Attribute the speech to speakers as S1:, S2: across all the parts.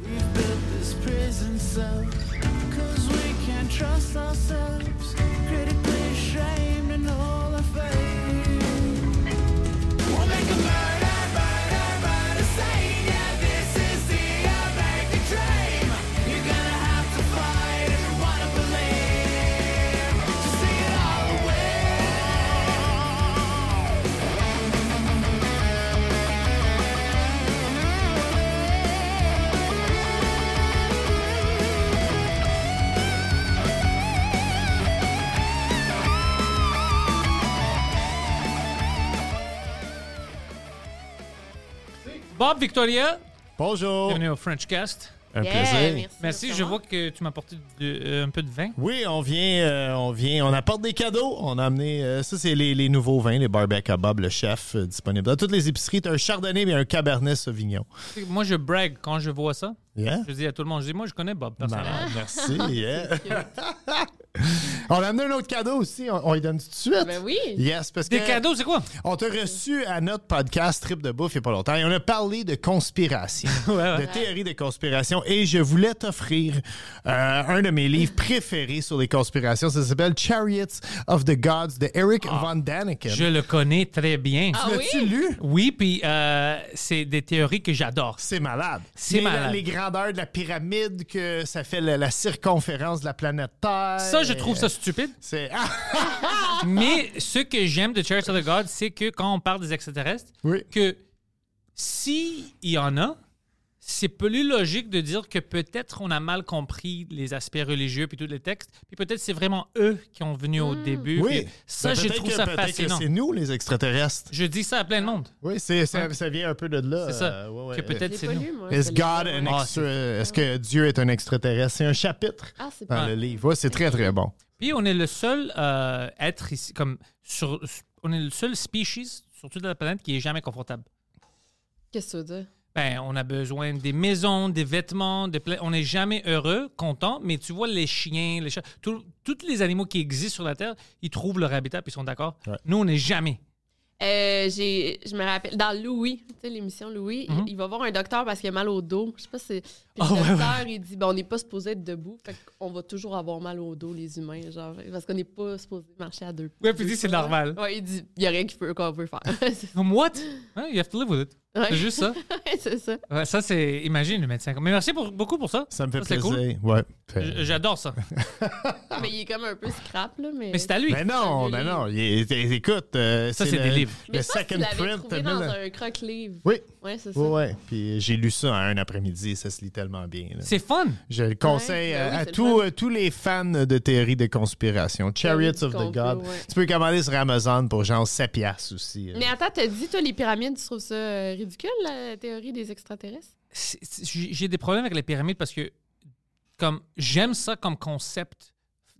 S1: We've built this prison cell 'cause we can't trust ourselves. Critically ashamed in all our faith. We'll make a murder, murder, murder scene. Yeah, this is the American dream. You're gonna have to fight if you wanna believe. To see it all away.
S2: Bob Victoria,
S3: Bonjour.
S2: bienvenue au French Cast.
S3: Un
S4: Yeah,
S3: plaisir.
S4: de
S2: Merci,
S4: recevoir.
S2: je vois que tu m'as apporté de- euh, un peu de vin.
S3: Oui, on vient, euh, on vient, on apporte des cadeaux. On a amené, euh, ça c'est les, les nouveaux vins, les barbecues à Bob, le chef euh, disponible dans toutes les épiceries. T'as un chardonnay et un cabernet sauvignon.
S2: Tu sais, Moi, je brag quand je vois ça.
S3: Yeah.
S2: Je dis à tout le monde, je dis, moi, je connais Bob personnellement.
S3: Malade, merci. yeah. on a amené un autre cadeau aussi. On, on y donne tout de suite.
S4: Ben oui.
S3: Yes, parce
S2: Des
S3: que
S2: cadeaux, c'est quoi?
S3: on t'a reçu à notre podcast Trip de bouffe il n'y a pas longtemps et on a parlé de conspiration,
S2: ouais.
S3: de théorie de conspiration et je voulais t'offrir euh, un de mes livres préférés sur les conspirations. Ça s'appelle Chariots of the Gods de Eric Von Daniken.
S2: Ah. Je le connais très bien.
S4: Ah oui?
S3: L'as-tu lu?
S2: Oui, puis euh, c'est des théories que j'adore.
S3: C'est malade.
S2: C'est
S3: Les-
S2: malade.
S3: Les grandeurs de la pyramide, que ça fait la, la circonférence de la planète Terre.
S2: Ça, je
S3: Et,
S2: trouve
S3: euh,
S2: ça stupide.
S3: C'est. Ah!
S2: Mais ce que j'aime de Church of the God, c'est que quand on parle des extraterrestres,
S3: Oui.
S2: que s'il y en a, c'est plus logique de dire que peut-être on a mal compris les aspects religieux puis tous les textes, puis peut-être c'est vraiment eux qui ont venu au début.
S3: Oui.
S2: Puis Ça,
S3: Ben,
S2: je
S3: peut-être
S2: trouve
S3: que-
S2: ça
S3: peut-être que
S2: fascinant.
S3: C'est nous, les extraterrestres.
S2: Je dis ça à plein de monde.
S3: Oui, c'est, ça, ça vient un peu de là.
S2: C'est ça.
S3: euh, ouais, ouais.
S2: Que peut-être
S4: J'ai
S2: c'est
S4: pas
S2: nous.
S4: lu, moi.
S3: Is
S4: Je
S3: God
S4: l'ai pas.
S3: an
S2: Ah,
S3: extra- Est-ce que Dieu est un extraterrestre? C'est un chapitre
S4: Ah, c'est
S3: dans
S4: pas.
S3: le livre. Ouais, c'est très, très bon.
S2: Puis on est le seul euh, être ici, comme sur, on est le seul species sur toute la planète qui est jamais confortable.
S4: Qu'est-ce que tu veux dire?
S2: Ben, on a besoin des maisons, des vêtements, des pla- on n'est jamais heureux, content, mais tu vois les chiens, les chats, tout- tous les animaux qui existent sur la Terre, ils trouvent leur habitat puis ils sont d'accord.
S3: Ouais.
S2: Nous, on n'est jamais.
S4: Euh, j'ai- je me rappelle, dans Louis, tu sais, l'émission Louis, il- il, va voir un docteur parce qu'il a mal au dos. Je sais pas si. Puis
S2: Mm-hmm. Ah,
S4: le
S2: ouais,
S4: docteur, il dit ben, on n'est pas supposé être debout. Fait qu'on va toujours avoir mal au dos, les humains, genre, parce qu'on n'est pas supposé marcher à deux.
S2: Ouais, puis il dit, c'est normal.
S4: Ouais, il dit il n'y a rien qu'il peut- qu'on peut faire. C'est-
S2: Comme what? Hein, you have to live with it.
S4: Ouais.
S2: C'est juste ça.
S4: ouais, c'est ça.
S2: Ouais, ça, c'est. Imagine le médecin. Mais merci pour- beaucoup pour ça.
S3: Ça me fait
S2: c'est
S3: plaisir.
S2: cool.
S3: Ouais.
S2: J- J'adore ça.
S4: Mais il est comme un peu scrap, là. Mais,
S2: Ah. Mais c'est à lui.
S3: Mais Ben non, mais non. il est- il- écoute, euh,
S2: Ça, c'est
S3: le,
S2: des livres.
S3: Le
S4: Mais je pense que tu
S3: second
S4: l'avais
S3: print.
S4: trouvé
S3: de
S4: dans
S3: mille-
S4: un croque-livre.
S3: Oui.
S4: Ouais, c'est ça.
S3: Oui, ouais. Puis euh, j'ai lu ça en un après-midi et ça se lit tellement bien. là.
S2: C'est fun.
S3: Je le conseille
S4: Ouais, ben
S3: euh,
S4: oui,
S3: à
S4: c'est le
S3: tous,
S4: fun. Ben
S3: euh, tous les fans de théories de conspiration. Chariots
S4: Théories
S3: of
S4: du
S3: the
S4: complot,
S3: God.
S4: ouais.
S3: Tu peux le commander sur Amazon pour genre 7 piastres aussi. euh.
S4: Mais attends, t'as dit, toi, les pyramides, tu trouves ça euh, ridicule, la théorie des extraterrestres?
S2: c'est- c'est- j'ai j'ai des problèmes avec les pyramides parce que comme j'aime ça comme concept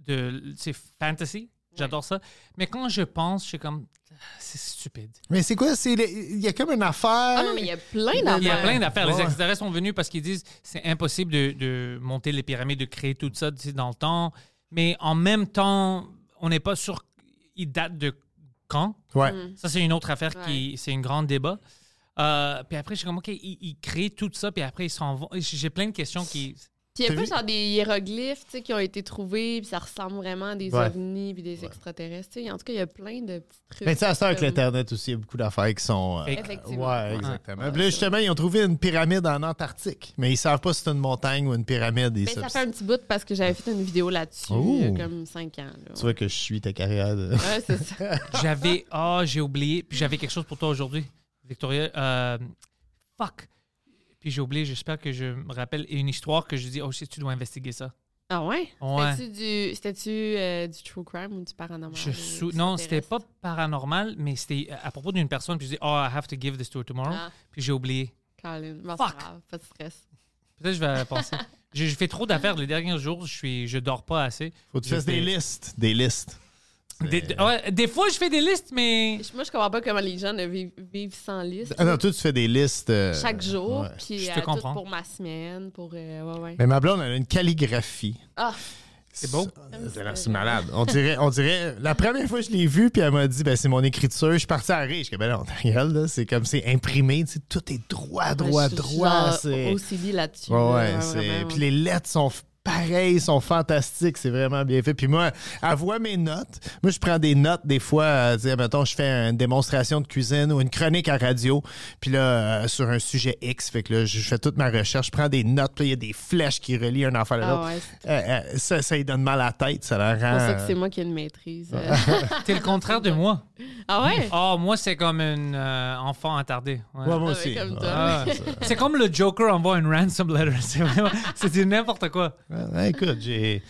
S2: de c'est fantasy, j'adore ça, mais quand je pense, je suis comme Ah, c'est stupide.
S3: Mais c'est quoi? c'est le- Il y a comme une affaire.
S4: Ah non, mais il y a plein
S2: Il y a plein
S4: d'affaires.
S2: d'affaires. Les
S3: Ouais.
S2: extraterrestres sont venus parce qu'ils disent c'est impossible de, de monter les pyramides, de créer tout ça tu sais, dans le temps, mais en même temps, on n'est pas sûr ils datent de quand.
S3: Ouais.
S2: Ça, c'est une autre affaire qui. C'est un grand débat. Euh, puis après, je suis comme, OK, ils, ils créent tout ça, puis après, ils s'en vont. J'ai plein de questions qui.
S4: Puis il y
S3: T'as
S4: a pas
S3: vu?
S4: genre des hiéroglyphes tu sais, qui ont été trouvés, puis ça ressemble vraiment à des
S3: Ouais.
S4: ovnis puis des extraterrestres. tu sais. En tout cas, il y a plein de petits trucs.
S3: Mais Ben, tu sais, à ça, avec
S4: comme-
S3: l'Internet aussi, il y a beaucoup d'affaires qui sont. euh,
S2: Fake.
S4: Effectivement.
S3: Ouais,
S4: Ouais.
S3: exactement.
S4: Ouais,
S3: Puis là,
S4: c'est
S3: justement, ils ont trouvé une pyramide en Antarctique, mais ils savent pas si c'est une montagne ou une pyramide. Ils
S4: Mais Ben, ça
S3: savent-
S4: fait un petit bout parce que j'avais fait une vidéo là-dessus,
S3: Oh.
S4: il y a comme 5 ans. là.
S3: Tu vois que je suis ta carrière. de-
S4: Ouais, c'est ça.
S2: J'avais. Ah, j'ai oublié. Puis j'avais quelque chose pour toi aujourd'hui, Victoria. Euh, fuck. Puis j'ai oublié, j'espère que je me rappelle une histoire que je dis, oh shit, tu dois investiguer ça.
S4: Ah ouais?
S2: Ouais.
S4: C'était-tu du, c'était-tu, euh, du true crime ou du paranormal?
S2: Je sou-
S4: ou
S2: Non, c'était pas paranormal, mais c'était à propos d'une personne. Puis je dis, oh, I have to give this to her tomorrow.
S4: Ah.
S2: Puis j'ai oublié.
S4: Colin. Bon, c'est
S2: Fuck.
S4: grave, pas de stress.
S2: Peut-être que je vais penser. J'ai j'ai fait trop d'affaires les derniers jours. Je suis, je dors pas assez.
S3: Faut que tu
S2: Je
S3: fasses des
S2: fais-
S3: listes. Des listes.
S2: Des, des- ouais, des fois, je fais des listes, mais
S4: Je- Moi, je comprends pas comment les gens ne vivent, vivent sans liste.
S3: Ah non, toi, tu fais des listes. euh,
S4: Chaque jour,
S3: ouais.
S4: puis
S2: Je te
S4: euh, tout
S2: comprends.
S4: pour ma semaine, pour... euh, ouais, ouais.
S3: Mais ma blonde, elle a une calligraphie.
S4: Ah,
S3: C'est
S2: beau.
S3: C'est malade. On dirait, on dirait, la première fois que je l'ai vue, puis elle m'a dit, ben, c'est mon écriture. Je suis parti à rire. Je dis, ben non, ta gueule, là, c'est comme c'est imprimé, tu sais, tout est droit, droit,
S4: Ben, je suis
S3: droit.
S4: genre
S3: C'est...
S4: OCD là-dessus.
S3: Ouais,
S4: là,
S3: ouais, c'est-
S4: vraiment,
S3: Puis les
S4: ouais.
S3: lettres sont f- pareilles, sont fantastiques, c'est vraiment bien fait. Puis moi, elle voit mes notes. Moi, je prends des notes des fois, euh, tu sais, mettons, je fais une démonstration de cuisine ou une chronique à radio, puis là, euh, sur un sujet X, fait que là, je je fais toute ma recherche, je prends des notes, puis là, il y a des flèches qui relient un enfant à
S4: Ah
S3: l'autre.
S4: ouais,
S3: Euh, euh, ça, ça lui donne mal à la tête, ça la
S4: c'est pour
S3: rend...
S4: ça que c'est
S3: euh,
S4: moi qui ai une maîtrise. euh.
S2: t'es le contraire de moi.
S4: ah ouais?
S2: Oh, moi, c'est comme un enfant attardé. Ouais.
S3: ouais, moi
S4: Ah,
S3: aussi.
S4: ouais, comme
S3: Ouais,
S4: toi.
S2: Ah, c'est comme le Joker envoie une ransom letter. C'est vraiment, c'est du n'importe quoi.
S3: euh, ouais, écoute, j'ai...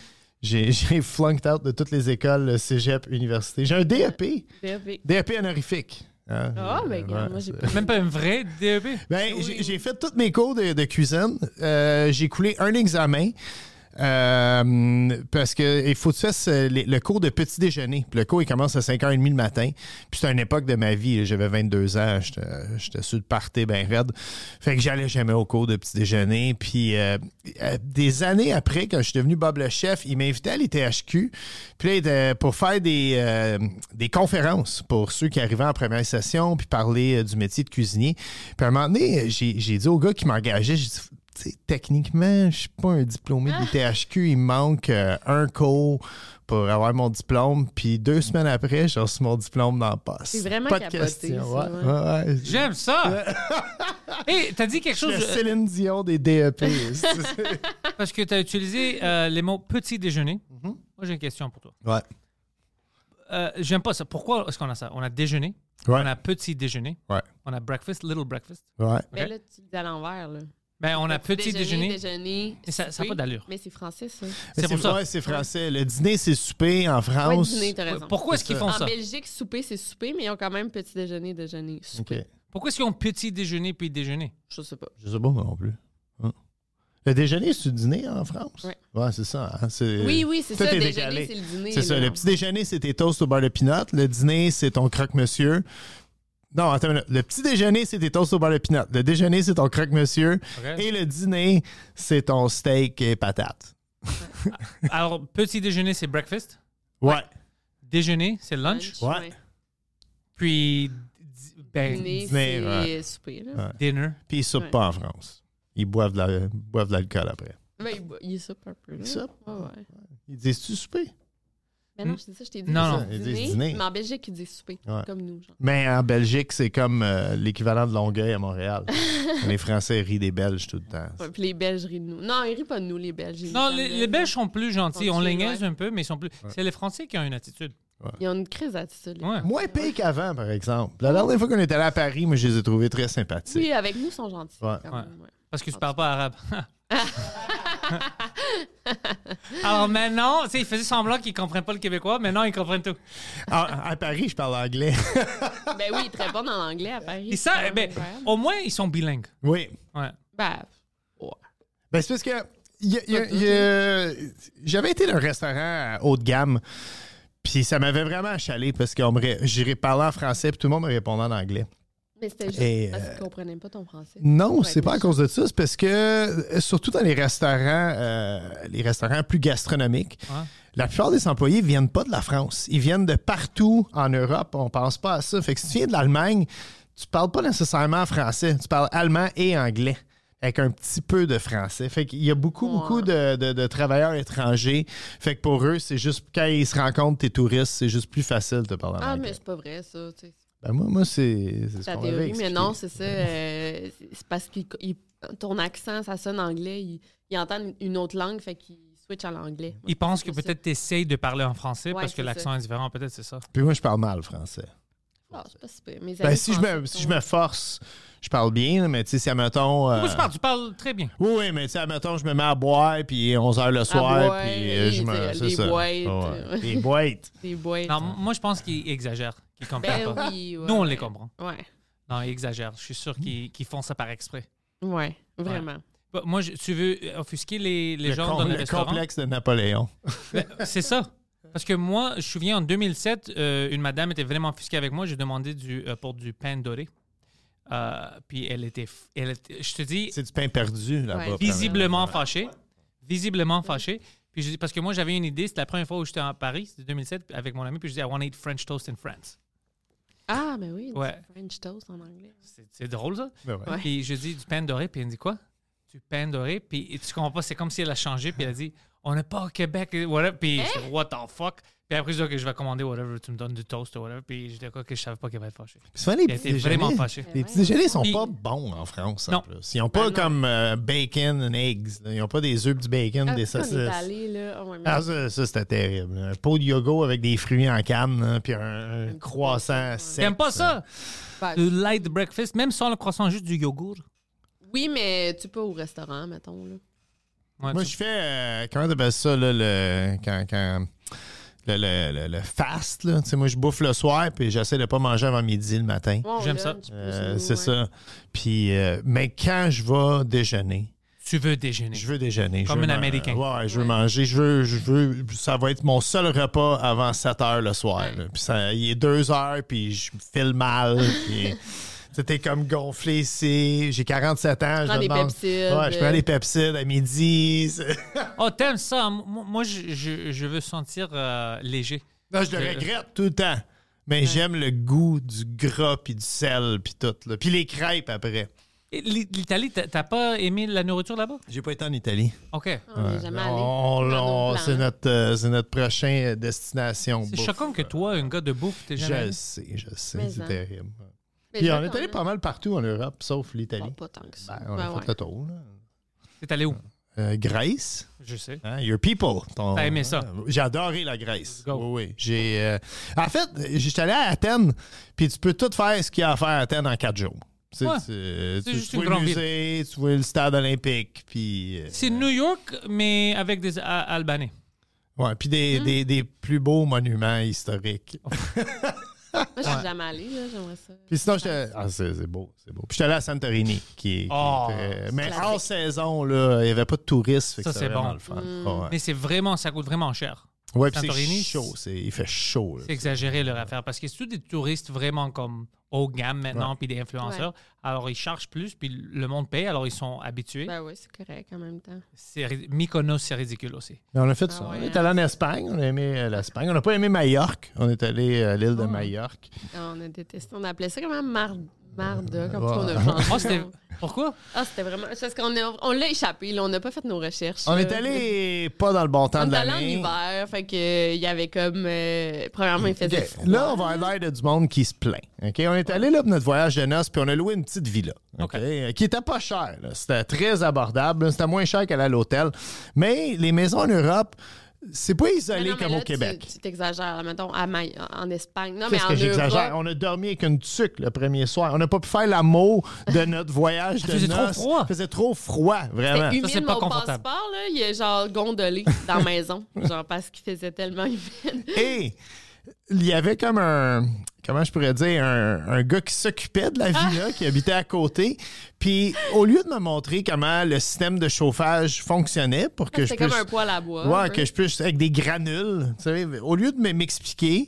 S3: J'ai j'ai flunked out de toutes les écoles, le cégep, université. J'ai un E DEP,
S4: Bébé.
S3: DEP E honorifique. hein.
S4: Ah, ben,
S3: Ouais.
S4: regarde, moi, j'ai pas...
S2: Même pas un vrai DEP.
S3: Ben,
S4: Oui.
S3: j'ai- j'ai fait tous mes cours de, de cuisine. Euh, j'ai coulé un examen. euh, parce que il faut que tu fasses euh, les- le cours de petit déjeuner. Puis le cours, il commence à 5h30 le matin. Puis c'était une époque de ma vie. J'avais 22 ans. J'étais- J'étais sur le party ben raide. Fait que j'allais jamais au cours de petit déjeuner. Puis euh, euh, des années après, quand je suis devenu Bob le chef, il m'invitait à l'ITHQ. Puis là, il était pour faire des, euh, des conférences pour ceux qui arrivaient en première session, puis parler euh, du métier de cuisinier. Puis à un moment donné, j'ai j'ai dit au gars qui m'engageait, j'ai dit, Tu sais, techniquement, je suis pas un diplômé
S4: Ah.
S3: de l'ITHQ, il me manque euh, un cours pour avoir mon diplôme. Puis deux semaines après, j'ai reçu mon diplôme dans le poste.
S4: C'est vraiment
S3: pas de
S4: capoté,
S3: question.
S4: ça,
S3: ouais,
S4: ouais.
S3: ouais, ouais.
S2: J'aime ça. Et t'as dit quelque
S3: Je
S2: chose
S3: suis la
S2: euh,
S3: Céline Dion des E DEP.
S2: parce que t'as utilisé euh, les mots petit déjeuner.
S3: Mm-hmm.
S2: Moi, j'ai une question pour toi.
S3: ouais.
S2: Euh, J'aime pas ça. Pourquoi est-ce qu'on a ça? On a déjeuner,
S3: Ouais.
S2: on a petit déjeuner,
S3: Ouais.
S2: on a breakfast, little breakfast.
S3: Ouais.
S4: Mais là, tu le dis à l'envers, là.
S2: Ben, on a petit déjeuner.
S4: déjeuner
S2: Et ça- ça a
S4: souper.
S2: pas d'allure.
S4: Mais c'est français, ça.
S2: C'est pour ça.
S3: ouais, c'est français. Le dîner, c'est souper. En
S4: Ouais,
S3: France.
S4: dîner, t'as raison. Ah,
S2: Pourquoi est-ce qu'ils font
S4: En
S2: ça?
S4: Belgique, souper, c'est souper, mais ils ont quand même petit déjeuner, déjeuner,
S3: OK.
S4: souper.
S2: Pourquoi est-ce qu'ils ont petit déjeuner puis déjeuner?
S4: Je sais pas.
S3: Je sais pas moi non plus. Hein? Le déjeuner, c'est du dîner en France?
S4: Ouais.
S3: Ouais, c'est ça. hein, c'est-
S4: Oui, oui, c'est
S3: Tout
S4: ça,
S3: est
S4: le
S3: décalé.
S4: déjeuner, c'est le dîner.
S3: C'est ça.
S4: là.
S3: Le petit déjeuner, c'est tes toasts au beurre de peanut. Le dîner, c'est ton croque-monsieur. Non, attends, une minute. le petit déjeuner, c'est tes toasts au beurre de peanut. Le déjeuner, c'est ton croque-monsieur.
S2: Ok.
S3: Et le dîner, c'est ton steak et patates.
S2: Alors, petit déjeuner, c'est breakfast.
S3: Ouais.
S2: Déjeuner, c'est lunch.
S3: Ouais.
S2: Puis, di- ben,
S4: Dîner,
S3: Dîner,
S4: c'est
S3: ouais.
S4: souper. Là.
S3: Ouais.
S2: dinner.
S3: Puis ils soupent
S4: Ouais.
S3: pas en France. Ils boivent de la- boivent de l'alcool après.
S4: Ben, il, bo- il soupe un peu.
S3: Ils
S4: là.
S3: soupent?
S4: Ouais, ouais.
S3: Ils disent tu souper?
S4: Mais non,
S2: Hmm.
S4: je dis ça, je t'ai dit.
S2: Non,
S4: ils
S3: non.
S4: disent
S3: Ils disent dîner.
S4: Mais en Belgique, ils disent souper,
S3: Ouais.
S4: comme nous. Genre.
S3: Mais en Belgique, c'est comme euh, l'équivalent de Longueuil à Montréal. les Français rient des Belges tout le temps.
S4: Ouais, puis les Belges rient de nous. Non, ils rient pas de nous, les Belges. ils
S2: Non,
S4: nous
S2: les,
S4: aiment
S2: les
S4: bien.
S2: Belges sont plus gentils. On
S4: Gentils,
S2: les niaise
S4: ouais.
S2: un peu, mais ils sont plus. C'est les Français qui ont une attitude.
S4: Ils ont une crise d'attitude. les
S2: Ouais.
S4: Français.
S3: Moins pire qu'avant, par exemple. La dernière fois qu'on était allé à Paris, moi, je les ai trouvés très sympathiques.
S4: Oui, avec nous, ils sont gentils.
S3: Ouais.
S4: quand même, ouais.
S2: Parce que tu parles pas arabe. Alors maintenant, tu sais, ils faisaient semblant qu'ils comprennent pas le québécois. Maintenant, ils comprennent tout.
S3: Ah, À, à Paris, je parle anglais.
S4: Ben oui, ils te répondent en anglais à Paris.
S2: Et
S4: c'est
S2: ça,
S4: quand
S2: ben,
S4: même incroyable.
S2: au moins, ils sont bilingues.
S3: oui.
S2: Ouais.
S4: Ben, ouais.
S3: Ben, c'est parce que y a- y a- y a- j'avais été dans un restaurant haut de gamme, puis ça m'avait vraiment achalé parce que j'irais parler en français, puis tout le monde me répondait en anglais.
S4: Mais c'était juste
S3: Et,
S4: parce
S3: euh,
S4: qu'ils comprenaient pas ton français.
S3: Non,
S4: Ouais,
S3: c'est pas à
S4: mais-
S3: cause de ça. C'est parce que, euh, surtout dans les restaurants, euh, les restaurants plus gastronomiques,
S2: Ouais.
S3: la plupart des employés viennent pas de la France. Ils viennent de partout en Europe. On pense pas à ça. Fait que si tu viens de l'Allemagne, tu parles pas nécessairement français. Tu parles allemand et anglais avec un petit peu de français. Fait qu'il y a beaucoup,
S4: Ouais.
S3: beaucoup de, de- de travailleurs étrangers. Fait que pour eux, c'est juste quand ils se rencontrent, tes touristes, c'est juste plus facile de parler en
S4: Ah,
S3: anglais.
S4: mais c'est pas vrai, ça. tu sais.
S3: Ben moi, moi c'est c'est ce
S4: La
S3: qu'on m'avait
S4: théorie, mais
S3: expliqué.
S4: non, c'est ça. euh, c'est- c'est parce que ton accent, ça sonne anglais. Ils il entendent une autre langue, fait qu'ils switchent à l'anglais.
S2: Ils pensent que
S4: C'est ça.
S2: peut-être tu essayes de parler en français
S4: Ouais,
S2: parce que
S4: c'est ça.
S2: l'accent est différent. Peut-être c'est ça.
S3: Puis moi, je parle mal français.
S4: Ah, c'est pas si pire. Mes
S3: Ben,
S4: amis
S3: si, je
S4: français
S3: me, si
S4: sont-
S3: je me force, je parle bien, là, mais tu sais, si, admettons... euh,
S2: Pourquoi tu parles? Tu parles très bien.
S3: Oui, oui, mais tu sais, admettons, je me mets à boire, puis 11h le soir,
S4: boire,
S3: puis euh, je me...
S4: les-
S3: c'est
S4: les
S3: ça.
S4: boîtes. euh,
S3: Ouais. Les boîtes.
S4: Des boîtes.
S2: Non, moi, je pense qu'ils exagèrent. Qu'ils comprennent
S4: ben
S2: pas.
S4: oui. ouais. Mm.
S2: Nous, on les comprend.
S4: Ouais.
S2: Non, ils exagèrent. Je suis sûr qu'ils qu'ils font ça par exprès.
S4: Ouais, vraiment.
S2: Bah, Moi, je- tu veux offusquer les, les
S3: le
S2: gens
S3: com-
S2: dans les
S3: le
S2: restaurants?
S3: complexe de Napoléon.
S2: Ben, c'est ça. Parce que moi, je me souviens, en 2007, euh, une madame était vraiment offusquée avec moi. J'ai demandé du, euh, pour du pain doré. Euh, puis elle était, f- elle était- Je te dis,
S3: C'est du pain perdu là-bas.
S4: Ouais.
S2: visiblement fâchée. Visiblement fâchée. Puis je dis, parce que moi, j'avais une idée. C'était la première fois où j'étais à Paris, c'était 2007, avec mon ami. Puis je dis, I want to eat French toast in France.
S4: Ah, ben oui, du
S2: Ouais.
S4: French toast en anglais.
S2: C'est- C'est drôle, ça.
S3: Ben ouais.
S4: Ouais.
S2: Puis je dis, du pain doré. Puis elle me dit, quoi? Du pain doré. Puis tu comprends pas, c'est comme si elle a changé. Puis elle a dit, on n'est pas au Québec. et Whatever. Puis je dis, what the fuck? Puis après, je dis, OK, je vais commander whatever. Tu me donnes du toast ou whatever. Puis je dis, OK, je savais pas qu'elle va être fâchée.
S3: Souvent, les
S2: Elle
S3: petits
S2: était vraiment
S3: déjeuners-
S2: fâchée.
S3: Les petits déjeuners sont
S2: Puis-
S3: pas bons en France, en
S2: Non.
S3: plus. Ils n'ont pas comme euh, bacon and eggs. là. Ils n'ont pas des œufs, du bacon,
S4: Ah,
S3: des
S4: puis on est
S3: saucisses.
S4: allé, là. oh, ouais, mais-
S3: Ah, ça, ça, c'était terrible. Un pot de yogourt avec des fruits en canne, là, puis un, un croissant sec.
S2: T'aimes pas ça?
S4: Ben,
S2: Le light breakfast, même sans le croissant, juste du yogourt.
S4: Oui, mais tu peux au restaurant, mettons. Là.
S2: Ouais,
S3: Moi,
S2: tu-
S3: je fais. euh, comment t'appelles ça, là, le. Quand. quand- le, le- le- le fast, là. Tu sais, moi, je bouffe le soir, puis j'essaie de pas manger avant midi le matin.
S4: Moi, on
S2: J'aime
S4: lunch,
S2: ça.
S4: plus,
S3: Euh,
S4: ou-
S3: c'est
S4: ouais.
S3: ça. Puis, euh, mais quand je vais déjeuner,
S2: tu veux déjeuner.
S3: je veux déjeuner.
S2: Comme
S3: Je veux
S2: un
S3: man-
S2: Américain.
S3: Ouais, je veux manger. Je veux, je veux. Ça va être mon seul repas avant 7 heures le soir. là. Puis ça, il est 2 heures, puis je me file mal. Puis. C'était comme gonflé ici. J'ai 47 ans. Je
S4: prends des
S3: demande-
S4: Pepsides.
S3: Ouais, je prends des pepsides à midi. C'est-
S2: Oh, t'aimes ça? M- Moi, je, je- je veux sentir euh, léger.
S3: Non,
S4: Ben,
S3: je le
S2: Euh,
S3: regrette tout le temps. Mais j'aime le goût du gras puis du sel puis tout. là. Puis les crêpes après.
S2: Et l'I- L'Italie, t'as- t'as pas aimé la nourriture là-bas?
S3: J'ai pas été en Italie.
S2: OK.
S4: On n'est jamais allé.
S3: On- on-
S4: Dans nos
S3: c'est
S4: plans.
S3: notre, euh, c'est notre prochaine euh, destination.
S2: C'est
S3: bouffe.
S2: choquant que toi, un gars de bouffe, t'es jamais...
S3: Je
S2: allé.
S3: sais, je sais,
S4: Mais
S3: c'est
S4: en-
S3: terrible.
S4: Mais
S3: Puis
S4: là,
S3: on est
S4: quand
S3: allé
S4: on
S3: pas mal partout en Europe, sauf
S4: a-
S3: l'Italie.
S4: Bon, pas tant que ça.
S3: Ben, on a
S4: Ben
S3: fait
S4: ouais.
S3: le tour. là.
S2: T'es allé où?
S3: Euh, Grèce,
S2: Je sais.
S3: hein, your people. ton-
S2: T'as aimé ça?
S3: J'ai adoré la Grèce.
S2: Let's go.
S3: Oui, oui. J'ai, euh, en fait, j'étais allé à Athènes, puis tu peux tout faire ce qu'il y a à faire à Athènes en quatre jours. Tu, sais,
S2: Ouais.
S3: tu-
S2: C'est
S3: tu-
S2: juste
S3: tu
S2: une
S3: vois le
S2: grande ville.
S3: musée, tu vois le stade olympique, puis... euh,
S2: C'est New York, mais avec des A- Albanais.
S3: ouais, puis des, des- des plus beaux monuments historiques.
S2: Oh.
S4: Moi, je suis jamais allée, là. J'aimerais ça.
S3: Puis sinon, j'étais... Ah, c'est, c'est beau, c'est beau. Puis j'étais allé à Santorini, qui est... qui
S2: Oh,
S3: est très- mais
S4: classique.
S3: en saison, là, il n'y avait pas de touristes, fait que
S2: Ça,
S3: c'était
S2: c'est
S3: vraiment
S2: bon.
S3: le fun. Ah, ouais.
S2: Mais c'est vraiment, ça coûte vraiment cher.
S3: Ouais, puis
S2: Santorini,
S3: c'est chaud, c'est- il fait chaud. là.
S2: C'est exagéré leur affaire parce que c'est tous des touristes vraiment comme haut de gamme maintenant, puis des influenceurs. Alors ils chargent plus, puis le monde paye, alors ils sont habitués.
S4: Ben oui, c'est correct en même temps.
S2: C'est ri- Mykonos, c'est ridicule aussi.
S3: Mais on a fait
S4: Ah
S3: ça.
S4: ouais,
S3: on est allé en Espagne, on a aimé euh, l'Espagne. On n'a pas aimé Majorque. On est allé à l'île de
S4: Ah.
S3: Majorque.
S4: On a détesté. On appelait ça comment Mar- Marda, comme
S3: Ouais.
S4: ça, on a changé.
S2: Oh, c'était- Pourquoi?
S4: Ah, c'était vraiment. C'est parce qu'on a- on l'a échappé, là. On n'a pas fait nos recherches.
S3: On
S4: là.
S3: est allé pas dans le bon temps
S4: On
S3: de
S4: est allé en
S3: l'année.
S4: hiver, fait que euh, il y avait comme euh, premièrement il faisait
S3: OK.
S4: froid.
S3: Là, on va avoir l'air de du monde qui se plaint. OK? On est allé là pour notre voyage de noces, puis on a loué une petite villa. OK?
S2: OK.
S3: Euh, Qui était pas chère. là. C'était très abordable. C'était moins cher qu'aller à l'hôtel. Mais les maisons en Europe, c'est pas
S4: Mais
S3: isolé
S4: Ah non, mais
S3: comme
S4: là,
S3: au Québec.
S4: Tu, tu t'exagères, là, mettons à Ma- en Espagne. Non mais
S3: Qu'est-ce
S4: en
S3: que j'exagère?
S4: Europe.
S3: On a dormi avec une tuque le premier soir. On n'a pas pu faire l'amour de notre voyage de
S2: faisait trop
S3: noces.
S2: froid.
S3: Il faisait trop froid, vraiment.
S4: C'était humide,
S2: c'est pas
S4: mon
S2: confortable.
S4: passeport, là, il est genre gondolé dans la maison. Genre parce qu'il faisait tellement humide.
S3: Et il y avait comme un. Comment je pourrais dire, un, un gars qui s'occupait de la
S4: Ah!
S3: villa, qui habitait à côté. Puis, au lieu de me montrer comment le système de chauffage fonctionnait pour que je
S4: Ah, C'était
S3: puisse.
S4: comme un poêle à bois.
S3: Ouais,
S4: un peu.
S3: que je puisse avec des granules. tu sais, au lieu de me- m'expliquer,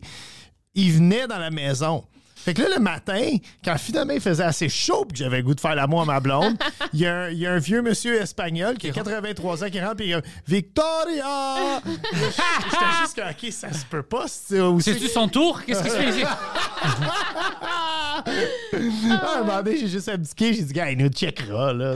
S3: il venait dans la maison. Fait que là, le matin, quand finalement il faisait assez chaud puis que j'avais le goût de faire l'amour à ma blonde, il y, a un- il y a un vieux monsieur espagnol qui a 83 ans qui rentre et il dit Victoria! J'étais juste comme, OK, ça se peut pas. C'est aussi.
S2: C'est-tu son tour? Qu'est-ce qui se fait ici?
S3: Ah, à un moment donné, j'ai juste abdiqué. J'ai dit, gars, il nous checkera. Là.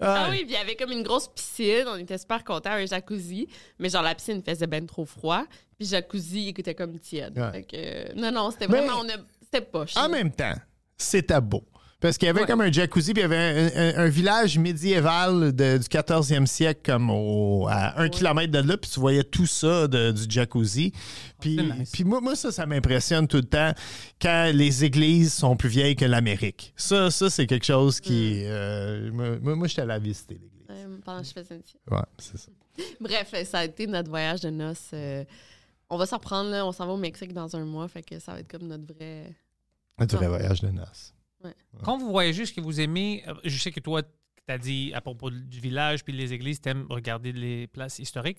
S4: Ah oui, puis il y avait comme une grosse piscine. On était super contents, un jacuzzi. Mais genre, la piscine faisait ben trop froid. Puis le jacuzzi, il était comme tiède.
S3: Ouais.
S4: Fait que, euh, non, non, c'était
S3: Mais- Ah,
S4: vraiment... on a- C'était poche.
S3: En même temps, c'était beau. Parce qu'il y avait comme un jacuzzi, puis il y avait un, un- un village médiéval de- du 14e siècle, comme au- à un kilomètre de là, puis tu voyais tout ça de- du jacuzzi. Puis,
S2: Ah, c'est nice.
S3: puis moi, moi, ça, ça m'impressionne tout le temps quand les églises sont plus vieilles que l'Amérique. Ça, ça c'est quelque chose qui.
S2: Mm.
S3: euh, moi- moi, moi, j'étais allé visiter l'église.
S4: Euh, pendant que je faisais une sieste.
S3: Ouais, c'est ça.
S4: Bref, ça a été notre voyage de noces. euh, on va s'en prendre, là. On s'en va au Mexique dans un mois. Fait que ça va être comme notre vrai...
S3: Un vrai voyage de noces.
S2: quand vous voyagez, est-ce que vous aimez. euh, Je sais que toi, tu as dit à propos du village puis les églises, tu aimes regarder les places historiques.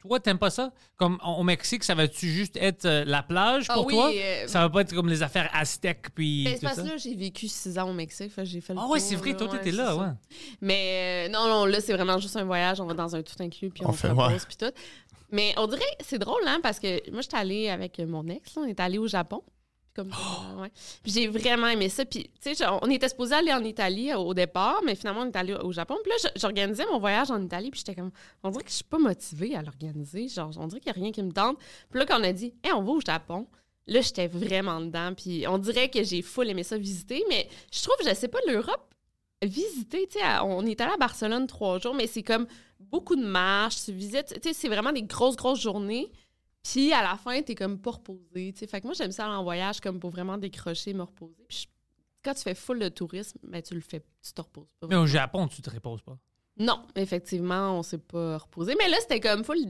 S2: Toi, t'aimes pas ça? Comme au au Mexique, ça va-tu juste être euh, la plage
S4: Ah
S2: pour
S4: oui,
S2: toi?
S4: euh,
S2: Ça va pas être comme les affaires aztèques puis.
S4: Ben, c'est
S2: tout
S4: parce
S2: ça?
S4: que là, j'ai vécu six ans au Mexique. fait que j'ai fait le
S2: Ah ouais,
S4: tour,
S2: c'est vrai, toi, t'étais
S4: c'est
S2: là,
S4: ça.
S2: ouais.
S4: Mais euh, non, non, là, c'est vraiment juste un voyage. On va dans un tout inclus, puis on,
S3: On fait,
S4: se repose,
S3: ouais.
S4: puis tout. Mais on dirait, c'est drôle, hein, parce que moi, j'étais allée avec mon ex, là, on est allé au Japon. Comme ça,
S2: Oh!
S4: ouais. Puis j'ai vraiment aimé ça. Puis, tu sais, je- on était supposé aller en Italie euh, au départ, mais finalement, on est allé au Japon. Puis là, je- j'organisais mon voyage en Italie, puis j'étais comme, on dirait que je suis pas motivée à l'organiser. Genre, on dirait qu'il n'y a rien qui me tente. Puis là, quand on a dit, hey, on va au Japon, là, j'étais vraiment dedans. Puis on dirait que j'ai full aimé ça visiter, mais je trouve, je sais pas, l'Europe, visiter, tu sais, à- on est allé à Barcelone trois jours, mais c'est comme beaucoup de marches, tu visites, tu sais, c'est vraiment des grosses, grosses journées. Puis à la fin, t'es comme pas reposé, tu sais. Fait que moi, j'aime ça aller en voyage comme pour vraiment décrocher, me reposer. Puis je- quand tu fais full de tourisme, ben tu le fais, tu te reposes pas.
S2: Mais au Japon, tu te reposes pas.
S4: Non, effectivement, on s'est pas reposé. Mais là, c'était comme full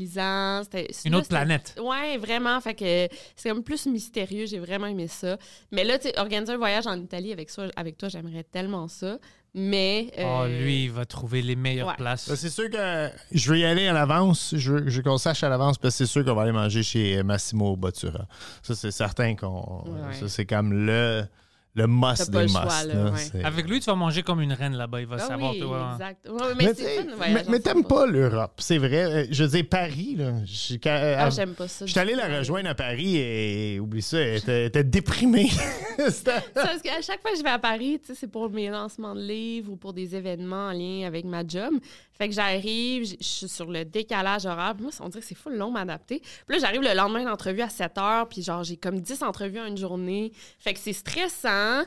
S4: déstabilisant. c'était-
S2: Une
S4: là,
S2: autre
S4: c'était-
S2: planète.
S4: Ouais, vraiment. Fait que c'est comme plus mystérieux. J'ai vraiment aimé ça. Mais là, tu sais, organiser un voyage en Italie avec, soi- avec toi, j'aimerais tellement ça. Mais.
S2: Oh,
S4: euh,
S2: lui, il va trouver les meilleures
S4: ouais.
S2: places.
S3: Ben, c'est sûr que je veux y aller à l'avance. Je veux, je veux qu'on sache à l'avance parce que c'est sûr qu'on va aller manger chez Massimo Bottura. Ça, c'est certain qu'on.
S4: Ouais.
S3: Ça, c'est comme le, le must
S4: T'as
S3: des
S4: pas le
S3: must.
S4: choix, là,
S3: là.
S4: ouais.
S3: C'est-
S2: Avec lui, tu vas manger comme une reine là-bas. Il va
S4: ah
S2: savoir,
S4: oui,
S2: toi. hein.
S4: exact. Ouais, mais
S3: Mais,
S4: c'est fun,
S3: t'sais,
S4: le
S3: mais,
S4: voyage
S3: mais
S4: en
S3: t'aimes
S4: samba.
S3: pas l'Europe, c'est vrai. Euh, Je veux dire, Paris, là. j'ai- quand-
S4: Ah,
S3: euh,
S4: j'aime pas ça.
S3: Je suis allé la rejoindre à Paris et oublie ça, elle était, elle était déprimée. C'était-
S4: Ça, Parce qu'à chaque fois que je vais à Paris, tu sais, c'est pour mes lancements de livres ou pour des événements en lien avec ma job. Fait que j'arrive, j- je suis sur le décalage horaire. Puis Moi, on dirait que c'est full long m'adapter. Puis là, j'arrive le lendemain d'entrevue à 7 heures, puis genre, j'ai comme 10 entrevues en une journée. Fait que c'est stressant. Euh,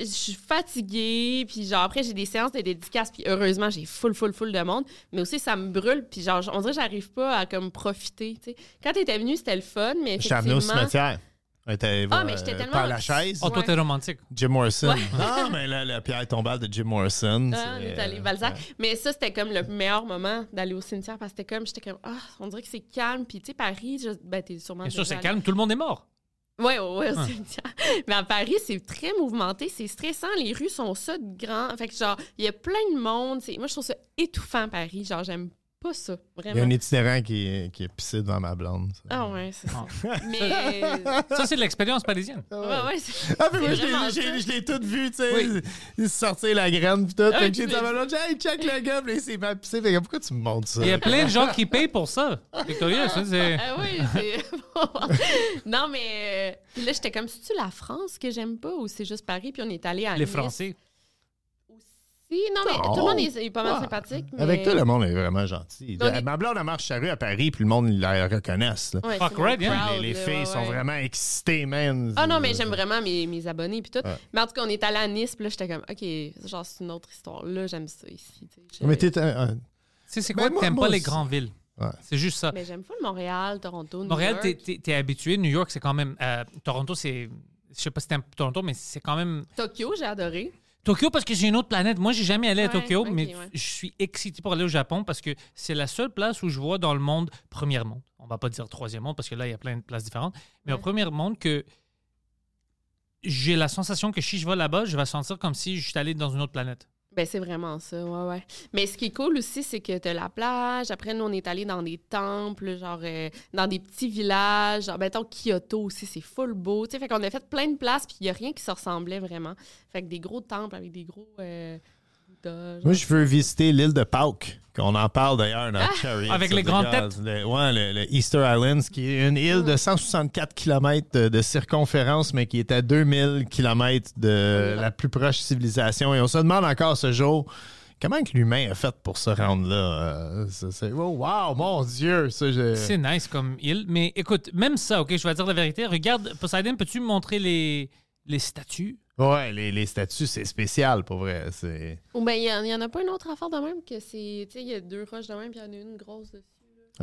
S4: Je suis fatiguée, puis genre, après, j'ai des séances de dédicaces, puis heureusement, j'ai full, full, full de monde. Mais aussi, ça me brûle, puis genre, on dirait que j'arrive pas à comme profiter, tu sais. Quand t'étais venu, c'était le fun, mais
S3: J'étais amené
S4: effectivement...
S3: au cimetière. On était
S4: Ah, mais j'étais
S3: euh,
S4: tellement-
S3: par la chaise.
S2: Oh, toi,
S4: Ouais.
S2: t'es romantique.
S3: Jim Morrison.
S4: Ouais.
S3: Non, mais là, la pierre tombale de Jim Morrison.
S4: Ah, on
S3: c'est,
S4: est allé
S3: euh,
S4: Balzac.
S3: ouais.
S4: Mais ça, c'était comme le meilleur moment d'aller au cimetière parce que c'était comme, j'étais comme, ah, on dirait que c'est calme. Puis, tu sais, Paris, je, ben, t'es sûrement.
S2: Bien sûr,
S4: déjà
S2: c'est
S4: allé.
S2: calme. Tout le monde est mort.
S4: Ouais, ouais, ouais, au
S2: Ah.
S4: cimetière. Mais à Paris, c'est très mouvementé, c'est stressant. Les rues sont ça de grand. Fait que, genre, il y a plein de monde. C'est- Moi, je trouve ça étouffant, Paris. Genre, j'aime pas ça.
S3: Il y a
S4: Vraiment.
S3: un itinérant qui, qui est pissé devant ma blonde. ça.
S4: Ah, ouais, c'est ça.
S2: Ah.
S4: Mais.
S2: Ça, c'est de l'expérience parisienne.
S4: ouais, ouais, c'est.
S3: Ah, mais moi,
S4: c'est
S3: je
S4: vraiment
S3: l'ai-
S4: ça. Ah,
S3: j'ai- je l'ai tout vu, tu sais.
S2: Oui.
S3: Il se sortait la graine, pis tout. Fait que
S4: tu
S3: j'ai dit à ma blonde, hey, check le gars, pis là, il s'est mal pissé. Fait que pourquoi tu me montres ça?
S2: Il y a plein de gens qui payent pour ça. Victoria, ça, c'est.
S4: Ah oui, c'est. non, mais. euh, puis là, j'étais comme, c'est-tu la France que j'aime pas ou c'est juste Paris? Puis on est allé à
S2: Les
S4: Nice.
S2: Français.
S4: Si, non, mais
S3: Non.
S4: tout le monde est, est pas mal
S3: Ouais.
S4: sympathique. Mais...
S3: Ah. Avec toi, le monde est vraiment gentil.
S4: Donc,
S3: Euh,
S4: il-
S3: Ma blonde, elle marche à rue à Paris, puis le monde, ils la reconnaissent. là.
S4: Ouais,
S2: Fuck
S4: c'est le
S2: right, hein.
S4: crowd,
S3: les les
S4: là,
S3: filles
S4: ouais,
S3: sont
S4: ouais.
S3: vraiment excitées, man.
S4: Ah non, mais j'aime vraiment mes, mes abonnés puis tout.
S3: Ouais.
S4: Mais en tout cas, on est allé à Nice, puis là, j'étais comme, OK, genre, c'est une autre histoire. Là, j'aime ça ici. tu sais.
S3: Mais t'es un- un-
S2: Tu sais, c'est
S3: Ben,
S2: quoi?
S3: moi-
S2: T'aimes
S3: moi
S2: pas les
S3: aussi.
S2: grandes villes.
S3: Ouais.
S2: C'est juste ça.
S4: Mais j'aime pas le Montréal, Toronto, New
S2: Montréal, t'es
S4: York.
S2: t'es- t'es habitué. New York, c'est quand même. euh, Toronto, c'est. Je sais pas si t'aimes Toronto, mais c'est quand même.
S4: Tokyo, j'ai adoré.
S2: Tokyo, parce que j'ai une autre planète. Moi, j'ai jamais allé à
S4: Ouais,
S2: Tokyo,
S4: ok,
S2: mais
S4: ouais.
S2: je suis excité pour aller au Japon parce que c'est la seule place où je vois dans le monde, premier monde, on va pas dire troisième monde parce que là, il y a plein de places différentes, mais au
S4: Ouais.
S2: premier monde que j'ai la sensation que si je vais là-bas, je vais sentir comme si je suis allé dans une autre planète.
S4: Ben, c'est vraiment ça, ouais, ouais. Mais ce qui est cool aussi, c'est que t'as la plage. Après, nous, on est allé dans des temples, genre, euh, dans des petits villages. Genre, mettons, Kyoto aussi, c'est full beau. Tu sais, fait qu'on a fait plein de places, puis il n'y a rien qui se ressemblait vraiment. Fait que des gros temples avec des gros. euh, Bouddhas, genre.
S3: Moi, je veux visiter l'île de Pâques, qu'on en parle d'ailleurs dans Chariot.
S2: Avec
S3: of
S2: les
S3: the
S2: grandes
S3: Gods. Le- ouais, le, le Easter Islands, qui est une île de 164 km de, de circonférence, mais qui est à 2000 km de la plus proche civilisation. Et on se demande encore ce jour. Comment que l'humain a fait pour se rendre là? Euh, ça, c'est- oh, wow, mon Dieu! Ça, je-
S2: C'est nice comme île, mais écoute, même ça, ok, je vais dire la vérité. Regarde, Poseidon, peux-tu me montrer les, les statues?
S3: Ouais, les, les statues, c'est spécial pour vrai. C'est
S4: Ou ben, il y en- il y en a pas une autre affaire de même que c'est. Tu sais, il y a deux roches de même, puis il y en a une grosse dessus.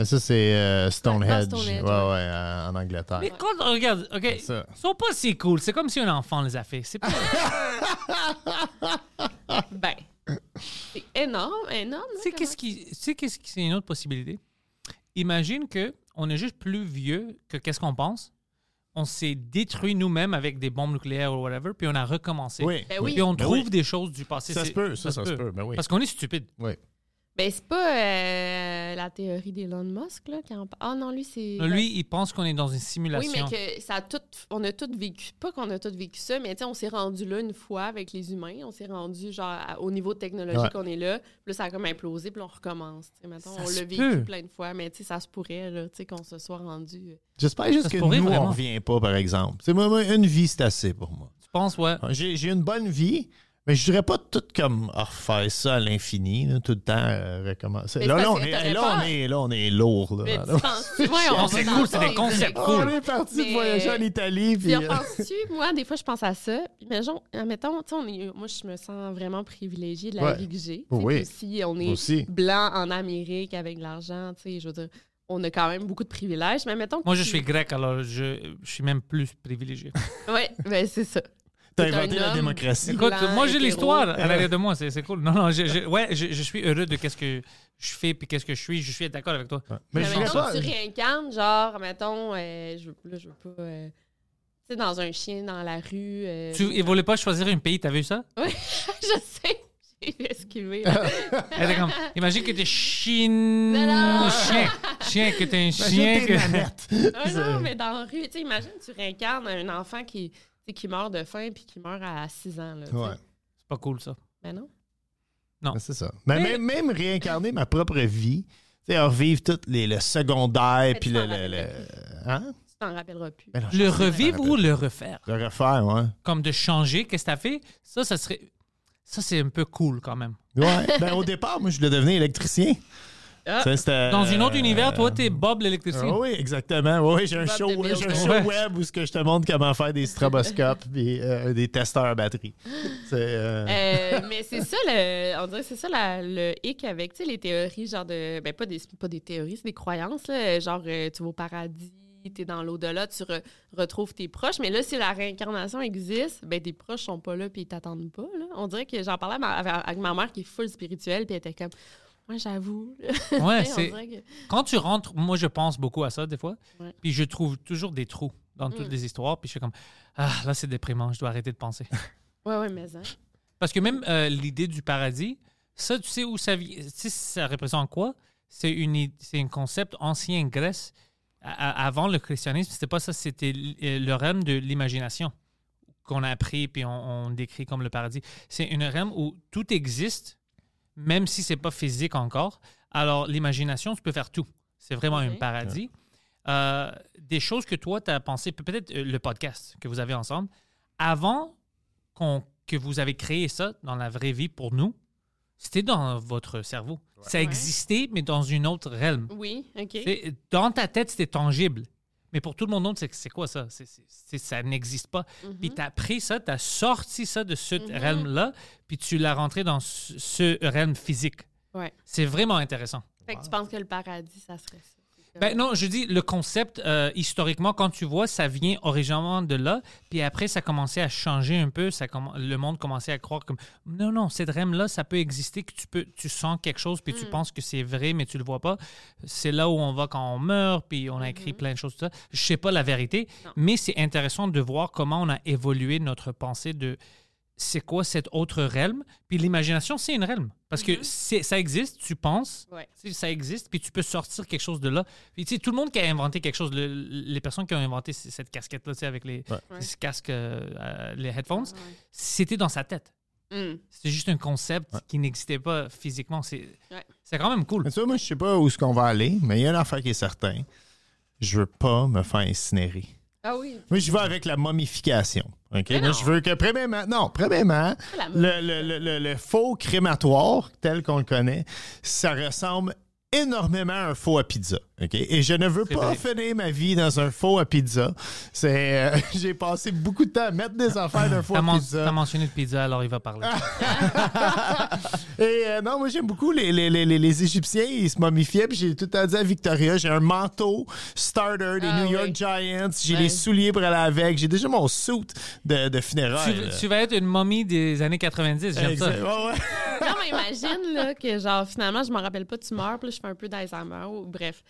S3: Ça, c'est euh, Stonehenge.
S4: Ouais,
S3: ouais,
S4: Stonehenge,
S3: ouais,
S4: ouais.
S3: euh, en Angleterre.
S2: Mais quand, regarde, ok,
S3: C'est
S2: ils
S3: ça.
S2: sont pas si cool. C'est comme si un enfant les a fait. C'est
S4: Ah,
S2: pas-
S4: Ben, c'est énorme, énorme. là,
S2: Tu sais
S4: quand
S2: qu'est-ce qui, tu sais qu'est-ce qui, c'est une autre possibilité. Imagine que on est juste plus vieux que qu'est-ce qu'on pense. on s'est détruit nous-mêmes avec des bombes nucléaires ou whatever, puis on a recommencé.
S3: Oui.
S4: Ben oui.
S2: Puis on
S3: Ben
S2: trouve
S3: oui.
S2: des choses du passé.
S3: Ça
S2: C'est-
S3: se peut, ça, ça se peut. Ben oui.
S2: Parce qu'on est stupide.
S3: Oui.
S4: Ben, c'est pas euh, la théorie d'Elon Musk, là, qui en parle. Ah non, lui, c'est.
S2: Lui, il pense qu'on est dans une
S4: Oui, mais
S2: simulation.
S4: que ça a tout, on a tout vécu, pas qu'on a tout vécu ça, mais tu sais, on s'est rendu là une fois avec les humains, on s'est rendu genre à- au niveau technologique
S3: Ouais.
S4: qu'on est là, puis là ça a comme implosé, puis là, on recommence. tu sais, mettons,
S2: Ça
S4: on
S2: se
S4: l'a
S2: peut.
S4: vécu plein de fois, mais tu sais, ça se pourrait là, tu sais, qu'on se soit rendu. euh,
S3: J'espère juste
S2: Ça se
S3: que nous,
S2: pourrait,
S3: on
S2: vraiment.
S3: revient pas, par exemple. C'est moi, moi, une vie, c'est assez pour moi.
S2: Tu penses, ouais.
S3: J'ai j'ai une bonne vie, mais je dirais pas tout comme ah, refaire ça à l'infini, là, tout le temps euh, recommencer.
S4: Mais
S3: Là,
S4: c'est
S3: là,
S4: parce
S3: on
S4: que
S3: est,
S4: t'aurais
S3: là,
S4: peur.
S3: on est, là, on est lourd.
S2: Ah,
S4: Mais
S3: Là,
S4: tu penses, ouais, on
S2: C'est
S4: va
S2: cool,
S4: dans
S2: c'est
S4: ça,
S2: des
S4: et-
S2: concepts
S3: Oh,
S2: cool.
S3: on est parti de
S4: Mais-
S3: voyager en Italie. Puis,
S4: Puis
S3: euh,
S4: repenses-tu, moi, des fois, je pense à ça. Puis, mettons, admettons, tu sais, on est- moi, je me sens vraiment privilégiée de la
S3: Ouais.
S4: vie que j'ai.
S3: Oui.
S4: Tu sais, puis Si on est
S3: aussi.
S4: blanc en Amérique avec de l'argent, tu sais, je veux dire, on a quand même beaucoup de privilèges. Mais mettons que
S2: Moi, je
S4: tu-
S2: suis grec, alors je, je suis même plus privilégié.
S4: Ouais, ben c'est ça.
S3: T'as
S4: t'es un
S3: inventé la
S4: homme.
S3: démocratie.
S2: Écoute,
S4: Blanc,
S2: moi, j'ai
S4: hétéro.
S2: l'histoire à l'arrière de moi, c'est c'est cool. Non, non, je, je- ouais, je, je suis heureux de qu'est-ce que je fais puis qu'est-ce que je suis. Je suis d'accord avec toi.
S3: Mais
S4: Mais
S3: je ferais
S4: mettons
S3: pas.
S4: que tu réincarnes, genre, mettons, euh, je, veux- là, je veux pas. euh, tu sais, dans un chien, dans la rue. euh,
S2: Tu ne voulais pas choisir un pays, t'as vu ça?
S4: je sais, j'ai esquivé.
S3: Ah,
S2: Elle était comme, imagine que t'es chine...
S4: Non, non.
S2: chien. Chien, que t'es un
S3: Imagine
S2: chien.
S3: tes
S2: que-
S3: nanettes.
S4: Ah non, mais dans la rue, tu sais, imagine, tu réincarnes un enfant qui, tu sais, qui meurt de faim puis qui meurt à 6 ans. Là, tu sais.
S3: Ouais.
S2: C'est pas cool, ça.
S4: Ben non.
S3: Ah, C'est ça. Mais même, même réincarner ma propre vie, tu sais, revivre tout les, le secondaire,
S4: tu
S3: puis le.
S4: t'en
S3: le,
S4: rappelles
S3: le- Hein?
S4: Tu t'en rappelleras plus.
S3: Ben non, je
S2: Le
S3: sais, je m'en
S2: revivre
S3: rappelle.
S2: ou le refaire?
S3: Le refaire, ouais.
S2: Comme de changer, qu'est-ce que t'as fait? Ça, ça serait... Ça, c'est un peu cool, quand même.
S3: Ouais. ben, au départ, moi, je voulais devenir électricien.
S4: Ah.
S3: Tu sais, c'était-
S2: Dans un autre
S3: euh,
S2: univers, toi, t'es Bob l'électricien.
S3: Ah oui, exactement. Oui, oui, j'ai un
S4: Bob
S3: show,
S4: the
S3: j'ai un
S4: Builder.
S3: show
S2: Ouais.
S3: web où ce que je te montre comment faire des stroboscopes et des testeurs à batterie. C'est, euh,
S4: Euh, mais c'est ça, le, on dirait que c'est ça la- le hic avec tu sais, les théories, genre de. Ben, pas des, pas des théories, c'est des croyances, là, genre euh, tu vas au paradis, tu es dans l'au-delà, tu re- retrouves tes proches. Mais là, si la réincarnation existe, ben, tes proches sont pas là puis ils t'attendent pas. Là. On dirait que j'en parlais à ma- avec, avec ma mère qui est full spirituelle puis elle était comme. Moi, j'avoue. là.
S2: Ouais, Ah,
S4: Tu sais, on
S2: c'est...
S4: dirait que-
S2: Quand tu rentres, moi, je pense beaucoup à ça, des fois.
S4: Ouais.
S2: Puis je trouve toujours des trous dans toutes
S4: Mm.
S2: les histoires. Puis je suis comme, ah, là, c'est déprimant, je dois arrêter de penser.
S4: Ouais, ouais, mais ça.
S2: Parce que même euh, l'idée du paradis, ça, tu sais où ça vient, tu sais, ça représente quoi? C'est une i- c'est un concept ancien Grèce. A- a- avant le christianisme, c'était pas ça, c'était l- euh, le rêve de l'imagination qu'on a appris puis on, on décrit comme le paradis. C'est une rêve où tout existe, même si c'est pas physique encore. Alors, l'imagination, tu peux faire tout. C'est vraiment un
S4: Mhm.
S2: paradis. Euh, des choses que toi, tu as pensé, pe- peut-être euh, le podcast que vous avez ensemble, avant qu'on- que vous avez créé ça dans la vraie vie pour nous, c'était dans votre cerveau. Ça
S4: Ouais.
S2: existait, mais dans une autre realm.
S4: Oui, OK.
S2: C'est- Dans ta tête, c'était tangible. Mais pour tout le monde, c'est c'est quoi ça? C'est- c'est- c'est- ça n'existe pas.
S4: Mhm.
S2: Puis tu as pris ça, tu as sorti ça de ce
S4: Mhm.
S2: realm-là, puis tu l'as rentré dans ce, ce realm physique.
S4: Ouais.
S2: C'est vraiment intéressant.
S4: Fait que tu penses que le paradis, ça serait ça.
S2: Ben non, je dis le concept euh, historiquement quand tu vois ça vient originalement de là, puis après ça commençait à changer un peu, ça comm- le monde commençait à croire comme non non, cette rêve là ça peut exister que tu peux tu sens quelque chose puis tu
S4: Mm.
S2: penses que c'est vrai mais tu le vois pas. C'est là où on va quand on meurt puis on a écrit
S4: Mhm.
S2: plein de choses tout ça. Je sais pas la vérité,
S4: Non.
S2: mais c'est intéressant de voir comment on a évolué notre pensée de c'est quoi cet autre realm puis l'imagination c'est une realm parce que
S4: Mhm.
S2: c'est ça existe, tu penses
S4: Ouais.
S2: tu sais, ça existe, puis tu peux sortir quelque chose de là. Puis, tu sais, tout le monde qui a inventé quelque chose, le- les personnes qui ont inventé c- cette casquette-là, tu sais, avec les,
S3: Ouais.
S4: Ouais.
S2: ces casques, euh, euh, les headphones,
S4: Ouais.
S2: c'était dans sa tête.
S4: Mm.
S2: C'était juste un concept
S3: Ouais.
S2: qui n'existait pas physiquement. C'est
S4: Ouais.
S2: c'est quand même cool.
S3: Mais tu vois, moi, je sais pas où est-ce qu'on va aller, mais il y a une affaire qui est certaine. Je veux pas me faire incinérer.
S4: Ah oui,
S3: Moi, je vais avec la momification. OK?
S4: Mais
S3: Moi,
S4: non.
S3: je veux que, premièrement, non, premièrement,
S4: pas la
S3: le, le- le- le- le faux crématoire, tel qu'on le connaît, ça ressemble énormément à un faux à pizza. OK? Et je ne veux
S2: C'est
S3: pas
S2: vrai.
S3: finir ma vie dans un faux à pizza. C'est, euh, j'ai passé beaucoup de temps à mettre des affaires d'un faux
S2: T'as
S3: à
S2: men-
S3: pizza. Ah,
S2: t'as mentionné de pizza, alors il va parler.
S3: Et euh, non, moi j'aime beaucoup les, les, les, les- les Égyptiens, ils se momifiaient. Puis j'ai tout le temps dit à Victoria, j'ai un manteau starter des
S4: Ah,
S3: New
S4: oui.
S3: York Giants, j'ai
S4: Ouais.
S3: les souliers pour aller avec, j'ai déjà mon suit de, de
S2: tu,
S3: funérailles. là.
S2: tu vas être une momie des années 90, j'aime ça.
S3: Exact. Ouais, ouais.
S4: Non, mais imagine là, que genre finalement, je m'en rappelle pas, tu meurs, puis là, je fais un peu d'Alzheimer ou bref.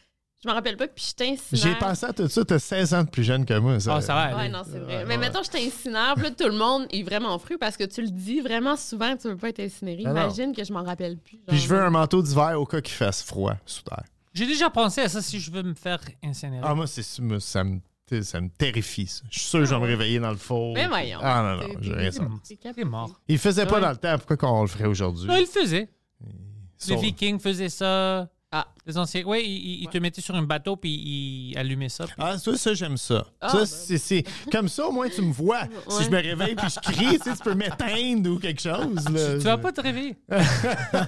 S4: Je me rappelle pas, puis j'étais incinère.
S3: J'ai pensé à tout ça, t'as 16 ans de plus jeune que moi. Ça.
S2: Ah, ça va aller.
S4: Ouais, non, c'est vrai.
S3: Ouais,
S4: mais
S3: ouais.
S4: mettons, je t'incinère, puis là, tout le monde est vraiment fru parce que tu le dis vraiment souvent, tu veux pas être incinéré.
S3: Ah non.
S4: Imagine que je m'en rappelle plus.
S3: Puis
S4: genre.
S3: je veux un manteau d'hiver au cas qu'il fasse froid sous terre.
S2: J'ai déjà pensé à ça si je veux me faire incinérer.
S3: Ah, moi, c'est, moi, ça, me, tu sais, ça me terrifie. ça. Je suis sûr que je vais me réveiller dans le four.
S4: Mais voyons.
S3: Ah, non, non,
S4: T'es-
S3: j'ai
S4: t'es-
S3: rien
S4: t'es-
S3: senti.
S4: t'es
S2: Il est mort.
S3: Il le faisait pas
S4: Ouais.
S3: dans le temps. Pourquoi qu'on le ferait aujourd'hui?
S2: Non, il le faisait. Les
S3: Sauf-
S2: Vikings faisaient ça.
S4: Ah.
S2: Les anciens. Oui, ils, ils te mettaient sur un bateau puis ils allumaient ça. puis-
S3: Ah, ça, ça j'aime ça.
S4: Ah,
S3: ça
S4: ben-
S3: c'est, c'est- Comme ça, au moins, tu me vois. Si je me réveille puis je crie, tu, sais, tu peux m'éteindre ou quelque chose. Là.
S2: Tu vas pas te réveiller.
S3: Ah,
S4: Moi,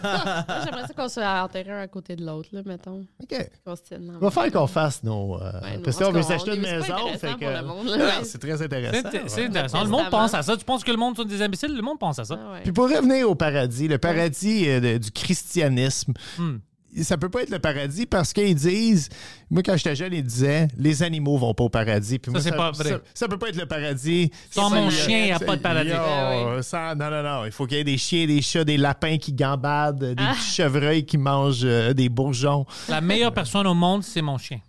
S4: J'aimerais ça qu'on soit enterré un à côté de l'autre, là, mettons.
S3: OK.
S4: Qu'on se tienne dans la
S3: Il va
S4: main.
S3: falloir qu'on fasse nos. euh,
S4: Ouais, non,
S3: parce
S4: en
S3: qu'on
S4: tout
S3: veut
S4: cas,
S3: s'acheter
S4: on-
S3: une
S4: c'est pas
S3: maison.
S4: intéressant
S3: fait que-
S4: pour le monde, là.
S3: Non, c'est très
S2: C'est
S3: intéressant.
S2: int-
S3: ouais.
S2: c'est intéressant. Le monde
S4: Testament.
S2: pense à ça. Tu penses que le monde sont des imbéciles? Le monde pense à ça.
S4: Ah ouais.
S3: Puis pour revenir au paradis, le paradis euh, de- du christianisme,
S2: Hmm.
S3: ça peut pas être le paradis parce qu'ils disent, moi quand j'étais jeune, ils disaient, les animaux vont pas au paradis. Puis
S2: Ça,
S3: moi,
S2: c'est pas vrai.
S3: Ça, ça peut pas être le paradis.
S2: Sans
S3: Ça,
S2: mon
S3: euh,
S2: chien, il y a pas de paradis.
S3: yo,
S4: Ah
S3: sans- non, non, non. Il faut qu'il y ait des chiens, des chats, des lapins qui gambadent, des petits chevreuils qui mangent euh, des bourgeons.
S2: La meilleure personne au monde, c'est mon chien.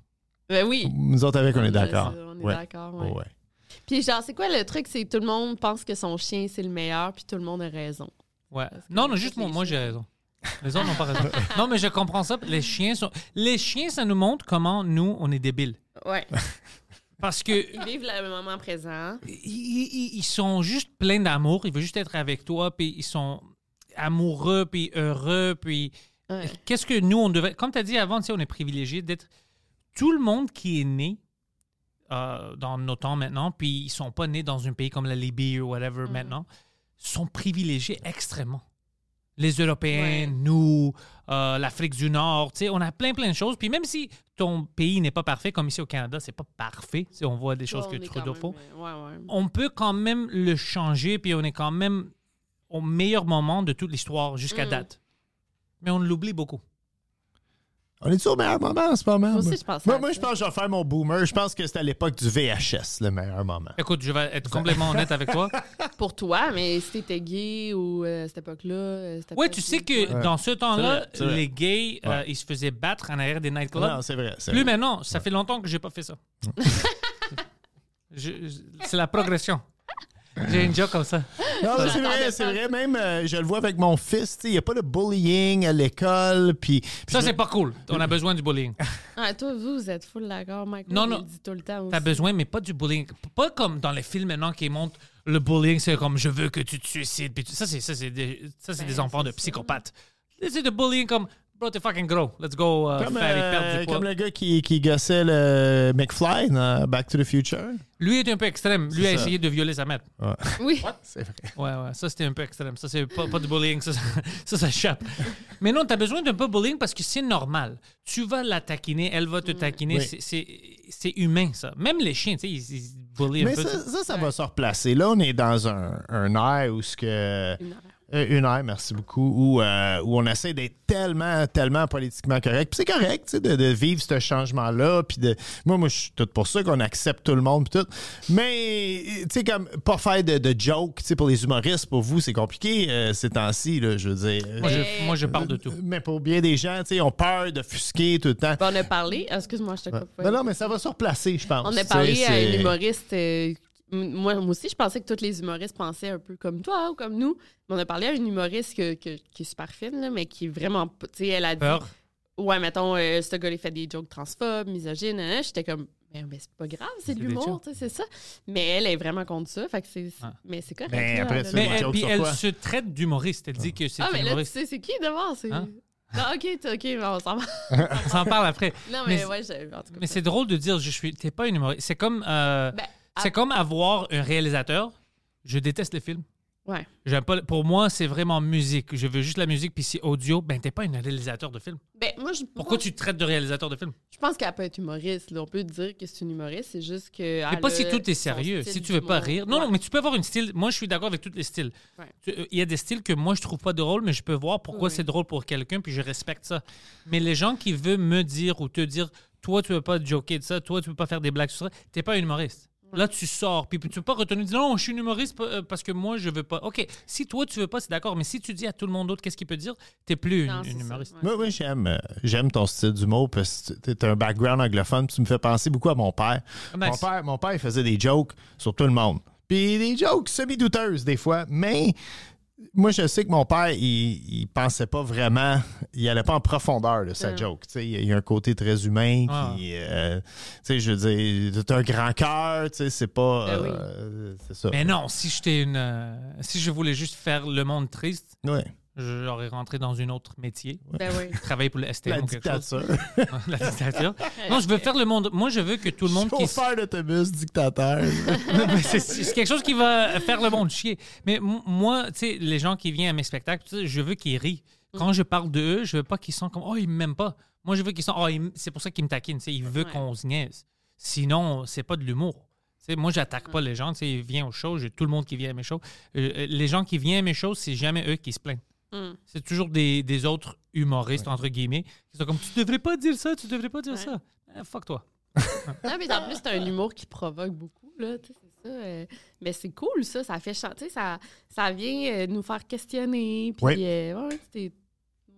S4: Ben oui.
S3: Nous autres, avec, on est d'accord.
S4: On est
S3: Ouais.
S4: d'accord, ouais.
S3: Ouais.
S4: Puis genre, c'est quoi le truc? C'est que tout le monde pense que son chien, c'est le meilleur, puis tout le monde a raison.
S2: Ouais.
S4: Parce que
S2: Non, non,
S4: tous
S2: juste
S4: les
S2: moi, moi, j'ai
S4: chiens.
S2: raison. Les autres n'ont pas raison. Non, mais je comprends ça. Les chiens sont. Les chiens, ça nous montre comment nous, on est débiles.
S4: Ouais.
S2: Parce que
S4: Ils vivent le moment présent.
S2: ils, ils- ils sont juste pleins d'amour. Ils veulent juste être avec toi, puis ils sont amoureux, puis heureux, puis
S4: Ouais.
S2: qu'est-ce que nous, on devait... Comme tu as dit avant, tu sais, on est privilégié d'être... Tout le monde qui est né euh, dans nos temps maintenant, puis ils sont pas nés dans un pays comme la Libye ou whatever
S4: Mm.
S2: maintenant, sont privilégiés extrêmement. Les Européens,
S4: Ouais.
S2: nous, euh, l'Afrique du Nord, tu sais, on a plein, plein de choses. Puis même si ton pays n'est pas parfait, comme ici au Canada, c'est pas parfait, tu sais, on voit des choses
S4: Ouais,
S2: que
S4: on est
S2: Trudeau
S4: quand
S2: fait
S4: même, euh, Ouais, ouais.
S2: on peut quand même le changer, puis on est quand même au meilleur moment de toute l'histoire jusqu'à
S4: Mm.
S2: date. Mais on l'oublie beaucoup.
S3: On est-tu au meilleur moment en ce moment?
S4: Moi aussi, je pense
S3: Moi,
S4: à
S3: moi,
S4: ça.
S3: je pense que je vais faire mon boomer. Je pense que c'était à l'époque du VHS, le meilleur moment.
S2: Écoute, je vais être complètement honnête avec toi.
S4: Pour toi, mais si t'étais gay ou euh, à cette époque-là. euh, c'était
S2: Ouais,
S4: pas-
S2: tu sais que dans ce
S3: C'est
S2: temps-là,
S3: vrai, c'est vrai.
S2: les gays, euh,
S3: Ouais.
S2: ils se faisaient battre en arrière des
S3: Non,
S2: nightclubs.
S3: c'est vrai. c'est
S2: Plus
S3: vrai.
S2: maintenant, ça fait longtemps que j'ai pas fait ça. Je- je- c'est la progression. J'ai une joke comme ça.
S3: Non, mais c'est vrai, c'est vrai. Même, euh, je le vois avec mon fils, tu sais, il n'y a pas de bullying à l'école. Puis, puis
S2: Ça,
S3: je-
S2: c'est pas cool. On a besoin du bullying.
S4: Ah, toi, vous, vous êtes full d'accord, Mike.
S2: Non,
S4: Non,
S2: non.
S4: non. dit tout le temps.
S2: T'as
S4: aussi.
S2: besoin, mais pas du bullying. P- Pas comme dans les films maintenant qui montrent le bullying, c'est comme je veux que tu te suicides. Puis tu- ça, c'est ça, c'est des, ça, c'est
S4: Ben,
S2: des enfants
S4: c'est
S2: de
S4: ça.
S2: psychopathes. C'est de bullying comme bro, t'es fucking gros. Let's go euh,
S3: Comme,
S2: faire
S3: euh,
S2: perdre du poids.
S3: comme le gars qui, qui gossait le McFly dans Back to the Future.
S2: Lui est un peu extrême. Lui
S3: C'est
S2: a
S3: ça.
S2: essayé de violer sa mère.
S4: Oui.
S3: C'est vrai.
S2: Ouais, ouais, ça c'était un peu extrême. Ça, c'est pas, pas du bullying, ça, ça, ça, ça chape. Mais non, t'as besoin d'un peu bullying parce que c'est normal. Tu vas la taquiner, elle va te
S4: Mm.
S2: taquiner.
S3: Oui.
S2: C'est- C'est c'est humain, ça. Même les chiens, tu sais, ils, ils bullient un
S3: Mais
S2: peu.
S3: ça, ça, ça va se replacer. Là, on est dans un, un air où ce que. Euh, Une heure, merci beaucoup, où, euh, où on essaie d'être tellement, tellement politiquement correct. Puis c'est correct, tu sais, de, de vivre ce changement-là. Puis de, moi, moi, je suis tout pour ça, qu'on accepte tout le monde, puis tout. Mais, tu sais, comme, pas faire de, de jokes, tu sais, pour les humoristes, pour vous, c'est compliqué euh, ces temps-ci, là, je veux dire.
S2: Moi,
S3: Euh,
S2: je, moi, je parle de tout.
S3: Mais pour bien des gens, tu sais, ont peur de fusquer tout le temps.
S4: Ben, on a parlé. ah, Excuse-moi, je te coupe.
S3: Ben, Non, non, mais ça va se replacer, je pense.
S4: On a
S3: Tu sais,
S4: parlé à
S3: c'est-
S4: une humoriste. euh, m- moi, moi aussi, je pensais que tous les humoristes pensaient un peu comme toi ou comme nous. Mais on a parlé à une humoriste que- que- qui est super fine, là, mais qui est vraiment. pas- Tu sais, elle a dit.
S2: Peur.
S4: Ouais, mettons, euh, ce gars-là il fait des jokes transphobes, misogynes. hein, hein. J'étais comme. Mais, mais c'est pas grave, c'est de
S2: C'est des
S4: l'humour,
S2: jokes.
S4: tu sais, c'est ça. Mais elle est vraiment contre ça. Fait que c'est. c'est-
S2: Ah.
S4: Mais c'est correct.
S3: Ben,
S4: là,
S3: après
S4: elle a
S3: ça,
S4: le
S2: Mais
S3: une
S4: droit.
S2: elle,
S3: joke
S2: puis
S3: sur
S2: elle
S3: toi.
S2: se traite d'humoriste. Elle dit que c'est
S4: Ah, mais
S2: une
S4: là, tu
S2: humoriste.
S4: sais, c'est qui devant? C'est.
S2: Hein?
S4: Non, ok, t'as- ok, ben, on s'en va.
S2: On s'en parle après.
S4: Non, mais,
S2: Mais-
S4: ouais, j'ai- en tout cas.
S2: Mais c'est drôle de dire je suis. T'es pas une humoriste. C'est comme euh,
S4: Ben,
S2: c'est
S4: à-
S2: comme avoir un réalisateur. Je déteste les films.
S4: Ouais.
S2: J'aime pas. Pour moi, c'est vraiment musique. Je veux juste la musique. Puis si audio, ben t'es pas un réalisateur de film.
S4: Ben, moi, je,
S2: Pourquoi
S4: moi,
S2: tu te traites de réalisateur de film
S4: je pense qu'elle peut être humoriste. là. On peut dire que c'est une humoriste, c'est juste que.
S2: Mais pas si tout est sérieux. Si tu veux pas rire. Non, non, mais tu peux avoir une style. Moi, je suis d'accord avec tous les styles.
S4: Ouais.
S2: Tu- euh, Il y a des styles que moi je trouve pas drôles, mais je peux voir pourquoi
S4: Oui.
S2: c'est drôle pour quelqu'un, puis je respecte ça. Mais les gens qui veulent me dire ou te dire, toi tu peux pas joker de ça, toi tu peux pas faire des blagues sur ça, t'es pas un humoriste. Là, tu sors, puis tu peux pas retenir, dire non, je suis un humoriste pa- euh, parce que moi, je veux pas. OK, si toi, tu veux pas, c'est d'accord, mais si tu dis à tout le monde d'autre qu'est-ce qu'il peut dire, t'es plus une,
S4: Non, c'est
S2: une
S4: ça,
S2: humoriste.
S4: ouais.
S3: Moi, oui, j'aime, euh, j'aime ton style d'humour parce que tu as un background anglophone. puis Tu me fais penser beaucoup à mon père.
S2: Max.
S3: Mon père, mon père, il faisait des jokes sur tout le monde. Puis des jokes semi-douteuses des fois. Mais moi, je sais que mon père, il, il pensait pas vraiment, il allait pas en profondeur de sa
S4: Ouais.
S3: joke. Tu sais, il y a un côté très humain.
S2: Ah.
S3: qui, euh, tu sais, je veux dire, t'as un grand cœur. Tu sais, c'est pas.
S4: Ben oui.
S3: euh, c'est ça.
S2: Mais non, si j'étais une. euh, si je voulais juste faire le monde triste,
S3: Ouais.
S2: j'aurais rentré dans un autre métier,
S4: Ben oui.
S2: travailler pour le STM
S3: La
S2: ou quelque chose.
S3: dictature.
S2: La dictature. Non, je veux faire le monde. Moi, je veux que tout le monde qui.
S3: Chauffeur d'autobus, dictateur.
S2: Mais c'est- C'est quelque chose qui va faire le monde chier. Mais m- moi, tu sais, les gens qui viennent à mes spectacles, tu sais, je veux qu'ils rient. Quand je parle de eux, je veux pas qu'ils sont comme oh ils m'aiment pas. Moi, je veux qu'ils sont oh ils m- c'est pour ça qu'ils me taquinent. Tu sais, ils veulent
S4: Ouais.
S2: qu'on se niaise. Sinon, c'est pas de l'humour. Tu sais, moi, j'attaque pas les gens. Tu sais, ils viennent aux shows. J'ai tout le monde qui vient à mes shows. Euh, euh, les gens qui viennent à mes shows, c'est jamais eux qui se plaignent.
S4: Mm.
S2: C'est toujours des, des autres humoristes, entre guillemets, qui sont comme Tu devrais pas dire ça, tu devrais pas dire
S4: Ouais.
S2: ça. Eh, fuck toi.
S4: Non, mais en plus, c'est un humour qui provoque beaucoup, là. tu sais, c'est ça, euh, mais c'est cool, ça. Ça fait chanter, ça, ça vient euh, nous faire questionner. Puis,
S3: Oui.
S4: euh, ouais, ouais, c'était-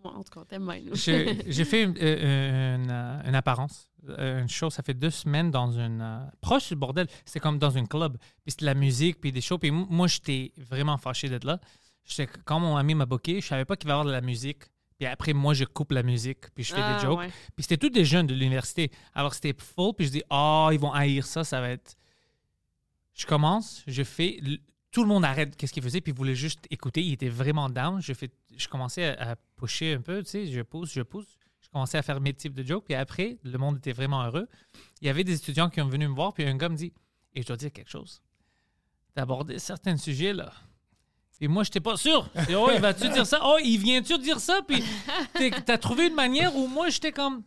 S4: Moi, en tout cas, on t'aime bien, nous.
S2: J'ai j'ai fait une, euh, une, euh, une apparence, euh, une show, ça fait deux semaines dans une. euh, proche du bordel, c'est comme dans un club. Puis c'est de la musique, puis des shows. Puis m- moi, j'étais vraiment fâché d'être là. J'étais- Quand mon ami m'a booké, je savais pas qu'il va y avoir de la musique. Puis après, moi, je coupe la musique, puis je fais
S4: Ah,
S2: des jokes.
S4: ouais.
S2: Puis c'était tous des jeunes de l'université. Alors c'était full, puis je dis, ah, ils vont haïr ça, ça va être. Je commence, je fais. l- Tout le monde arrête qu'est-ce qu'il faisait, puis voulait juste écouter. Il était vraiment down. Je, fais, je commençais à, à pusher un peu, tu sais, je pousse, je pousse. Je commençais à faire mes types de jokes, puis après, le monde était vraiment heureux. Il y avait des étudiants qui sont venus me voir, puis un gars me dit, et je dois dire quelque chose. T'as abordé certains sujets, là. Et moi, j'étais pas sûr. Et, oh, il va-tu dire ça? Oh, il vient-tu dire ça? Puis t'es- t'as trouvé une manière où moi, j'étais comme.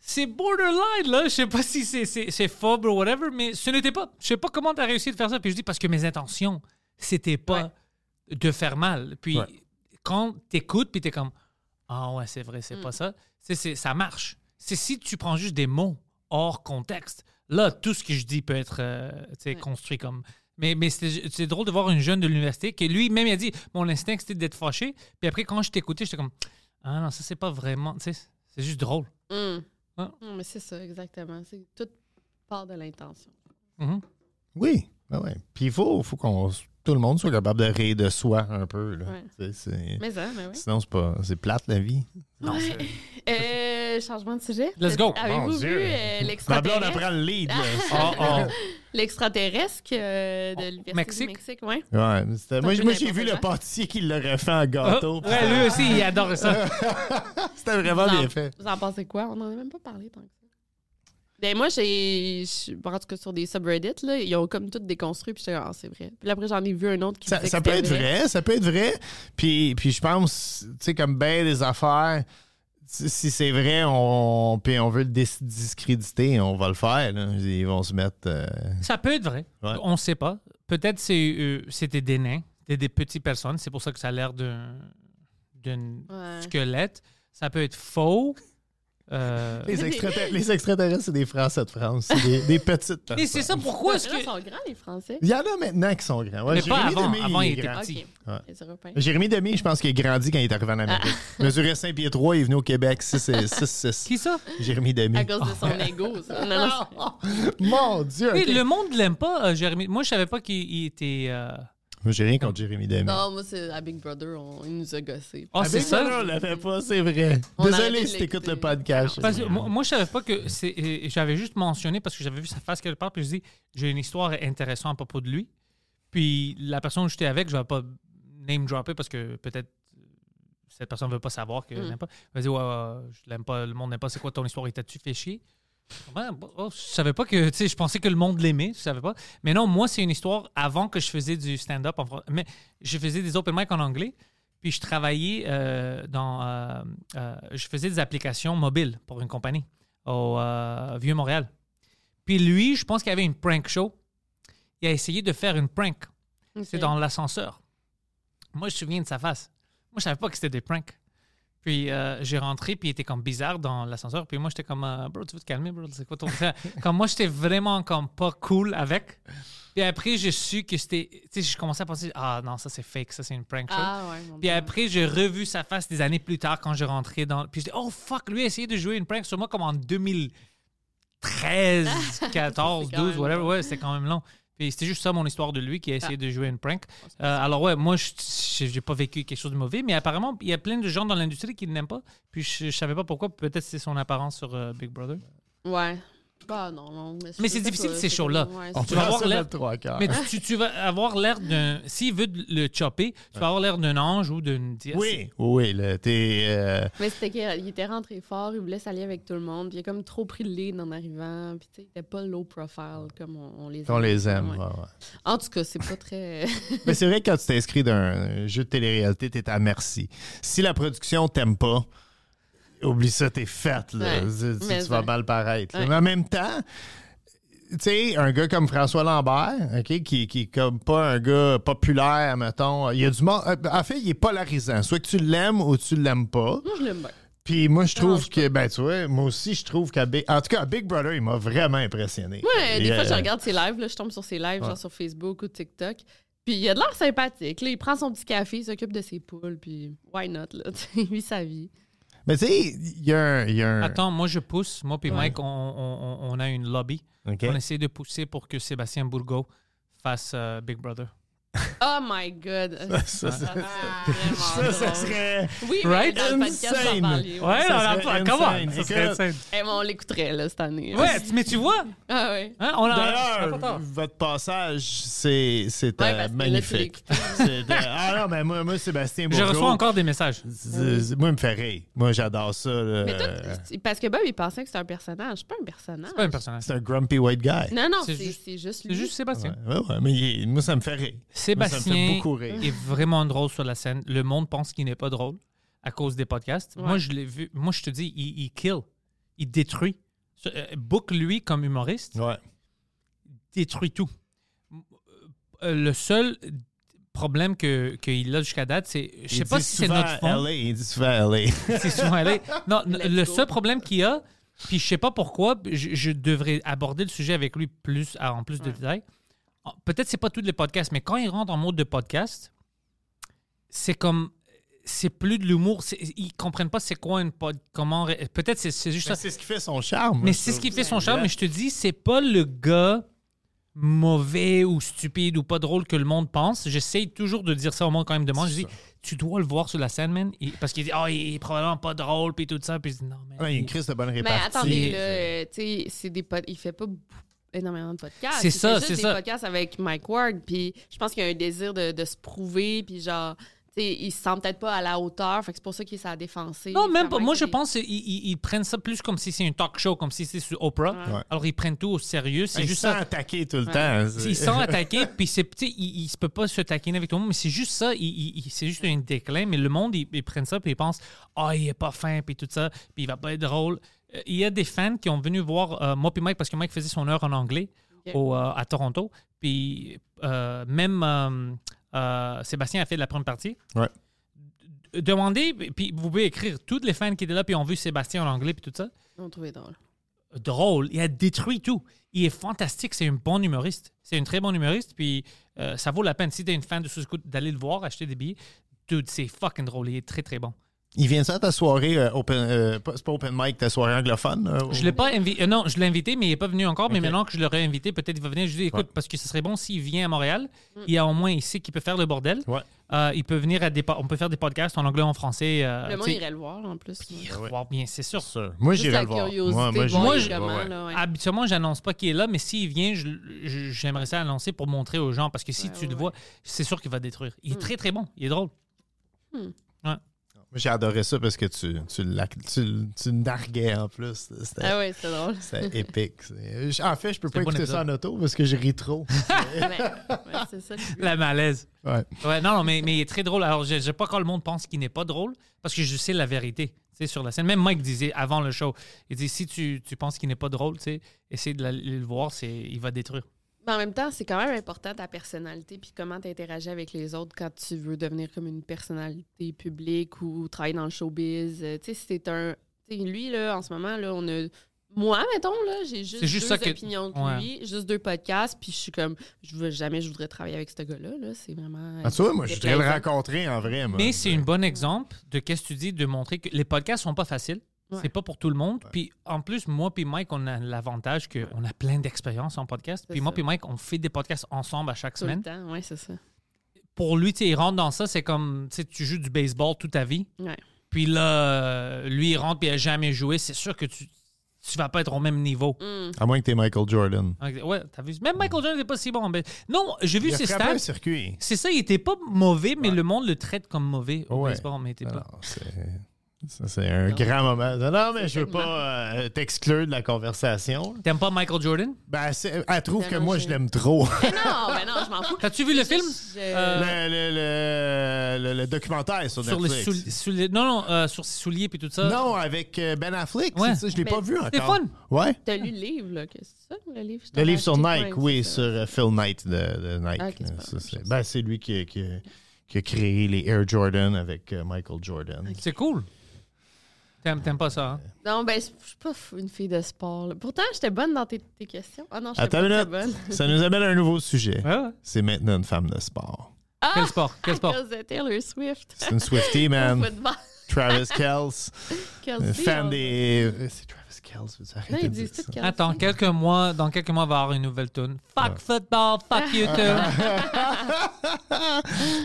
S2: C'est borderline, là. Je sais pas si c'est- c'est c'est faux ou whatever, mais ce n'était pas. Je sais pas comment t'as réussi de faire ça. Puis je dis parce que mes intentions, c'était pas de faire mal. Puis
S3: Ouais.
S2: quand t'écoutes, puis t'es comme. Ah ouais, c'est vrai, c'est pas ça. C'est- c'est- ça marche. C'est si tu prends juste des mots hors contexte. Là, tout ce que je dis peut être euh, tu sais,
S4: Ouais.
S2: construit comme. Mais, mais c'est c'est drôle de voir un jeune de l'université qui lui-même il a dit Mon instinct, c'était d'être fâché. Puis après, quand je t'écoutais, j'étais comme Ah non, ça, c'est pas vraiment. Tu sais, c'est juste drôle.
S4: Mm.
S2: Hein?
S4: Mm, mais c'est ça, exactement. C'est tout part de l'intention.
S2: Mhm.
S3: Oui, ben ouais. Puis il faut, faut qu'on tout le monde soit capable de rire de soi un peu. Là.
S4: Ouais.
S3: Tu sais, c'est-
S4: Mais ça, mais oui.
S3: Sinon, c'est pas c'est plate la vie.
S2: Non, c'est-
S4: Euh, changement de sujet.
S2: Let's go.
S3: Mon
S4: Avez-vous vu
S3: Dieu.
S4: euh,
S3: Ma blonde elle
S4: l'extraterrestre
S3: prend le lead. là. Ah,
S2: Oh, oh.
S4: l'extraterrestre euh,
S3: Oh,
S4: de l'Université
S2: Mexique.
S4: du Mexique? Ouais.
S3: Ouais, mais c'était- moi,
S4: T'as
S3: moi,
S4: vu
S3: j'ai vu le
S4: n'importe quoi.
S3: pâtissier qui l'aurait fait en gâteau.
S2: Oh, ouais, lui aussi, il adore ça.
S3: C'était vraiment
S4: Vous en-
S3: bien fait.
S4: Vous en pensez quoi? On n'en a même pas parlé tant que ça. Ben moi, j'ai. je- bon, En tout cas, sur des subreddits, là, ils ont comme tout déconstruit, puis j'étais comme, ah, c'est vrai. Puis après, j'en ai vu un autre qui.
S3: Ça,
S4: disait
S3: ça
S4: que
S3: peut
S4: c'était
S3: être vrai, ça peut être vrai. Puis, puis je pense, tu sais, comme bien des affaires, si si c'est vrai, on, puis on veut le dis- discréditer, on va le faire. là. Ils vont se mettre. euh,
S2: Ça peut être vrai.
S3: Ouais.
S2: On ne sait pas. Peut-être c'est, euh, c'était des nains, c'était des petites personnes. C'est pour ça que ça a l'air d'un d'un
S4: Ouais.
S2: squelette. Ça peut être faux. Euh,
S3: Les, extraterrestres, les extraterrestres, c'est des Français de France. C'est des, des petites personnes.
S2: Et c'est ça pourquoi est-ce
S4: Mais là,
S2: que.
S4: Ils sont grands, les Français.
S3: Il y en a maintenant qui sont grands. Ouais,
S2: Mais pas
S3: Jérémy
S2: avant.
S3: Demé,
S2: Avant,
S3: il est
S2: il était
S3: grand.
S4: Ok.
S2: Merci.
S3: Ouais.
S4: Les Européens.
S3: Jérémy Demi, je pense qu'il est grandi quand il est arrivé en Amérique.
S2: Ah.
S3: Mesurait 5 pieds 3, il est venu au Québec 6 et 6, 6.
S2: Qui ça?
S3: Jérémy Demi.
S4: À cause de son ego, ça. Non, non.
S3: Mon Dieu!
S2: Oui,
S3: ok.
S2: Le monde l'aime pas, euh, Jérémy. Moi, je savais pas qu'il il était. euh,
S3: Moi, j'ai rien contre Jérémy Demi.
S4: Non, moi, c'est à Big Brother, on, il nous a gossé.
S3: Oh,
S2: Ah, c'est ça?
S3: on l'avait pas, c'est vrai.
S4: On arrête
S3: Désolé
S4: de
S3: si t'écoutes
S4: l'écouter.
S3: le podcast.
S2: Parce que moi, moi, je savais pas que c'est. euh, J'avais juste mentionné parce que j'avais vu sa face quelque part, puis je dis j'ai une histoire intéressante à propos de lui. Puis la personne que j'étais avec, je vais pas name dropper parce que peut-être cette personne veut pas savoir que je
S4: Mm.
S2: l'aime pas. Elle va dire ouais, ouais, je l'aime pas, le monde n'aime pas. C'est quoi ton histoire Il t'a-tu fait chier Ouais, bon, oh, je savais pas que, tu sais, je pensais que le monde l'aimait, je savais pas. Mais non, moi, c'est une histoire avant que je faisais du stand-up en fran- Mais je faisais des open mic en anglais, puis je travaillais euh, dans. euh, euh, je faisais des applications mobiles pour une compagnie au euh, Vieux-Montréal. Puis lui, je pense qu'il y avait une prank show. Il a essayé de faire une prank. C'est dans l'ascenseur. Moi, je me souviens de sa face. Moi, je savais pas que c'était des pranks. Puis euh, j'ai rentré, puis il était comme bizarre dans l'ascenseur. Puis moi, j'étais comme, euh, bro, tu veux te calmer, bro? C'est quoi ton affaire? Comme moi, j'étais vraiment comme pas cool avec. Puis après, j'ai su que c'était. Tu sais, je commençais à penser, ah non, ça c'est fake, ça c'est une prank show.
S5: Ah ouais, mon
S2: Puis
S5: Dieu.
S2: après, j'ai revu sa face des années plus tard quand j'ai rentré dans. Puis j'ai dit, oh fuck, lui a essayé de jouer une prank sur moi comme en 2013, 14,
S5: Ah, C'est quand
S2: 12,
S5: même
S2: whatever.
S5: long.
S2: Ouais, c'était quand même long. Puis c'était juste ça mon histoire de lui qui a essayé
S5: Ah.
S2: de jouer une prank. Euh, alors ouais, moi, je je- j'ai pas vécu quelque chose de mauvais, mais apparemment, il y a plein de gens dans l'industrie qui ne l'aiment pas. Puis je, je savais pas pourquoi. Peut-être c'est son apparence sur euh, Big Brother.
S4: Ouais.
S5: Bah non, non.
S2: Mais c'est difficile, ces shows-là.
S5: Ouais,
S3: On
S5: c'est-
S2: Tu vas
S3: prend
S2: avoir
S3: ça dans
S2: l'air-
S3: le trois
S5: Ah.
S3: quarts.
S2: Mais tu, tu- tu vas avoir l'air d'un... S'il veut le chopper, tu vas avoir l'air d'un ange ou d'une dièse.
S3: Oui, oui, là, t'es... euh,
S4: Mais c'était qu'il était rentré fort, il voulait s'allier avec tout le monde, puis il a comme trop pris le lead en arrivant, puis tu sais, il était pas low profile comme on, on les aime.
S3: qu'on les aime.
S4: Ouais.
S3: ouais, ouais.
S4: En tout cas, c'est pas très.
S3: Mais c'est vrai que quand tu t'inscris dans un jeu de télé-réalité, t'es à merci. Si la production t'aime pas, oublie ça, t'es faite. là.
S4: Ouais,
S3: Tu- tu-
S4: mais
S3: tu vas
S4: ça.
S3: mal paraître. là.
S4: Ouais.
S3: Mais en même temps, tu sais, un gars comme François Lambert, ok, qui, qui est comme pas un gars populaire, mettons, il y a du monde. euh, En fait, il est polarisant. Soit que tu l'aimes ou tu l'aimes pas.
S4: Moi, je l'aime bien.
S3: Puis moi, je
S4: Non,
S3: trouve
S4: je
S3: que, ben, tu vois, moi aussi, je trouve qu'à Big. En tout cas, à Big Brother, il m'a vraiment impressionné.
S4: Moi, euh, des
S3: Et,
S4: fois, je
S3: euh,
S4: regarde ses lives, là, je tombe sur ses lives,
S3: Ouais.
S4: genre sur Facebook ou TikTok. Puis il a de l'air sympathique. Là, il prend son petit café, il s'occupe de ses poules, puis why not, là? tu sais, Il vit sa vie.
S3: Mais tu sais, il y a un. il y a un-
S2: Attends, moi je pousse. Moi puis
S3: Ouais.
S2: Mike, on, on- on- on a une lobby.
S3: OK.
S2: On essaie de pousser pour que Sébastien Bourgo fasse euh, Big Brother.
S4: Oh my god!
S3: Ça, c'est-
S2: Ah,
S3: Ça,
S4: ça,
S3: ça serait.
S4: Oui, mais
S2: Right?
S4: dans le podcast, j'en
S3: Insane.
S4: parlais, ouais.
S3: Ça serait insane.
S2: Ça serait
S3: Écoute.
S2: insane.
S4: Eh, mais on l'écouterait, là, cette année.
S2: Ouais, tu- mais tu vois,
S4: Ah ouais.
S2: hein, on a. on a pas
S3: D'ailleurs,
S2: tort.
S3: votre passage, c'est c'est,
S4: Ouais,
S3: euh,
S4: parce que là, tu
S3: magnifique. C'est, euh, ah non, mais moi, moi Sébastien
S2: Je
S3: Bourgeot,
S2: reçois encore des messages.
S3: c'est- c'est- moi, il me fait rire. Moi, j'adore ça. là.
S4: Mais toi,
S3: Euh,
S4: tu- parce que Bob, il pensait que c'était un personnage. C'est pas un personnage.
S2: C'est pas un personnage.
S3: c'est un grumpy white guy.
S4: Non, non,
S2: C'est
S4: c'est
S2: juste-
S4: c'est juste
S2: C'est
S4: lui.
S2: juste Sébastien.
S3: Ouais, ouais, ouais, mais il est- moi, ça me fait rire. Moi, ça me fait
S2: Sébastien
S3: beaucoup rire.
S2: est vraiment drôle sur la scène. Le monde pense qu'il n'est pas drôle à cause des podcasts. Moi, je l'ai vu. Moi, je te dis, il, il kill. Il détruit. Ce- euh, Book lui comme humoriste.
S3: Ouais.
S2: détruit tout. Euh, Le seul problème qu'il que il a jusqu'à date, c'est. Je sais
S3: Il
S2: pas
S3: dit
S2: si c'est
S3: souvent
S2: notre
S3: à
S2: fond.
S3: LA, il dit souvent à LA.
S2: C'est souvent allé. Non, n-
S4: Let's
S2: le
S4: go.
S2: seul problème qu'il a, puis je sais pas pourquoi, je, je devrais aborder le sujet avec lui plus en plus de détails. En- Peut-être c'est pas tous les podcasts, mais quand il rentre en mode de podcast, c'est comme. C'est plus de l'humour. c'est- Ils comprennent pas c'est quoi une pod. Comment. ré- Peut-être c'est c'est juste ça.
S4: Ben,
S3: Mais c'est ce qui fait son charme.
S2: Mais
S3: je
S2: c'est ce
S3: trouve.
S2: qui fait son charme. Mais je te dis, c'est pas le gars mauvais ou stupide ou pas drôle que le monde pense. J'essaye toujours de dire ça au monde quand il me demande. Je dis, tu dois le voir sur la scène, man. Il- parce qu'il dit, oh, il est probablement pas drôle, puis tout ça. Puis je dis, non, man.
S3: Ouais, il y a une crise de bonne
S4: Mais
S3: répartie.
S4: attendez, là, euh, tu sais, c'est des pod- il fait pas b- énormément de podcasts.
S2: C'est
S4: Il
S2: ça,
S4: fait juste
S2: c'est
S4: des
S2: ça.
S4: podcasts avec Mike Ward, puis je pense qu'il y a un désir de, de se prouver, puis genre, tu sais, il se sent peut-être pas à la hauteur, fait que c'est pour ça qu'il s'est défoncé.
S2: Non, même pas. Moi, je pense qu'ils ils- ils prennent ça plus comme si c'est un talk show, comme si c'est sur Oprah.
S3: Ouais.
S2: Alors, ils prennent tout au sérieux. C'est
S3: Ils
S2: juste
S3: sont
S2: ça.
S3: attaqués tout le temps. hein,
S2: Ils sont attaqués, puis c'est petit, ils ne peuvent pas se taquiner avec tout le monde, mais c'est juste ça, il- il- il- c'est juste un déclin. Mais le monde, ils, ils prennent ça, puis ils pensent, ah, il est pas fin, puis tout ça, puis il va pas être drôle. Euh, Il y a des fans qui ont venu voir euh, moi, puis Mike, parce que Mike faisait son heure en anglais
S4: Ok.
S2: au, euh, à Toronto, puis euh, même euh, euh, Sébastien a fait la première partie.
S3: Ouais.
S2: D- Demandez, puis vous pouvez écrire, toutes les fans qui étaient là, puis ont vu Sébastien en anglais, puis tout ça
S4: On trouvait drôle.
S2: drôle. Il a détruit tout. Il est fantastique. C'est un bon humoriste. C'est un très bon humoriste. Puis euh, ça vaut la peine. Si t'es une fan de Sous-Écoute, d'aller le voir, acheter des billets. Dude, c'est fucking drôle. Il est très, très bon.
S3: Il vient ça à ta soirée, euh, open, euh, pas- c'est pas open mic, ta soirée anglophone? euh,
S2: Je
S3: au-
S2: l'ai pas invité. non, je l'ai invité, mais il n'est pas venu encore. Mais
S3: Ok.
S2: maintenant que je l'aurais invité, peut-être il va venir. Je lui dis, écoute,
S3: Ouais.
S2: parce que ce serait bon s'il vient à Montréal.
S4: Mm.
S2: Il y a au moins ici qui peut faire le bordel.
S3: Ouais.
S2: Euh, il peut venir à des. po- On peut faire des podcasts en anglais, en français. euh,
S4: Le monde
S2: tu sais,
S4: irait le voir, en plus.
S2: puis
S4: ouais.
S2: voir bien, c'est sûr.
S3: Ah Moi,
S4: Juste
S3: j'irai
S4: la
S3: le voir.
S4: curiosité
S3: Moi,
S4: de
S3: j'irai
S4: voir
S3: le
S2: les
S3: voir,
S4: comment,
S3: ouais.
S4: là, ouais.
S2: Habituellement, j'annonce pas qu'il est là, mais s'il vient, je- je- j'aimerais ça annoncer pour montrer aux gens parce que si
S4: Ouais,
S2: tu
S4: Ben ouais,
S2: le
S4: ouais.
S2: vois, c'est sûr qu'il va détruire. Il est
S4: Mm.
S2: très très bon, il est drôle.
S3: Moi, J'ai adoré ça parce que tu, tu, la- tu- tu narguais en plus. C'était
S4: Ah ouais, c'est drôle.
S3: c'était épique. C'est- je- En fait, je peux
S2: C'était
S3: pas
S2: un bon
S3: écouter ça en auto parce que je ris trop.
S4: ouais, ouais, c'est ça.
S2: La malaise.
S3: Ouais.
S2: Ouais, non, non, mais, mais il est très drôle. Alors, je sais pas quand le monde pense qu'il n'est pas drôle parce que je sais la vérité. tu sais, sur la scène. Même Mike disait avant le show, il dit si tu, tu penses qu'il n'est pas drôle, tu sais, essaie de la- le voir, c'est il va détruire.
S4: Mais en même temps, c'est quand même important ta personnalité puis comment tu interagis avec les autres quand tu veux devenir comme une personnalité publique ou travailler dans le showbiz. Euh, Tu sais, si t'es un. tu sais, lui, là, en ce moment, là, on a. Moi, mettons, là, j'ai juste,
S2: C'est juste
S4: deux
S2: ça que-
S4: opinions que
S2: ouais.
S4: lui, juste deux podcasts, puis je suis comme, je veux jamais, je voudrais travailler avec ce gars-là, là. C'est vraiment.
S3: Ah, tu vois, moi, je voudrais le
S4: déplaisant.
S3: rencontrer en vrai. moi.
S2: Mais c'est un bon exemple de qu'est-ce que tu dis, de montrer que les podcasts sont pas faciles.
S4: Ouais.
S2: C'est pas pour tout le monde. Puis en plus, moi puis Mike, on a l'avantage qu'on a plein d'expériences en podcast.
S4: C'est
S2: Puis moi
S4: ça.
S2: puis Mike, on fait des podcasts ensemble à chaque
S4: Tout le
S2: semaine.
S4: temps, ouais, c'est ça.
S2: Pour lui, tu sais, il rentre dans ça, c'est comme tu sais, tu joues du baseball toute ta vie.
S4: Ouais.
S2: Puis là, euh, lui, il rentre puis il a jamais joué. C'est sûr que tu tu vas pas être au même niveau.
S4: Mm.
S3: À moins que t'es Michael Jordan.
S2: Ouais, t'as vu. Même Michael Jordan n'est pas si bon. Mais... Non, j'ai vu
S3: Mm. Il a
S2: ses
S3: frappé
S2: stats.
S3: un circuit.
S2: C'est ça, il était pas mauvais, mais
S3: Ouais.
S2: le monde le traite comme mauvais au
S3: Ouais.
S2: baseball, mais il était
S3: Non,
S2: pas.
S3: non, c'est- ça, c'est un
S4: Non.
S3: grand moment. Non, Non, mais
S4: C'est
S3: je veux pas euh, t'exclure de la conversation. là.
S2: T'aimes pas Michael Jordan?
S3: Ben, c'est- elle trouve
S4: Non,
S3: que
S4: non,
S3: moi,
S4: j'ai-
S3: je l'aime trop.
S4: Mais non, mais non, je m'en fous.
S2: T'as-tu vu le film?
S4: Je-
S2: Euh,
S3: Le, le- le- le- le documentaire sur,
S2: Sur les
S3: Netflix.
S2: soul- souliers. Non, non, euh, sur ses souliers puis tout ça.
S3: Non, avec euh, Ben Affleck.
S2: Ouais.
S3: c'est ça, je l'ai
S4: Mais
S3: pas vu encore.
S2: C'était fun.
S3: Ouais.
S4: T'as lu le livre, là. Qu'est-ce que c'est ça, le livre? Je
S3: Le
S4: t'en
S3: livre
S4: ai
S3: sur
S4: acheté
S3: Nike,
S4: plein,
S3: oui,
S4: c'est
S3: sur
S4: ça.
S3: euh, Phil Knight de, de Nike.
S4: Ah, ok, c'est pas
S3: Ça,
S4: la même
S3: c'est-
S4: chose.
S3: ben, c'est lui qui, qui- qui a créé les Air Jordan avec euh, Michael Jordan.
S2: C'est cool. T'aimes t'aimes pas ça, hein?
S4: Non, ben, je suis pas f- une fille de sport. là. Pourtant, j'étais bonne dans tes, tes questions. Ah non, j'étais
S3: Attends
S4: pas
S3: une
S4: très
S3: minute.
S4: bonne.
S3: Ça nous amène à un nouveau sujet.
S2: Ouais, ouais.
S3: C'est maintenant une femme de sport.
S4: Ah!
S2: Quel sport? Quel
S4: À
S2: sport?
S4: cause de Taylor Swift.
S3: C'est une Swiftie,
S4: Au
S3: man.
S4: football.
S3: Travis Kelce.
S4: Kelsey,
S3: fan
S4: on-
S3: des. euh, C'est Travis Kelce, vous arrêtez
S4: Non,
S3: de
S4: ils
S3: dire
S4: disent tout
S3: ça.
S4: Kelsey.
S2: Attends, quelques mois, dans quelques mois, il va y avoir une nouvelle tune. Fuck football, fuck you too.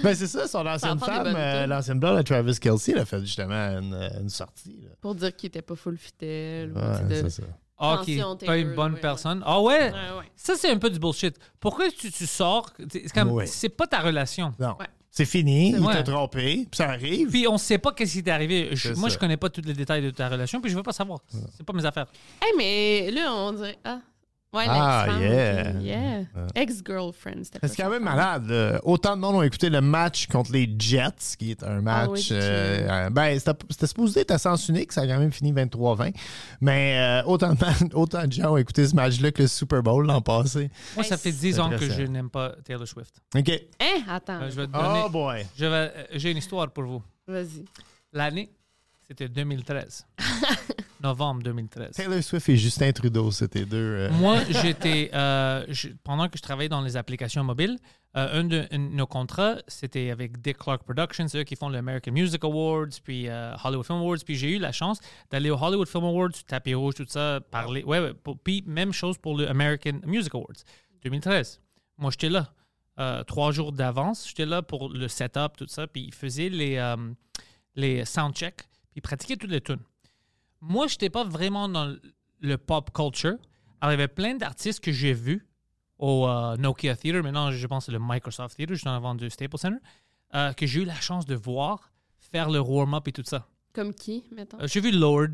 S3: Ben, c'est ça, son ancienne
S4: Par rapport des
S3: femme,
S4: bonnes
S3: euh,
S4: tunes.
S3: l'ancienne blonde à Travis Kelce, elle a fait justement une, euh, une sortie. là.
S4: Pour dire qu'il était pas full fidèle. ou tu
S3: Ouais,
S4: sais, de-
S3: c'est ça.
S2: Ok,
S4: Attention,
S2: pas une
S4: Taylor,
S2: bonne
S4: ouais, ouais.
S2: personne. Ah ouais?
S4: Ouais, ouais.
S2: Ça, c'est un peu du bullshit. Pourquoi tu, tu sors? C'est comme,
S3: Ouais.
S2: c'est pas ta relation.
S3: Non.
S4: Ouais.
S3: C'est fini, il
S2: Ouais.
S3: t'a trompé, puis ça arrive.
S2: Puis on sait pas qu'est-ce qui t'est arrivé. Je-
S3: C'est
S2: moi,
S3: ça.
S2: je connais pas tous les détails de ta relation, puis je veux pas savoir. C'est pas mes affaires.
S4: Hey, mais là, on dirait. Ah, ouais,
S3: Ah,
S4: l'ex-femme,
S3: yeah.
S4: ok, yeah.
S3: Ah.
S4: Ex-girlfriend, c'était pas
S3: C'est quand
S4: ça.
S3: même malade. là. Autant de monde ont écouté le match contre les Jets, qui est un match.
S4: Ah oui, c'est
S3: euh, euh, ben, c'était c'était supposé être à sens unique, ça a quand même fini 23-20. Mais euh, autant, de, autant de gens ont écouté ce match-là que le Super Bowl l'an passé.
S2: Moi, ça fait 10 ans que je
S3: Intéressant.
S2: n'aime pas Taylor Swift.
S3: OK.
S4: Hein, attends.
S2: Euh, je vais te donner.
S3: Oh boy.
S2: je vais- euh, J'ai une histoire pour vous.
S4: Vas-y.
S2: L'année, c'était 2013. Novembre 2013.
S3: Taylor Swift et Justin Trudeau, c'était deux. euh,
S4: Mm.
S2: Moi, j'étais. euh, je- pendant que je travaillais dans les applications mobiles, euh, un de un de nos contrats, c'était avec Dick Clark Productions, c'est eux qui font le American Music Awards, puis euh, Hollywood Film Awards. Puis j'ai eu la chance d'aller au Hollywood Film Awards, tapis rouge, tout ça, parler. Ouais, ouais. pour- puis même chose pour le American Music Awards 2013. Moi, j'étais là. euh, trois jours d'avance, j'étais là pour le setup, tout ça. Puis ils faisaient les, euh, les soundchecks, puis ils pratiquaient toutes les tunes. Moi, j'étais pas vraiment dans le- le pop culture. Alors, il y avait plein d'artistes que j'ai vus au euh, Nokia Theater. Maintenant, je pense que c'est le Microsoft Theater, juste en avant du Staples Center, euh, que j'ai eu la chance de voir faire le warm-up et tout ça.
S4: Comme qui, mettons?
S2: Euh, j'ai vu Lord.